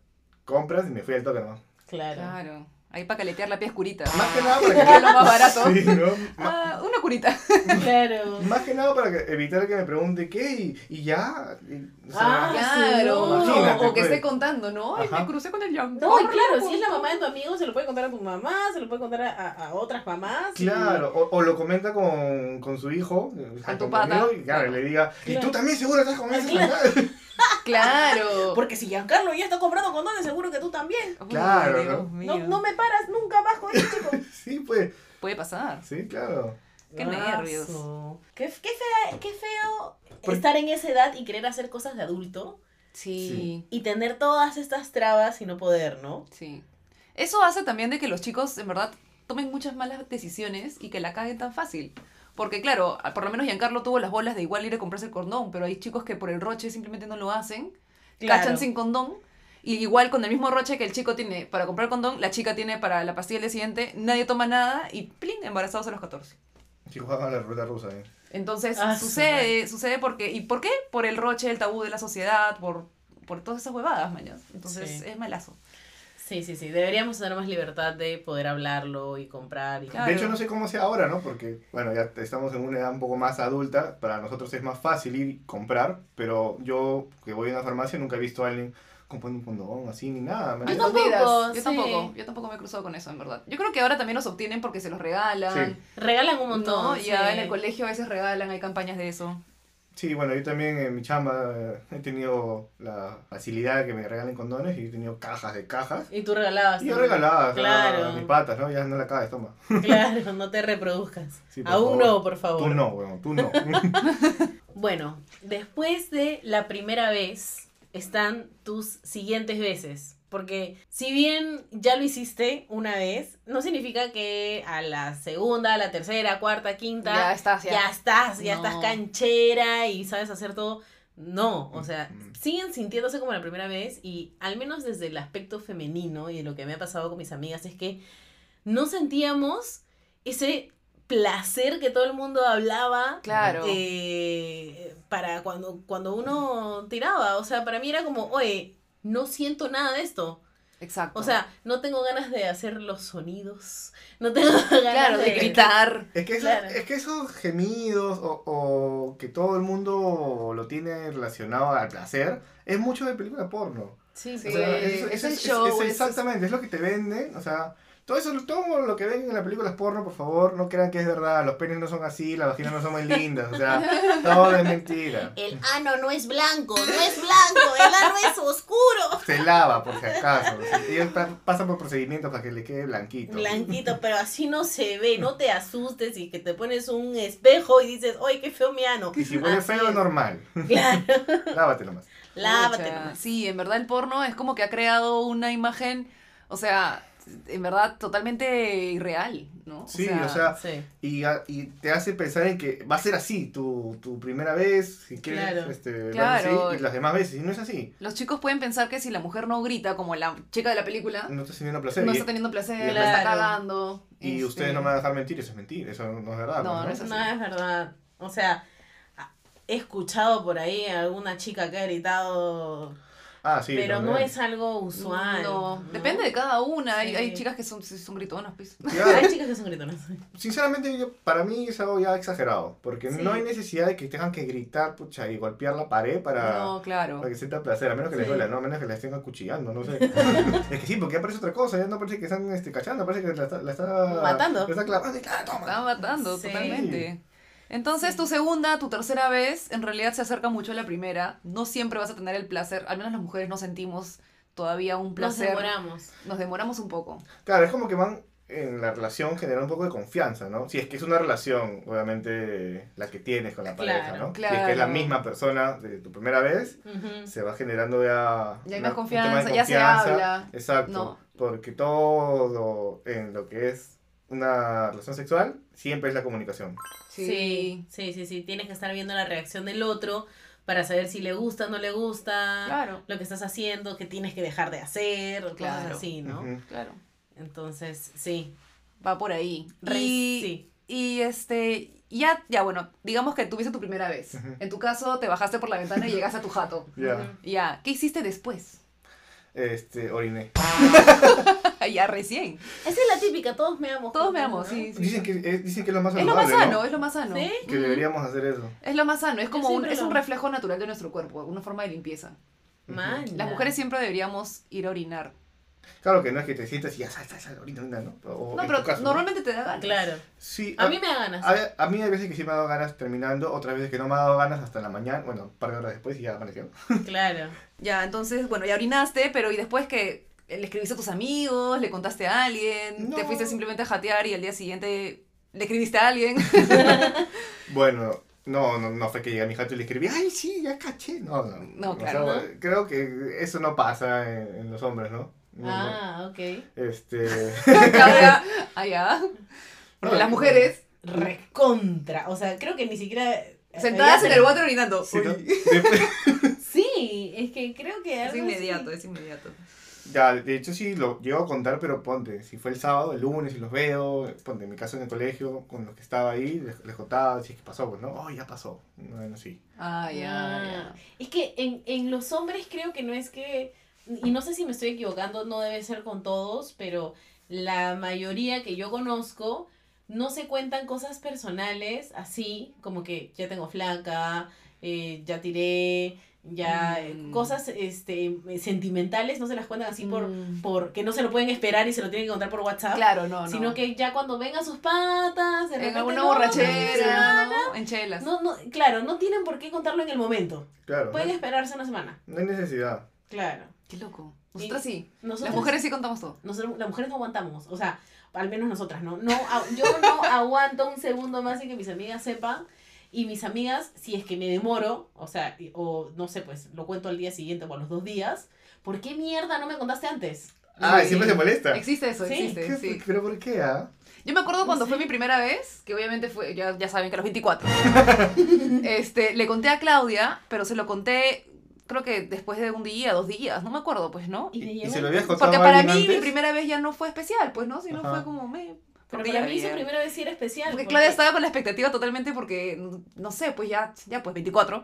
Speaker 4: compras y me fui al toque nomás.
Speaker 3: Claro.
Speaker 2: Claro. Ahí para caletear la piel oscurita.
Speaker 4: Más que nada para que.
Speaker 2: Era lo más barato.
Speaker 4: Sí, ¿no? Ma-
Speaker 2: Ah, una curita.
Speaker 3: Claro.
Speaker 4: Más que nada para que- evitar que me pregunte qué y, y ya. y- o
Speaker 3: Ah,
Speaker 4: sea,
Speaker 3: Claro.
Speaker 4: Imagínate,
Speaker 2: o que
Speaker 4: pues.
Speaker 2: esté contando, ¿no? Ay,
Speaker 4: Ajá.
Speaker 2: me crucé con el Yang.
Speaker 3: No, y claro, si es la mamá de tu amigo, se lo puede contar a tu mamá, se lo puede contar a, a- a otras mamás. y-
Speaker 4: Claro, o, o lo comenta con, con su hijo, o sea,
Speaker 2: Con tu
Speaker 4: con
Speaker 2: pata.
Speaker 4: amigo, y claro, le diga, y
Speaker 3: Claro.
Speaker 4: tú también seguro estás con esa
Speaker 3: Claro.
Speaker 4: maldad?"
Speaker 2: Claro.
Speaker 3: Porque si Giancarlo ya está comprando condones, seguro que tú también.
Speaker 2: Uy,
Speaker 4: Claro,
Speaker 2: oh, Dios
Speaker 4: ¿no?
Speaker 2: mío.
Speaker 3: No, no me paras nunca más con ese chico.
Speaker 4: Sí, pues,
Speaker 2: Puede pasar.
Speaker 4: sí, claro.
Speaker 2: Qué
Speaker 3: Aso.
Speaker 2: nervios.
Speaker 3: Qué, qué fea- qué feo
Speaker 4: Por-
Speaker 3: estar en esa edad y querer hacer cosas de adulto
Speaker 2: Sí,
Speaker 3: y tener todas estas trabas y no poder, ¿no?
Speaker 2: sí. Eso hace también de que los chicos, en verdad, tomen muchas malas decisiones y que la caguen tan fácil. Porque, claro, a- por lo menos Giancarlo tuvo las bolas de igual ir a comprarse el condón, pero hay chicos que por el roche simplemente no lo hacen,
Speaker 3: Claro.
Speaker 2: cachan sin condón. Y igual con el mismo roche que el chico tiene para comprar condón, la chica tiene para la pastilla del día siguiente, nadie toma nada y ¡plin! embarazados a los 14.
Speaker 4: Si juegan a la ruleta rusa, ¿eh?
Speaker 2: Entonces
Speaker 3: Ah, su
Speaker 2: sucede, sucede porque. ¿Y por qué? Por el roche, el tabú de la sociedad, por, por todas esas huevadas, mañana. Entonces
Speaker 3: Sí.
Speaker 2: es malazo.
Speaker 3: Sí, sí, sí. Deberíamos tener más libertad de poder hablarlo y comprar. Y...
Speaker 2: Claro.
Speaker 4: De hecho, no sé cómo sea ahora, ¿no? Porque, bueno, ya estamos en una edad un poco más adulta. Para nosotros es más fácil ir y comprar, pero yo que voy a una farmacia nunca he visto a alguien comprando un condón así ni nada. ¿me
Speaker 3: Yo
Speaker 4: entiendes?
Speaker 3: tampoco,
Speaker 2: Escondidas.
Speaker 3: sí.
Speaker 2: Yo tampoco, yo tampoco me he cruzado con eso, en verdad. Yo creo que ahora también los obtienen porque se los regalan.
Speaker 4: Sí.
Speaker 3: Regalan un montón.
Speaker 2: ¿no?
Speaker 3: sí.
Speaker 2: Ya en el colegio a veces regalan, hay campañas de eso.
Speaker 4: Sí, bueno, yo también en mi chamba eh, he tenido la facilidad de que me regalen condones y he tenido cajas de cajas.
Speaker 3: Y tú regalabas.
Speaker 4: Y yo
Speaker 3: también.
Speaker 4: regalaba o sea,
Speaker 3: Claro.
Speaker 4: a mis patas, ¿no? Ya no la cagas, toma.
Speaker 3: Claro, no te reproduzcas.
Speaker 4: Sí, por
Speaker 3: Aún
Speaker 4: favor.
Speaker 3: no, por favor.
Speaker 4: Tú no, weón, tú no.
Speaker 3: Bueno, después de la primera vez están tus siguientes veces. Porque si bien ya lo hiciste una vez, no significa que a la segunda, a la tercera, cuarta, quinta,
Speaker 2: Ya estás, ya.
Speaker 3: ya estás, ya
Speaker 2: No.
Speaker 3: estás canchera y sabes hacer todo. No, o sea,
Speaker 4: Mm.
Speaker 3: siguen sintiéndose como la primera vez y al menos desde el aspecto femenino y de lo que me ha pasado con mis amigas es que no sentíamos ese placer que todo el mundo hablaba
Speaker 2: Claro.
Speaker 3: eh, para cuando, cuando uno tiraba. O sea, para mí era como, oye, no siento nada de esto.
Speaker 2: Exacto.
Speaker 3: O sea, no tengo ganas de hacer los sonidos. No tengo ganas
Speaker 2: claro, de gritar.
Speaker 4: Es que, eso-
Speaker 3: Claro.
Speaker 4: es que esos gemidos o, o que todo el mundo lo tiene relacionado al placer es mucho de película porno.
Speaker 3: Sí,
Speaker 4: O
Speaker 2: Sí.
Speaker 4: sea,
Speaker 2: es el show, es-
Speaker 4: exactamente, es lo que te venden. O sea, Todo eso, todo lo que ven en las películas porno, por favor, no crean que es verdad. Los penes no son así, las vaginas no son muy lindas. O sea, todo es mentira.
Speaker 5: El ano no es blanco, no es blanco, el ano es oscuro.
Speaker 4: Se lava, por si acaso. Y él pa- pasa por procedimientos para que le quede blanquito.
Speaker 3: Blanquito, pero así no se ve, no te asustes y que te pones un espejo y dices, ¡ay, qué feo mi ano!
Speaker 4: Y si huele
Speaker 3: Así
Speaker 4: feo,
Speaker 3: es.
Speaker 4: normal.
Speaker 3: Claro,
Speaker 4: Lávatelo más.
Speaker 3: lávate.
Speaker 2: Pucha,
Speaker 3: nomás.
Speaker 2: Sí, en verdad el porno es como que ha creado una imagen, o sea, en verdad totalmente irreal, ¿no?
Speaker 4: Sí, o sea,
Speaker 3: Sí.
Speaker 4: y, a- y te hace pensar en que va a ser así tu, tu primera vez, si quieres,
Speaker 3: Claro.
Speaker 4: este, verlo
Speaker 2: Claro.
Speaker 4: así, y las demás veces, y no es así.
Speaker 2: Los chicos pueden pensar que si la mujer no grita, como la chica de la película,
Speaker 4: Mm, No estás teniendo placer.
Speaker 2: Ah, no
Speaker 4: y
Speaker 2: está teniendo placer,
Speaker 4: y-
Speaker 2: la está
Speaker 3: Claro.
Speaker 2: cagando.
Speaker 4: y
Speaker 2: este,
Speaker 4: ustedes no me van a dejar mentir, eso es mentira, eso no es verdad.
Speaker 2: No,
Speaker 4: pues,
Speaker 2: no es así.
Speaker 3: No, es verdad. O sea, a- he escuchado por ahí a alguna chica que ha gritado,
Speaker 4: Ah, sí.
Speaker 3: pero
Speaker 4: lo
Speaker 3: no
Speaker 4: veo.
Speaker 3: es algo usual.
Speaker 2: No, depende de cada una. Hay,
Speaker 3: Sí.
Speaker 2: hay chicas que son, son gritonas, pues.
Speaker 4: Claro,
Speaker 3: Hay chicas que son gritonas.
Speaker 4: sinceramente, yo- para mí es algo ya exagerado, porque
Speaker 3: Sí.
Speaker 4: no hay necesidad de que tengan que gritar, pucha, y golpear la pared para...
Speaker 2: No, claro.
Speaker 4: Para que sienta placer, a menos que les
Speaker 3: Sí.
Speaker 4: duela, ¿no? A menos que la estén acuchillando, no sé. es que sí, porque ya parece otra cosa, ya no parece que están este, cachando, parece que la está... La está
Speaker 3: Matando.
Speaker 4: La está clavando y claro, toma.
Speaker 2: Está matando,
Speaker 3: Sí.
Speaker 2: totalmente. Entonces, tu segunda, tu tercera vez, en realidad se acerca mucho a la primera. No siempre vas a tener el placer. Al menos las mujeres no sentimos todavía un
Speaker 3: Nos
Speaker 2: placer.
Speaker 3: demoramos.
Speaker 2: Nos demoramos un poco.
Speaker 4: Claro, es como que van en la relación generar un poco de confianza, ¿no? Si es que es una relación, obviamente, la que tienes con la pareja,
Speaker 3: Claro,
Speaker 4: ¿no? Si es que es la
Speaker 2: claro.
Speaker 4: misma persona de tu primera vez,
Speaker 3: Ujú.
Speaker 4: se va generando ya...
Speaker 2: Ya hay más
Speaker 4: una- un tema de
Speaker 2: confianza, ya se
Speaker 4: confianza.
Speaker 2: habla.
Speaker 4: Exacto.
Speaker 2: No.
Speaker 4: Porque todo en lo que es una relación sexual, siempre es la comunicación.
Speaker 3: Sí, sí, sí, sí. Tienes que estar viendo la reacción del otro para saber si le gusta o no le gusta,
Speaker 2: Claro,
Speaker 3: lo que estás haciendo, que tienes que dejar de hacer, o cosas
Speaker 2: Claro.
Speaker 3: así, ¿no?
Speaker 4: Ujú.
Speaker 2: claro.
Speaker 3: Entonces, sí.
Speaker 2: Va por ahí.
Speaker 3: Re-
Speaker 2: y,
Speaker 3: sí.
Speaker 2: y este, ya, ya bueno, digamos que tuviste tu primera vez.
Speaker 4: Ujú.
Speaker 2: En tu caso, te bajaste por la ventana y llegaste a tu jato.
Speaker 4: Ya,
Speaker 3: Ujú.
Speaker 2: Ya, ¿qué hiciste después?
Speaker 4: este, oriné.
Speaker 2: ya recién.
Speaker 3: Esa es la típica, todos me amo.
Speaker 2: Todos me
Speaker 3: juntos,
Speaker 2: amo,
Speaker 3: ¿no?
Speaker 2: sí. sí.
Speaker 4: Dicen que es, dicen que es lo más
Speaker 2: Es lo más
Speaker 4: saludable,
Speaker 2: sano,
Speaker 4: ¿no?
Speaker 2: es lo más sano.
Speaker 3: ¿Sí?
Speaker 4: Que deberíamos hacer eso.
Speaker 2: Es lo más sano, es como
Speaker 3: Yo
Speaker 2: un,
Speaker 3: siempre
Speaker 2: es
Speaker 3: lo
Speaker 2: un
Speaker 3: hago.
Speaker 2: reflejo natural de nuestro cuerpo, una forma de limpieza.
Speaker 3: Man,
Speaker 2: Las mujeres siempre deberíamos ir a orinar.
Speaker 4: Claro que no es que te sientas y ya sal, sal, sal, ahorita, ahorita, ¿no? O
Speaker 2: No,
Speaker 4: en
Speaker 2: pero
Speaker 4: tu caso,
Speaker 2: normalmente te da ganas.
Speaker 3: Claro.
Speaker 4: Sí,
Speaker 3: A mí me da ganas.
Speaker 4: a, ver, a mí hay veces que sí me ha dado ganas terminando, otras veces que no me ha dado ganas hasta la mañana, bueno, un par de horas después y ya amaneció.
Speaker 3: Claro.
Speaker 2: Ya, entonces, bueno, ya orinaste, pero ¿y después que le escribiste a tus amigos, le contaste a alguien, te
Speaker 4: No.
Speaker 2: fuiste simplemente a jatear y al día siguiente le escribiste a alguien?
Speaker 4: Bueno, no, no, no fue que llegué a mi jato y le escribí, ay, sí, ya caché. No, no.
Speaker 2: No,
Speaker 4: O
Speaker 2: claro,
Speaker 4: sea, Creo que eso no pasa en, en los hombres, ¿no? No, no.
Speaker 3: Ah, ok.
Speaker 4: Este...
Speaker 2: Ahora, allá. Porque las mujeres
Speaker 3: Recontra. O sea, creo que ni siquiera.
Speaker 2: sentadas en el water orinando.
Speaker 4: sí, ¿no?
Speaker 2: Uy.
Speaker 3: Sí, es que creo que.
Speaker 2: Es
Speaker 3: algo
Speaker 2: inmediato, es inmediato.
Speaker 4: Ya, de hecho sí lo llego a contar, pero ponte, si fue el sábado, el lunes, y los veo, ponte, en mi caso en el colegio, con los que estaba ahí, les, les contaba, si es que pasó, pues, ¿no? Oh, ya pasó. Bueno, sí.
Speaker 2: Ah,
Speaker 3: Ah,
Speaker 2: ya,
Speaker 3: Es que en, en los hombres creo que no es que, y no sé si me estoy equivocando, no debe ser con todos, pero la mayoría que yo conozco no se cuentan cosas personales así, como que ya tengo flaca, eh, ya tiré, ya eh,
Speaker 2: Mm.
Speaker 3: cosas este, sentimentales, no se las cuentan así
Speaker 2: ya.
Speaker 3: por,
Speaker 2: Mm.
Speaker 3: por que no se lo pueden esperar y se lo tienen que contar por WhatsApp.
Speaker 2: Claro, no, no.
Speaker 3: Sino que ya cuando vengan sus patas, de
Speaker 2: en
Speaker 3: repente,
Speaker 2: alguna
Speaker 3: no,
Speaker 2: borrachera, ¿no? En chelas.
Speaker 3: No, no, claro, no tienen por qué contarlo en el momento.
Speaker 4: Claro.
Speaker 3: Pueden
Speaker 4: no-
Speaker 3: esperarse una semana.
Speaker 4: No hay necesidad.
Speaker 3: Claro.
Speaker 2: Qué loco. Nosotras sí.
Speaker 3: Nosotras,
Speaker 2: Las mujeres sí contamos todo.
Speaker 3: nosotros- las mujeres no aguantamos. O sea, al menos nosotras, ¿no? no a- yo no aguanto un segundo más sin que mis amigas sepan. Y mis amigas, si es que me demoro, o sea, y- o no sé, pues lo cuento al día siguiente o a los dos días, ¿por qué mierda no me contaste antes?
Speaker 4: Ah,
Speaker 2: Sí.
Speaker 4: siempre se molesta.
Speaker 2: Existe eso,
Speaker 3: Sí.
Speaker 2: existe,
Speaker 4: ¿Qué-
Speaker 2: sí.
Speaker 4: ¿Pero por qué, ah?
Speaker 2: Yo me acuerdo cuando fue mi primera vez, que obviamente fue, ya, ya saben que a los 24. este, le conté a Claudia, pero se lo conté, creo que después de un día, dos días, no me acuerdo, pues, ¿no?
Speaker 3: Y, me
Speaker 4: ¿Y, y
Speaker 3: llevo-
Speaker 4: se lo habías contado
Speaker 2: Porque
Speaker 4: a
Speaker 2: para mí
Speaker 4: alguien
Speaker 2: mi
Speaker 4: antes?
Speaker 2: primera vez ya no fue especial, pues, ¿no? Sino
Speaker 4: Ajá.
Speaker 2: fue como me...
Speaker 3: Pero
Speaker 2: porque
Speaker 3: para
Speaker 2: ya
Speaker 3: mí su
Speaker 2: había-
Speaker 3: primera vez sí era especial.
Speaker 2: Porque
Speaker 3: porque-
Speaker 2: Claudia estaba con la expectativa totalmente porque, no sé, pues ya, ya pues 24.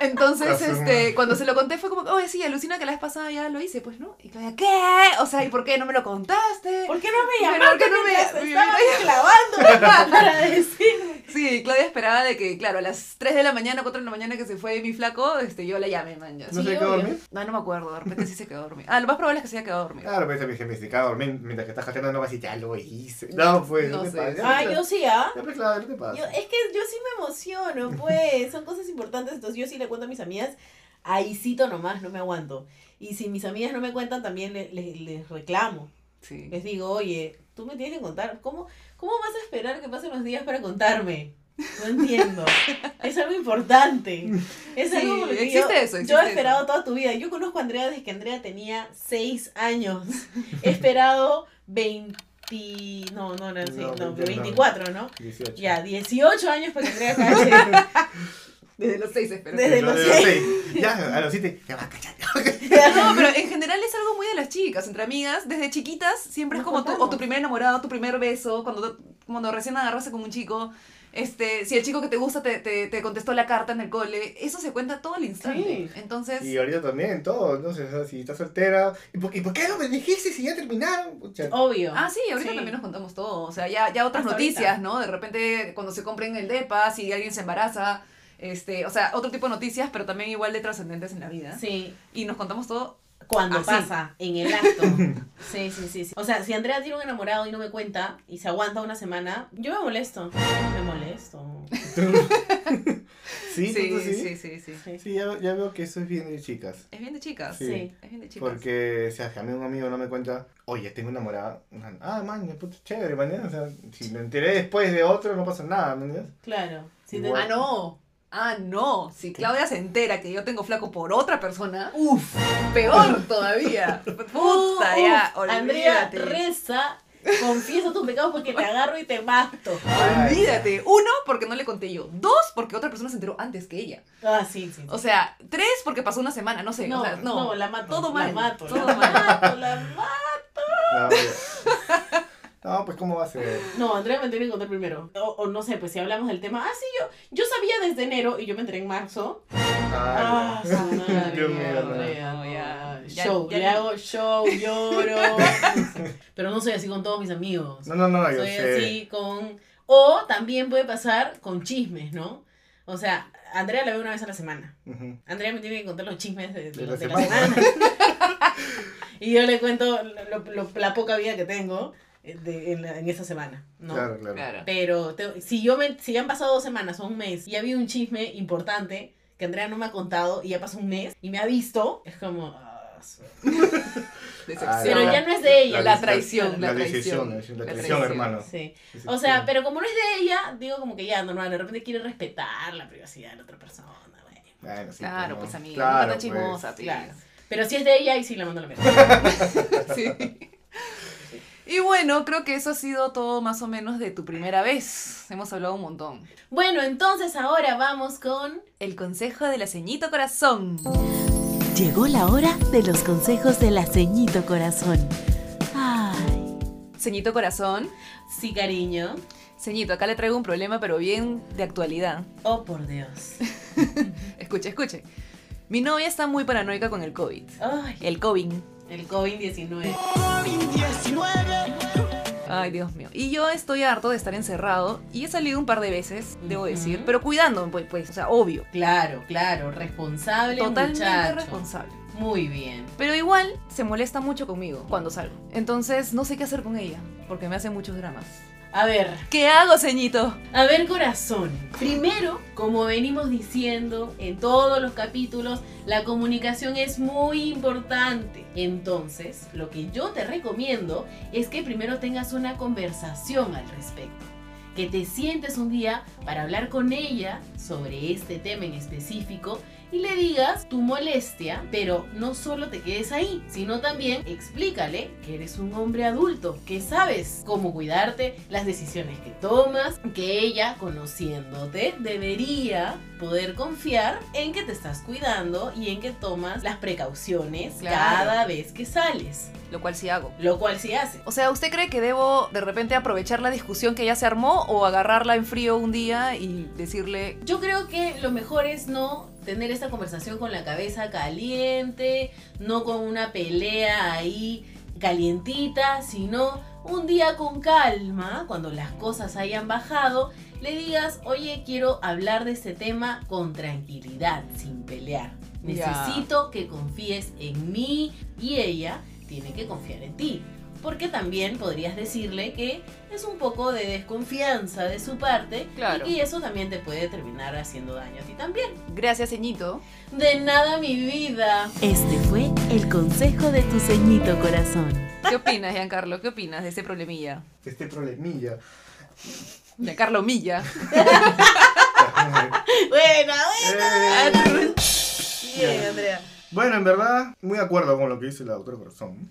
Speaker 2: Entonces,
Speaker 4: Asuma.
Speaker 2: este, cuando se lo conté fue como, oye, sí, alucina que la vez pasada ya lo hice, pues, ¿no? Y Claudia, ¿qué? O sea, ¿y por qué no me lo contaste?
Speaker 3: ¿Por qué no me
Speaker 2: Pero,
Speaker 3: llamaste
Speaker 2: ¿por qué no
Speaker 3: mientras
Speaker 2: me- me-
Speaker 3: estaba clavando para decirme?
Speaker 2: Sí, Claudia esperaba de que, claro, a las 3 de la mañana, 4 de la mañana que se fue mi flaco, este, yo la llamé, man. ya.
Speaker 4: ¿No
Speaker 3: Sí,
Speaker 4: se quedó a
Speaker 3: obvio.
Speaker 4: dormir?
Speaker 2: No, no me acuerdo, de repente sí se quedó dormido. Ah, lo más probable es que se haya quedado dormido.
Speaker 4: Claro, pues me dije, me se quedó a dormir mientras que estás jateando, no vas a decir, ya lo hice. No, pues, no,
Speaker 2: No
Speaker 4: te
Speaker 2: sé.
Speaker 4: pases.
Speaker 3: Ah, yo sí, ¿ah?
Speaker 4: Ya, pues, claro, no te pases.
Speaker 3: Yo- eh, es que yo sí me emociono, pues. Son cosas importantes. Entonces yo sí le cuento a mis amigas. Ahí cito nomás, no me aguanto. Y si mis amigas no me cuentan, también le- le- les reclamo.
Speaker 2: Sí.
Speaker 3: Les digo, oye, tú me tienes que contar. ¿Cómo, cómo vas a esperar que pasen los días para contarme? No entiendo. es algo importante. Es
Speaker 2: Sí,
Speaker 3: algo por lo que
Speaker 2: existe
Speaker 3: yo,
Speaker 2: eso, existe
Speaker 3: yo he esperado toda tu vida. Yo conozco a Andrea desde que Andrea tenía 6 años. He esperado 20. No, no, no, sí,
Speaker 4: No,
Speaker 3: no,
Speaker 4: 29.
Speaker 3: 24, ¿no?
Speaker 4: 18.
Speaker 3: Ya, 18 años para que Andrea cache.
Speaker 2: Desde los 6 espero.
Speaker 3: Desde-
Speaker 4: Pero
Speaker 3: los
Speaker 4: de los
Speaker 3: seis.
Speaker 4: seis. Ya, a los 7, ya va a cachar.
Speaker 2: No, pero en general es algo muy de las chicas, entre amigas, desde chiquitas siempre es
Speaker 3: Nos
Speaker 2: como tu, o
Speaker 3: contamos.
Speaker 2: tu primer enamorado, tu primer beso, cuando, cuando recién agarraste con un chico, este, si el chico que te gusta te, te, te contestó la carta en el cole, eso se cuenta todo al instante. Entonces,
Speaker 4: Y ahorita también, todo, no sé, o sea, si estás soltera. ¿Y por, y por qué no me dijiste si ya terminaron? Pucha.
Speaker 3: Obvio.
Speaker 2: Ah, sí, ahorita
Speaker 3: Sí.
Speaker 2: también nos contamos todo. O sea, ya, ya otras
Speaker 3: Hasta
Speaker 2: noticias,
Speaker 3: ahorita.
Speaker 2: ¿no? De repente, cuando se compren el DEPA, si alguien se embaraza. Este, o sea, otro tipo de noticias, pero también igual de trascendentes en la vida.
Speaker 3: Sí.
Speaker 2: Y nos contamos todo.
Speaker 3: Cuando
Speaker 2: Así.
Speaker 3: pasa, en el acto. Sí, sí, sí, sí. O sea, si Andrea tiene un enamorado y no me cuenta y se aguanta una semana, yo me molesto. Me molesto.
Speaker 4: ¿Sí? ¿Tanto sí?
Speaker 2: sí, sí, sí.
Speaker 3: Sí.
Speaker 4: Sí, ya, ya veo que eso es bien de chicas.
Speaker 2: Es bien de chicas.
Speaker 4: Sí.
Speaker 3: Sí.
Speaker 2: Es bien de chicas.
Speaker 4: Porque, o sea, que a mí un amigo no me cuenta, oye, tengo enamorada. Ah, man, ya, puta, chévere, mañana. O sea, si me enteré después de otro, no pasa nada, ¿me entiendes?
Speaker 3: Claro. Sí, te-
Speaker 4: Igual.
Speaker 2: Ah, no. Ah, no. Si Claudia se entera que yo tengo flaco por otra persona, uff, peor todavía. Puta, ya,
Speaker 3: Uf, Andrea,
Speaker 2: olvídate.
Speaker 3: reza, confiesa tus pecados porque te agarro y te mato.
Speaker 2: Olvídate. Uno, porque no le conté yo. Dos, porque otra persona se enteró antes que ella.
Speaker 3: Ah, sí, sí. sí.
Speaker 2: O sea, tres porque pasó una semana, no sé.
Speaker 3: no,
Speaker 2: o sea, no.
Speaker 3: no, la mato.
Speaker 2: Todo
Speaker 3: La
Speaker 2: mal,
Speaker 3: mato,
Speaker 2: todo
Speaker 3: la
Speaker 2: mal.
Speaker 3: mato, la mato.
Speaker 4: No, ya. No, pues, ¿cómo va a ser?
Speaker 3: No, Andrea me tiene que contar primero. O, o no sé, pues si hablamos del tema. Ah, sí, yo, yo sabía desde enero y yo me enteré en marzo. Ah,
Speaker 4: Ah,
Speaker 3: su madre,
Speaker 4: Dios mío,
Speaker 3: Andrea,
Speaker 2: no.
Speaker 3: ya.
Speaker 2: Ya-
Speaker 3: Show,
Speaker 2: ya-
Speaker 3: le hago show, lloro. no sé. Pero no soy así con todos mis amigos.
Speaker 4: no, no, no, yo
Speaker 3: soy
Speaker 4: sé.
Speaker 3: así con. O también puede pasar con chismes, ¿no? O sea, Andrea la veo una vez a la semana.
Speaker 4: Ujú.
Speaker 3: Andrea me tiene que contar los chismes de, de-
Speaker 4: De la
Speaker 3: de la semana. y yo le cuento lo- lo- lo- la poca vida que tengo eh, de- en, la- en esa semana, ¿no?
Speaker 4: Claro, claro.
Speaker 2: Claro.
Speaker 3: Pero te- si yo me, si han pasado dos semanas o un mes y ha habido un chisme importante que Andrea no me ha contado y ya pasó un mes y me ha visto, es como. ah, su-
Speaker 4: Ah,
Speaker 3: Pero
Speaker 4: la-
Speaker 3: ya no es de ella.
Speaker 4: la-
Speaker 2: La traición,
Speaker 4: La
Speaker 2: la traición.
Speaker 4: decisión, la decisión, la
Speaker 2: La
Speaker 4: traición,
Speaker 2: traición.
Speaker 4: hermano.
Speaker 3: Sí. O sea, pero como no es de ella, digo como que ya, normal, de repente quiere respetar la privacidad de la otra persona. bueno.
Speaker 4: Bueno, sí,
Speaker 2: Claro,
Speaker 4: no.
Speaker 2: pues amiga,
Speaker 4: Claro,
Speaker 2: no tan
Speaker 4: pues.
Speaker 2: chismosa, pues.
Speaker 3: Claro. Pero si es de ella, y sí la mando a la mierda.
Speaker 2: Sí. Y bueno, creo que eso ha sido todo más o menos de tu primera vez. Hemos hablado un montón.
Speaker 3: Bueno, entonces ahora vamos con.
Speaker 2: El consejo de la ceñito corazón.
Speaker 5: Llegó la hora de los consejos de la ceñito corazón. Ay.
Speaker 2: Ceñito corazón.
Speaker 3: Sí, cariño.
Speaker 2: Ceñito, acá le traigo un problema, pero bien de actualidad.
Speaker 3: Oh, por Dios.
Speaker 2: Escuche, escuche. Mi novia está muy paranoica con el COVID.
Speaker 3: Ay,
Speaker 2: El COVID.
Speaker 3: el COVID-19.
Speaker 2: Ay, Dios mío. Y yo estoy harto de estar encerrado y he salido un par de veces, debo
Speaker 3: Ujú.
Speaker 2: decir, pero cuidándome, pues, pues, o sea, obvio.
Speaker 3: Claro, claro. Responsable,
Speaker 2: Totalmente
Speaker 3: muchacho.
Speaker 2: responsable.
Speaker 3: Muy bien.
Speaker 2: Pero igual se molesta mucho conmigo cuando salgo. Entonces no sé qué hacer con ella, porque me hace muchos dramas.
Speaker 3: A ver,
Speaker 2: ¿Qué hago, ceñito?
Speaker 3: A ver, corazón. Primero, como venimos diciendo en todos los capítulos, la comunicación es muy importante. Entonces, lo que yo te recomiendo es que primero tengas una conversación al respecto. Que te sientes un día para hablar con ella sobre este tema en específico y le digas tu molestia, pero no solo te quedes ahí, sino también explícale que eres un hombre adulto, que sabes cómo cuidarte, las decisiones que tomas, que ella, conociéndote, debería poder confiar en que te estás cuidando y en que tomas las precauciones
Speaker 2: Claro.
Speaker 3: cada vez que sales,
Speaker 2: Lo cual sí hago.
Speaker 3: lo cual sí hace.
Speaker 2: O sea, ¿usted cree que debo de repente aprovechar la discusión que ya se armó o agarrarla en frío un día y decirle,
Speaker 3: Yo creo que lo mejor es no tener esta conversación con la cabeza caliente, no con una pelea ahí calientita, sino un día con calma, cuando las cosas hayan bajado, le digas, oye, quiero hablar de este tema con tranquilidad, sin pelear.
Speaker 2: Ya.
Speaker 3: Necesito que confíes en mí y ella tiene que confiar en ti. Porque también podrías decirle que es un poco de desconfianza de su parte
Speaker 2: Claro.
Speaker 3: y eso también te puede terminar haciendo daño a ti también.
Speaker 2: Gracias, ceñito.
Speaker 3: De nada mi vida.
Speaker 5: Este fue el consejo de tu ceñito corazón.
Speaker 2: ¿Qué opinas, Giancarlo? ¿Qué opinas de este problemilla?
Speaker 4: Este problemilla.
Speaker 2: Giancarlo Milla.
Speaker 3: Buena,
Speaker 4: Eh,
Speaker 3: buena. Bien, Andrea.
Speaker 4: bueno, en verdad, muy de acuerdo con lo que dice la doctora Corazón.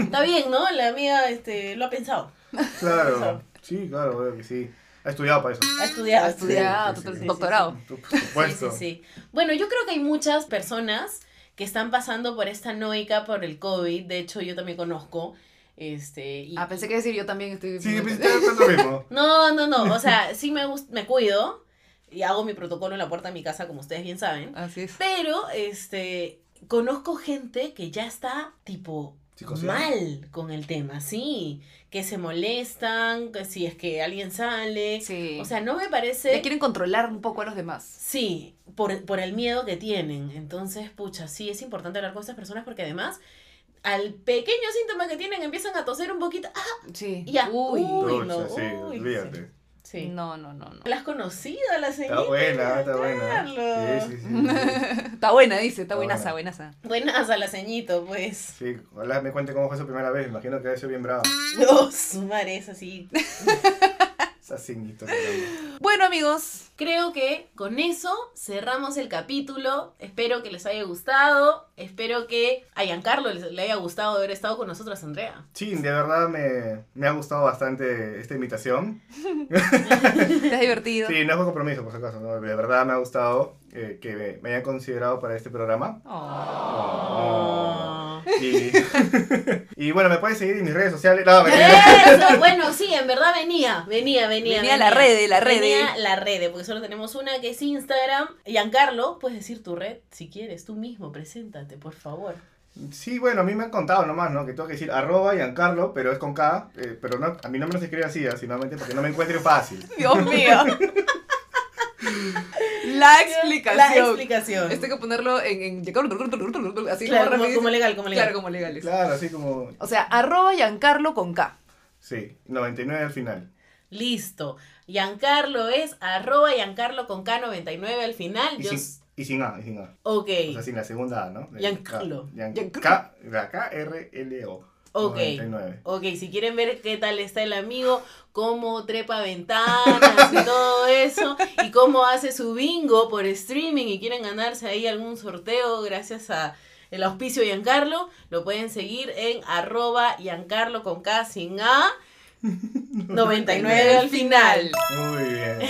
Speaker 3: Está bien, ¿no? La amiga este, lo ha pensado.
Speaker 4: Claro, sí, claro, veo que sí. Ha estudiado para eso.
Speaker 3: Ha estudiado.
Speaker 2: Ha estudiado,
Speaker 4: Ah, Sí, sí, sí, sí.
Speaker 2: doctorado.
Speaker 4: Por supuesto.
Speaker 3: Sí, sí, sí. Bueno, yo creo que hay muchas personas que están pasando por esta noica por el COVID. De hecho, yo también conozco. Este, y-
Speaker 2: Ah, pensé que decir yo también estoy.
Speaker 4: Sí, yo pensé que era lo mismo.
Speaker 3: No, no, no. O sea, sí me, gust- me cuido y hago mi protocolo en la puerta de mi casa, como ustedes bien saben.
Speaker 2: Así es.
Speaker 3: Pero, este, conozco gente que ya está tipo
Speaker 4: Psicoseada.
Speaker 3: mal con el tema, sí. Que se molestan, que si es que alguien sale.
Speaker 2: Sí.
Speaker 3: O sea, no me
Speaker 2: Ya
Speaker 3: parece...
Speaker 2: quieren controlar un poco a los demás.
Speaker 3: Sí, por, por el miedo que tienen. Entonces, pucha, sí, es importante hablar con estas personas porque además, al pequeño síntoma que tienen, empiezan a toser un poquito. ¡Ah!
Speaker 2: Sí.
Speaker 3: Ya.
Speaker 2: Uy.
Speaker 3: Uy,
Speaker 4: Dulce,
Speaker 3: no,
Speaker 4: sí,
Speaker 3: uy,
Speaker 4: olvídate.
Speaker 3: Sí.
Speaker 2: No, no, no, no.
Speaker 3: ¿La has conocido a la señora?
Speaker 4: Está buena, está buena.
Speaker 3: Carlos.
Speaker 4: Sí, sí, sí.
Speaker 2: Está buena, dice. Está
Speaker 4: Está
Speaker 2: buenaza,
Speaker 4: buena.
Speaker 2: buenaza.
Speaker 3: Buenas a la ceñito, pues.
Speaker 4: Sí, ojalá me cuente cómo fue su primera vez. Imagino que debe ser bien bravo.
Speaker 3: Los mares así.
Speaker 4: Esa ceñito que tengo.
Speaker 2: Bueno, amigos.
Speaker 3: Creo que con eso cerramos el capítulo. Espero que les haya gustado. Espero que a Giancarlo les- le haya gustado haber estado con nosotras, Andrea.
Speaker 4: Sí, de verdad me, me ha gustado bastante esta invitación.
Speaker 2: ¿Te has divertido?
Speaker 4: Sí, no fue compromiso, por si acaso. ¿no? De verdad me ha gustado eh, que me, me hayan considerado para este programa.
Speaker 2: Oh.
Speaker 3: Oh.
Speaker 4: Y, y bueno, me pueden seguir en mis redes sociales. No,
Speaker 3: ¿Eh?
Speaker 4: mentira.
Speaker 3: Eso, bueno, sí, en verdad venía, venía, venía.
Speaker 2: Venía la red, la red.
Speaker 3: Venía la red, porque solo tenemos una que es Instagram. Giancarlo, puedes decir tu red si quieres, tú mismo, preséntate, por favor.
Speaker 4: Sí, bueno, a mí me han contado nomás, ¿no? Que tengo que decir arroba Giancarlo, pero es con K. eh, pero no, a mí no me los escribe así, así normalmente porque no me encuentro fácil.
Speaker 2: Dios mío. La explicación.
Speaker 3: La explicación.
Speaker 2: Esto hay que ponerlo en. en- así
Speaker 3: Claro,
Speaker 2: como,
Speaker 3: como,
Speaker 2: rapidísimo.
Speaker 3: como legal, como legal.
Speaker 2: Claro, como legales.
Speaker 4: Claro, así como...
Speaker 2: O sea, arroba Giancarlo con K.
Speaker 4: Sí, 99 al final.
Speaker 3: Listo. Giancarlo es arroba Giancarlo con K99 al final.
Speaker 4: Y
Speaker 3: Yo...
Speaker 4: sin, y sin A, y sin A.
Speaker 3: Ok,
Speaker 4: O sea, sin la segunda A, ¿no? De-
Speaker 3: Giancarlo.
Speaker 4: K- Gian-
Speaker 2: Giancarlo.
Speaker 4: K- la K-R-L-O.
Speaker 3: ok.
Speaker 4: 99.
Speaker 3: Ok, si quieren ver qué tal está el amigo, cómo trepa ventanas y todo eso, y cómo hace su bingo por streaming y quieren ganarse ahí algún sorteo gracias a el auspicio Giancarlo, lo pueden seguir en arroba Giancarlo con K sin A 99 al final.
Speaker 4: Muy bien.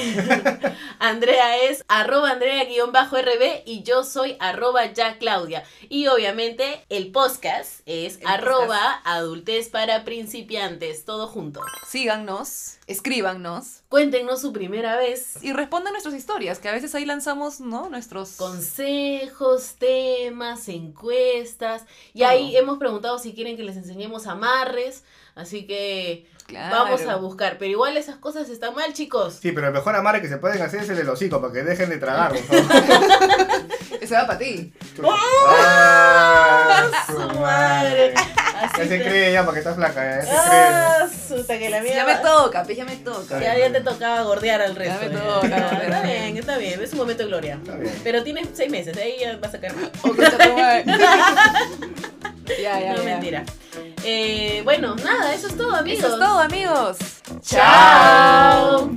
Speaker 3: Andrea es arroba Andrea-RB y yo soy arroba ya Claudia. Y obviamente el podcast es
Speaker 2: El
Speaker 3: arroba adultez para principiantes, todo junto.
Speaker 2: Síganos, escríbanos
Speaker 3: Cuéntenos su primera vez.
Speaker 2: y respondan nuestras historias, que a veces ahí lanzamos, ¿no? Nuestros.
Speaker 3: Consejos, temas, encuestas. Y
Speaker 2: Todo.
Speaker 3: ahí hemos preguntado si quieren que les enseñemos amarres. Así que
Speaker 2: Claro.
Speaker 3: vamos a buscar. Pero igual esas cosas están mal, chicos.
Speaker 4: Sí, pero el mejor amarre que se pueden hacer es el del hocico, para que dejen de tragar, por favor.
Speaker 2: Eso va para ti.
Speaker 4: ¡Ah,
Speaker 3: ¡Su madre!
Speaker 4: Ya
Speaker 3: Así
Speaker 4: se
Speaker 3: que-
Speaker 4: cree ya, porque está flaca, ya se cree.
Speaker 3: ¡Ah, su- hasta que la mía
Speaker 2: Ya me
Speaker 3: va-
Speaker 2: toca, pues, ya me toca.
Speaker 3: Ya, ya te tocaba gordear al resto.
Speaker 2: me
Speaker 3: ya.
Speaker 2: toca,
Speaker 3: Ah,
Speaker 2: me
Speaker 3: Está
Speaker 2: toca.
Speaker 3: bien, está bien. Es un momento de gloria.
Speaker 4: Está bien.
Speaker 3: Pero tienes seis meses, ahí ya vas a sacar. más.
Speaker 2: O que te ponga- ya, ya,
Speaker 3: No,
Speaker 2: ya.
Speaker 3: mentira. Eh, bueno, nada, eso es todo, amigos.
Speaker 2: Eso es todo, amigos.
Speaker 3: Chao.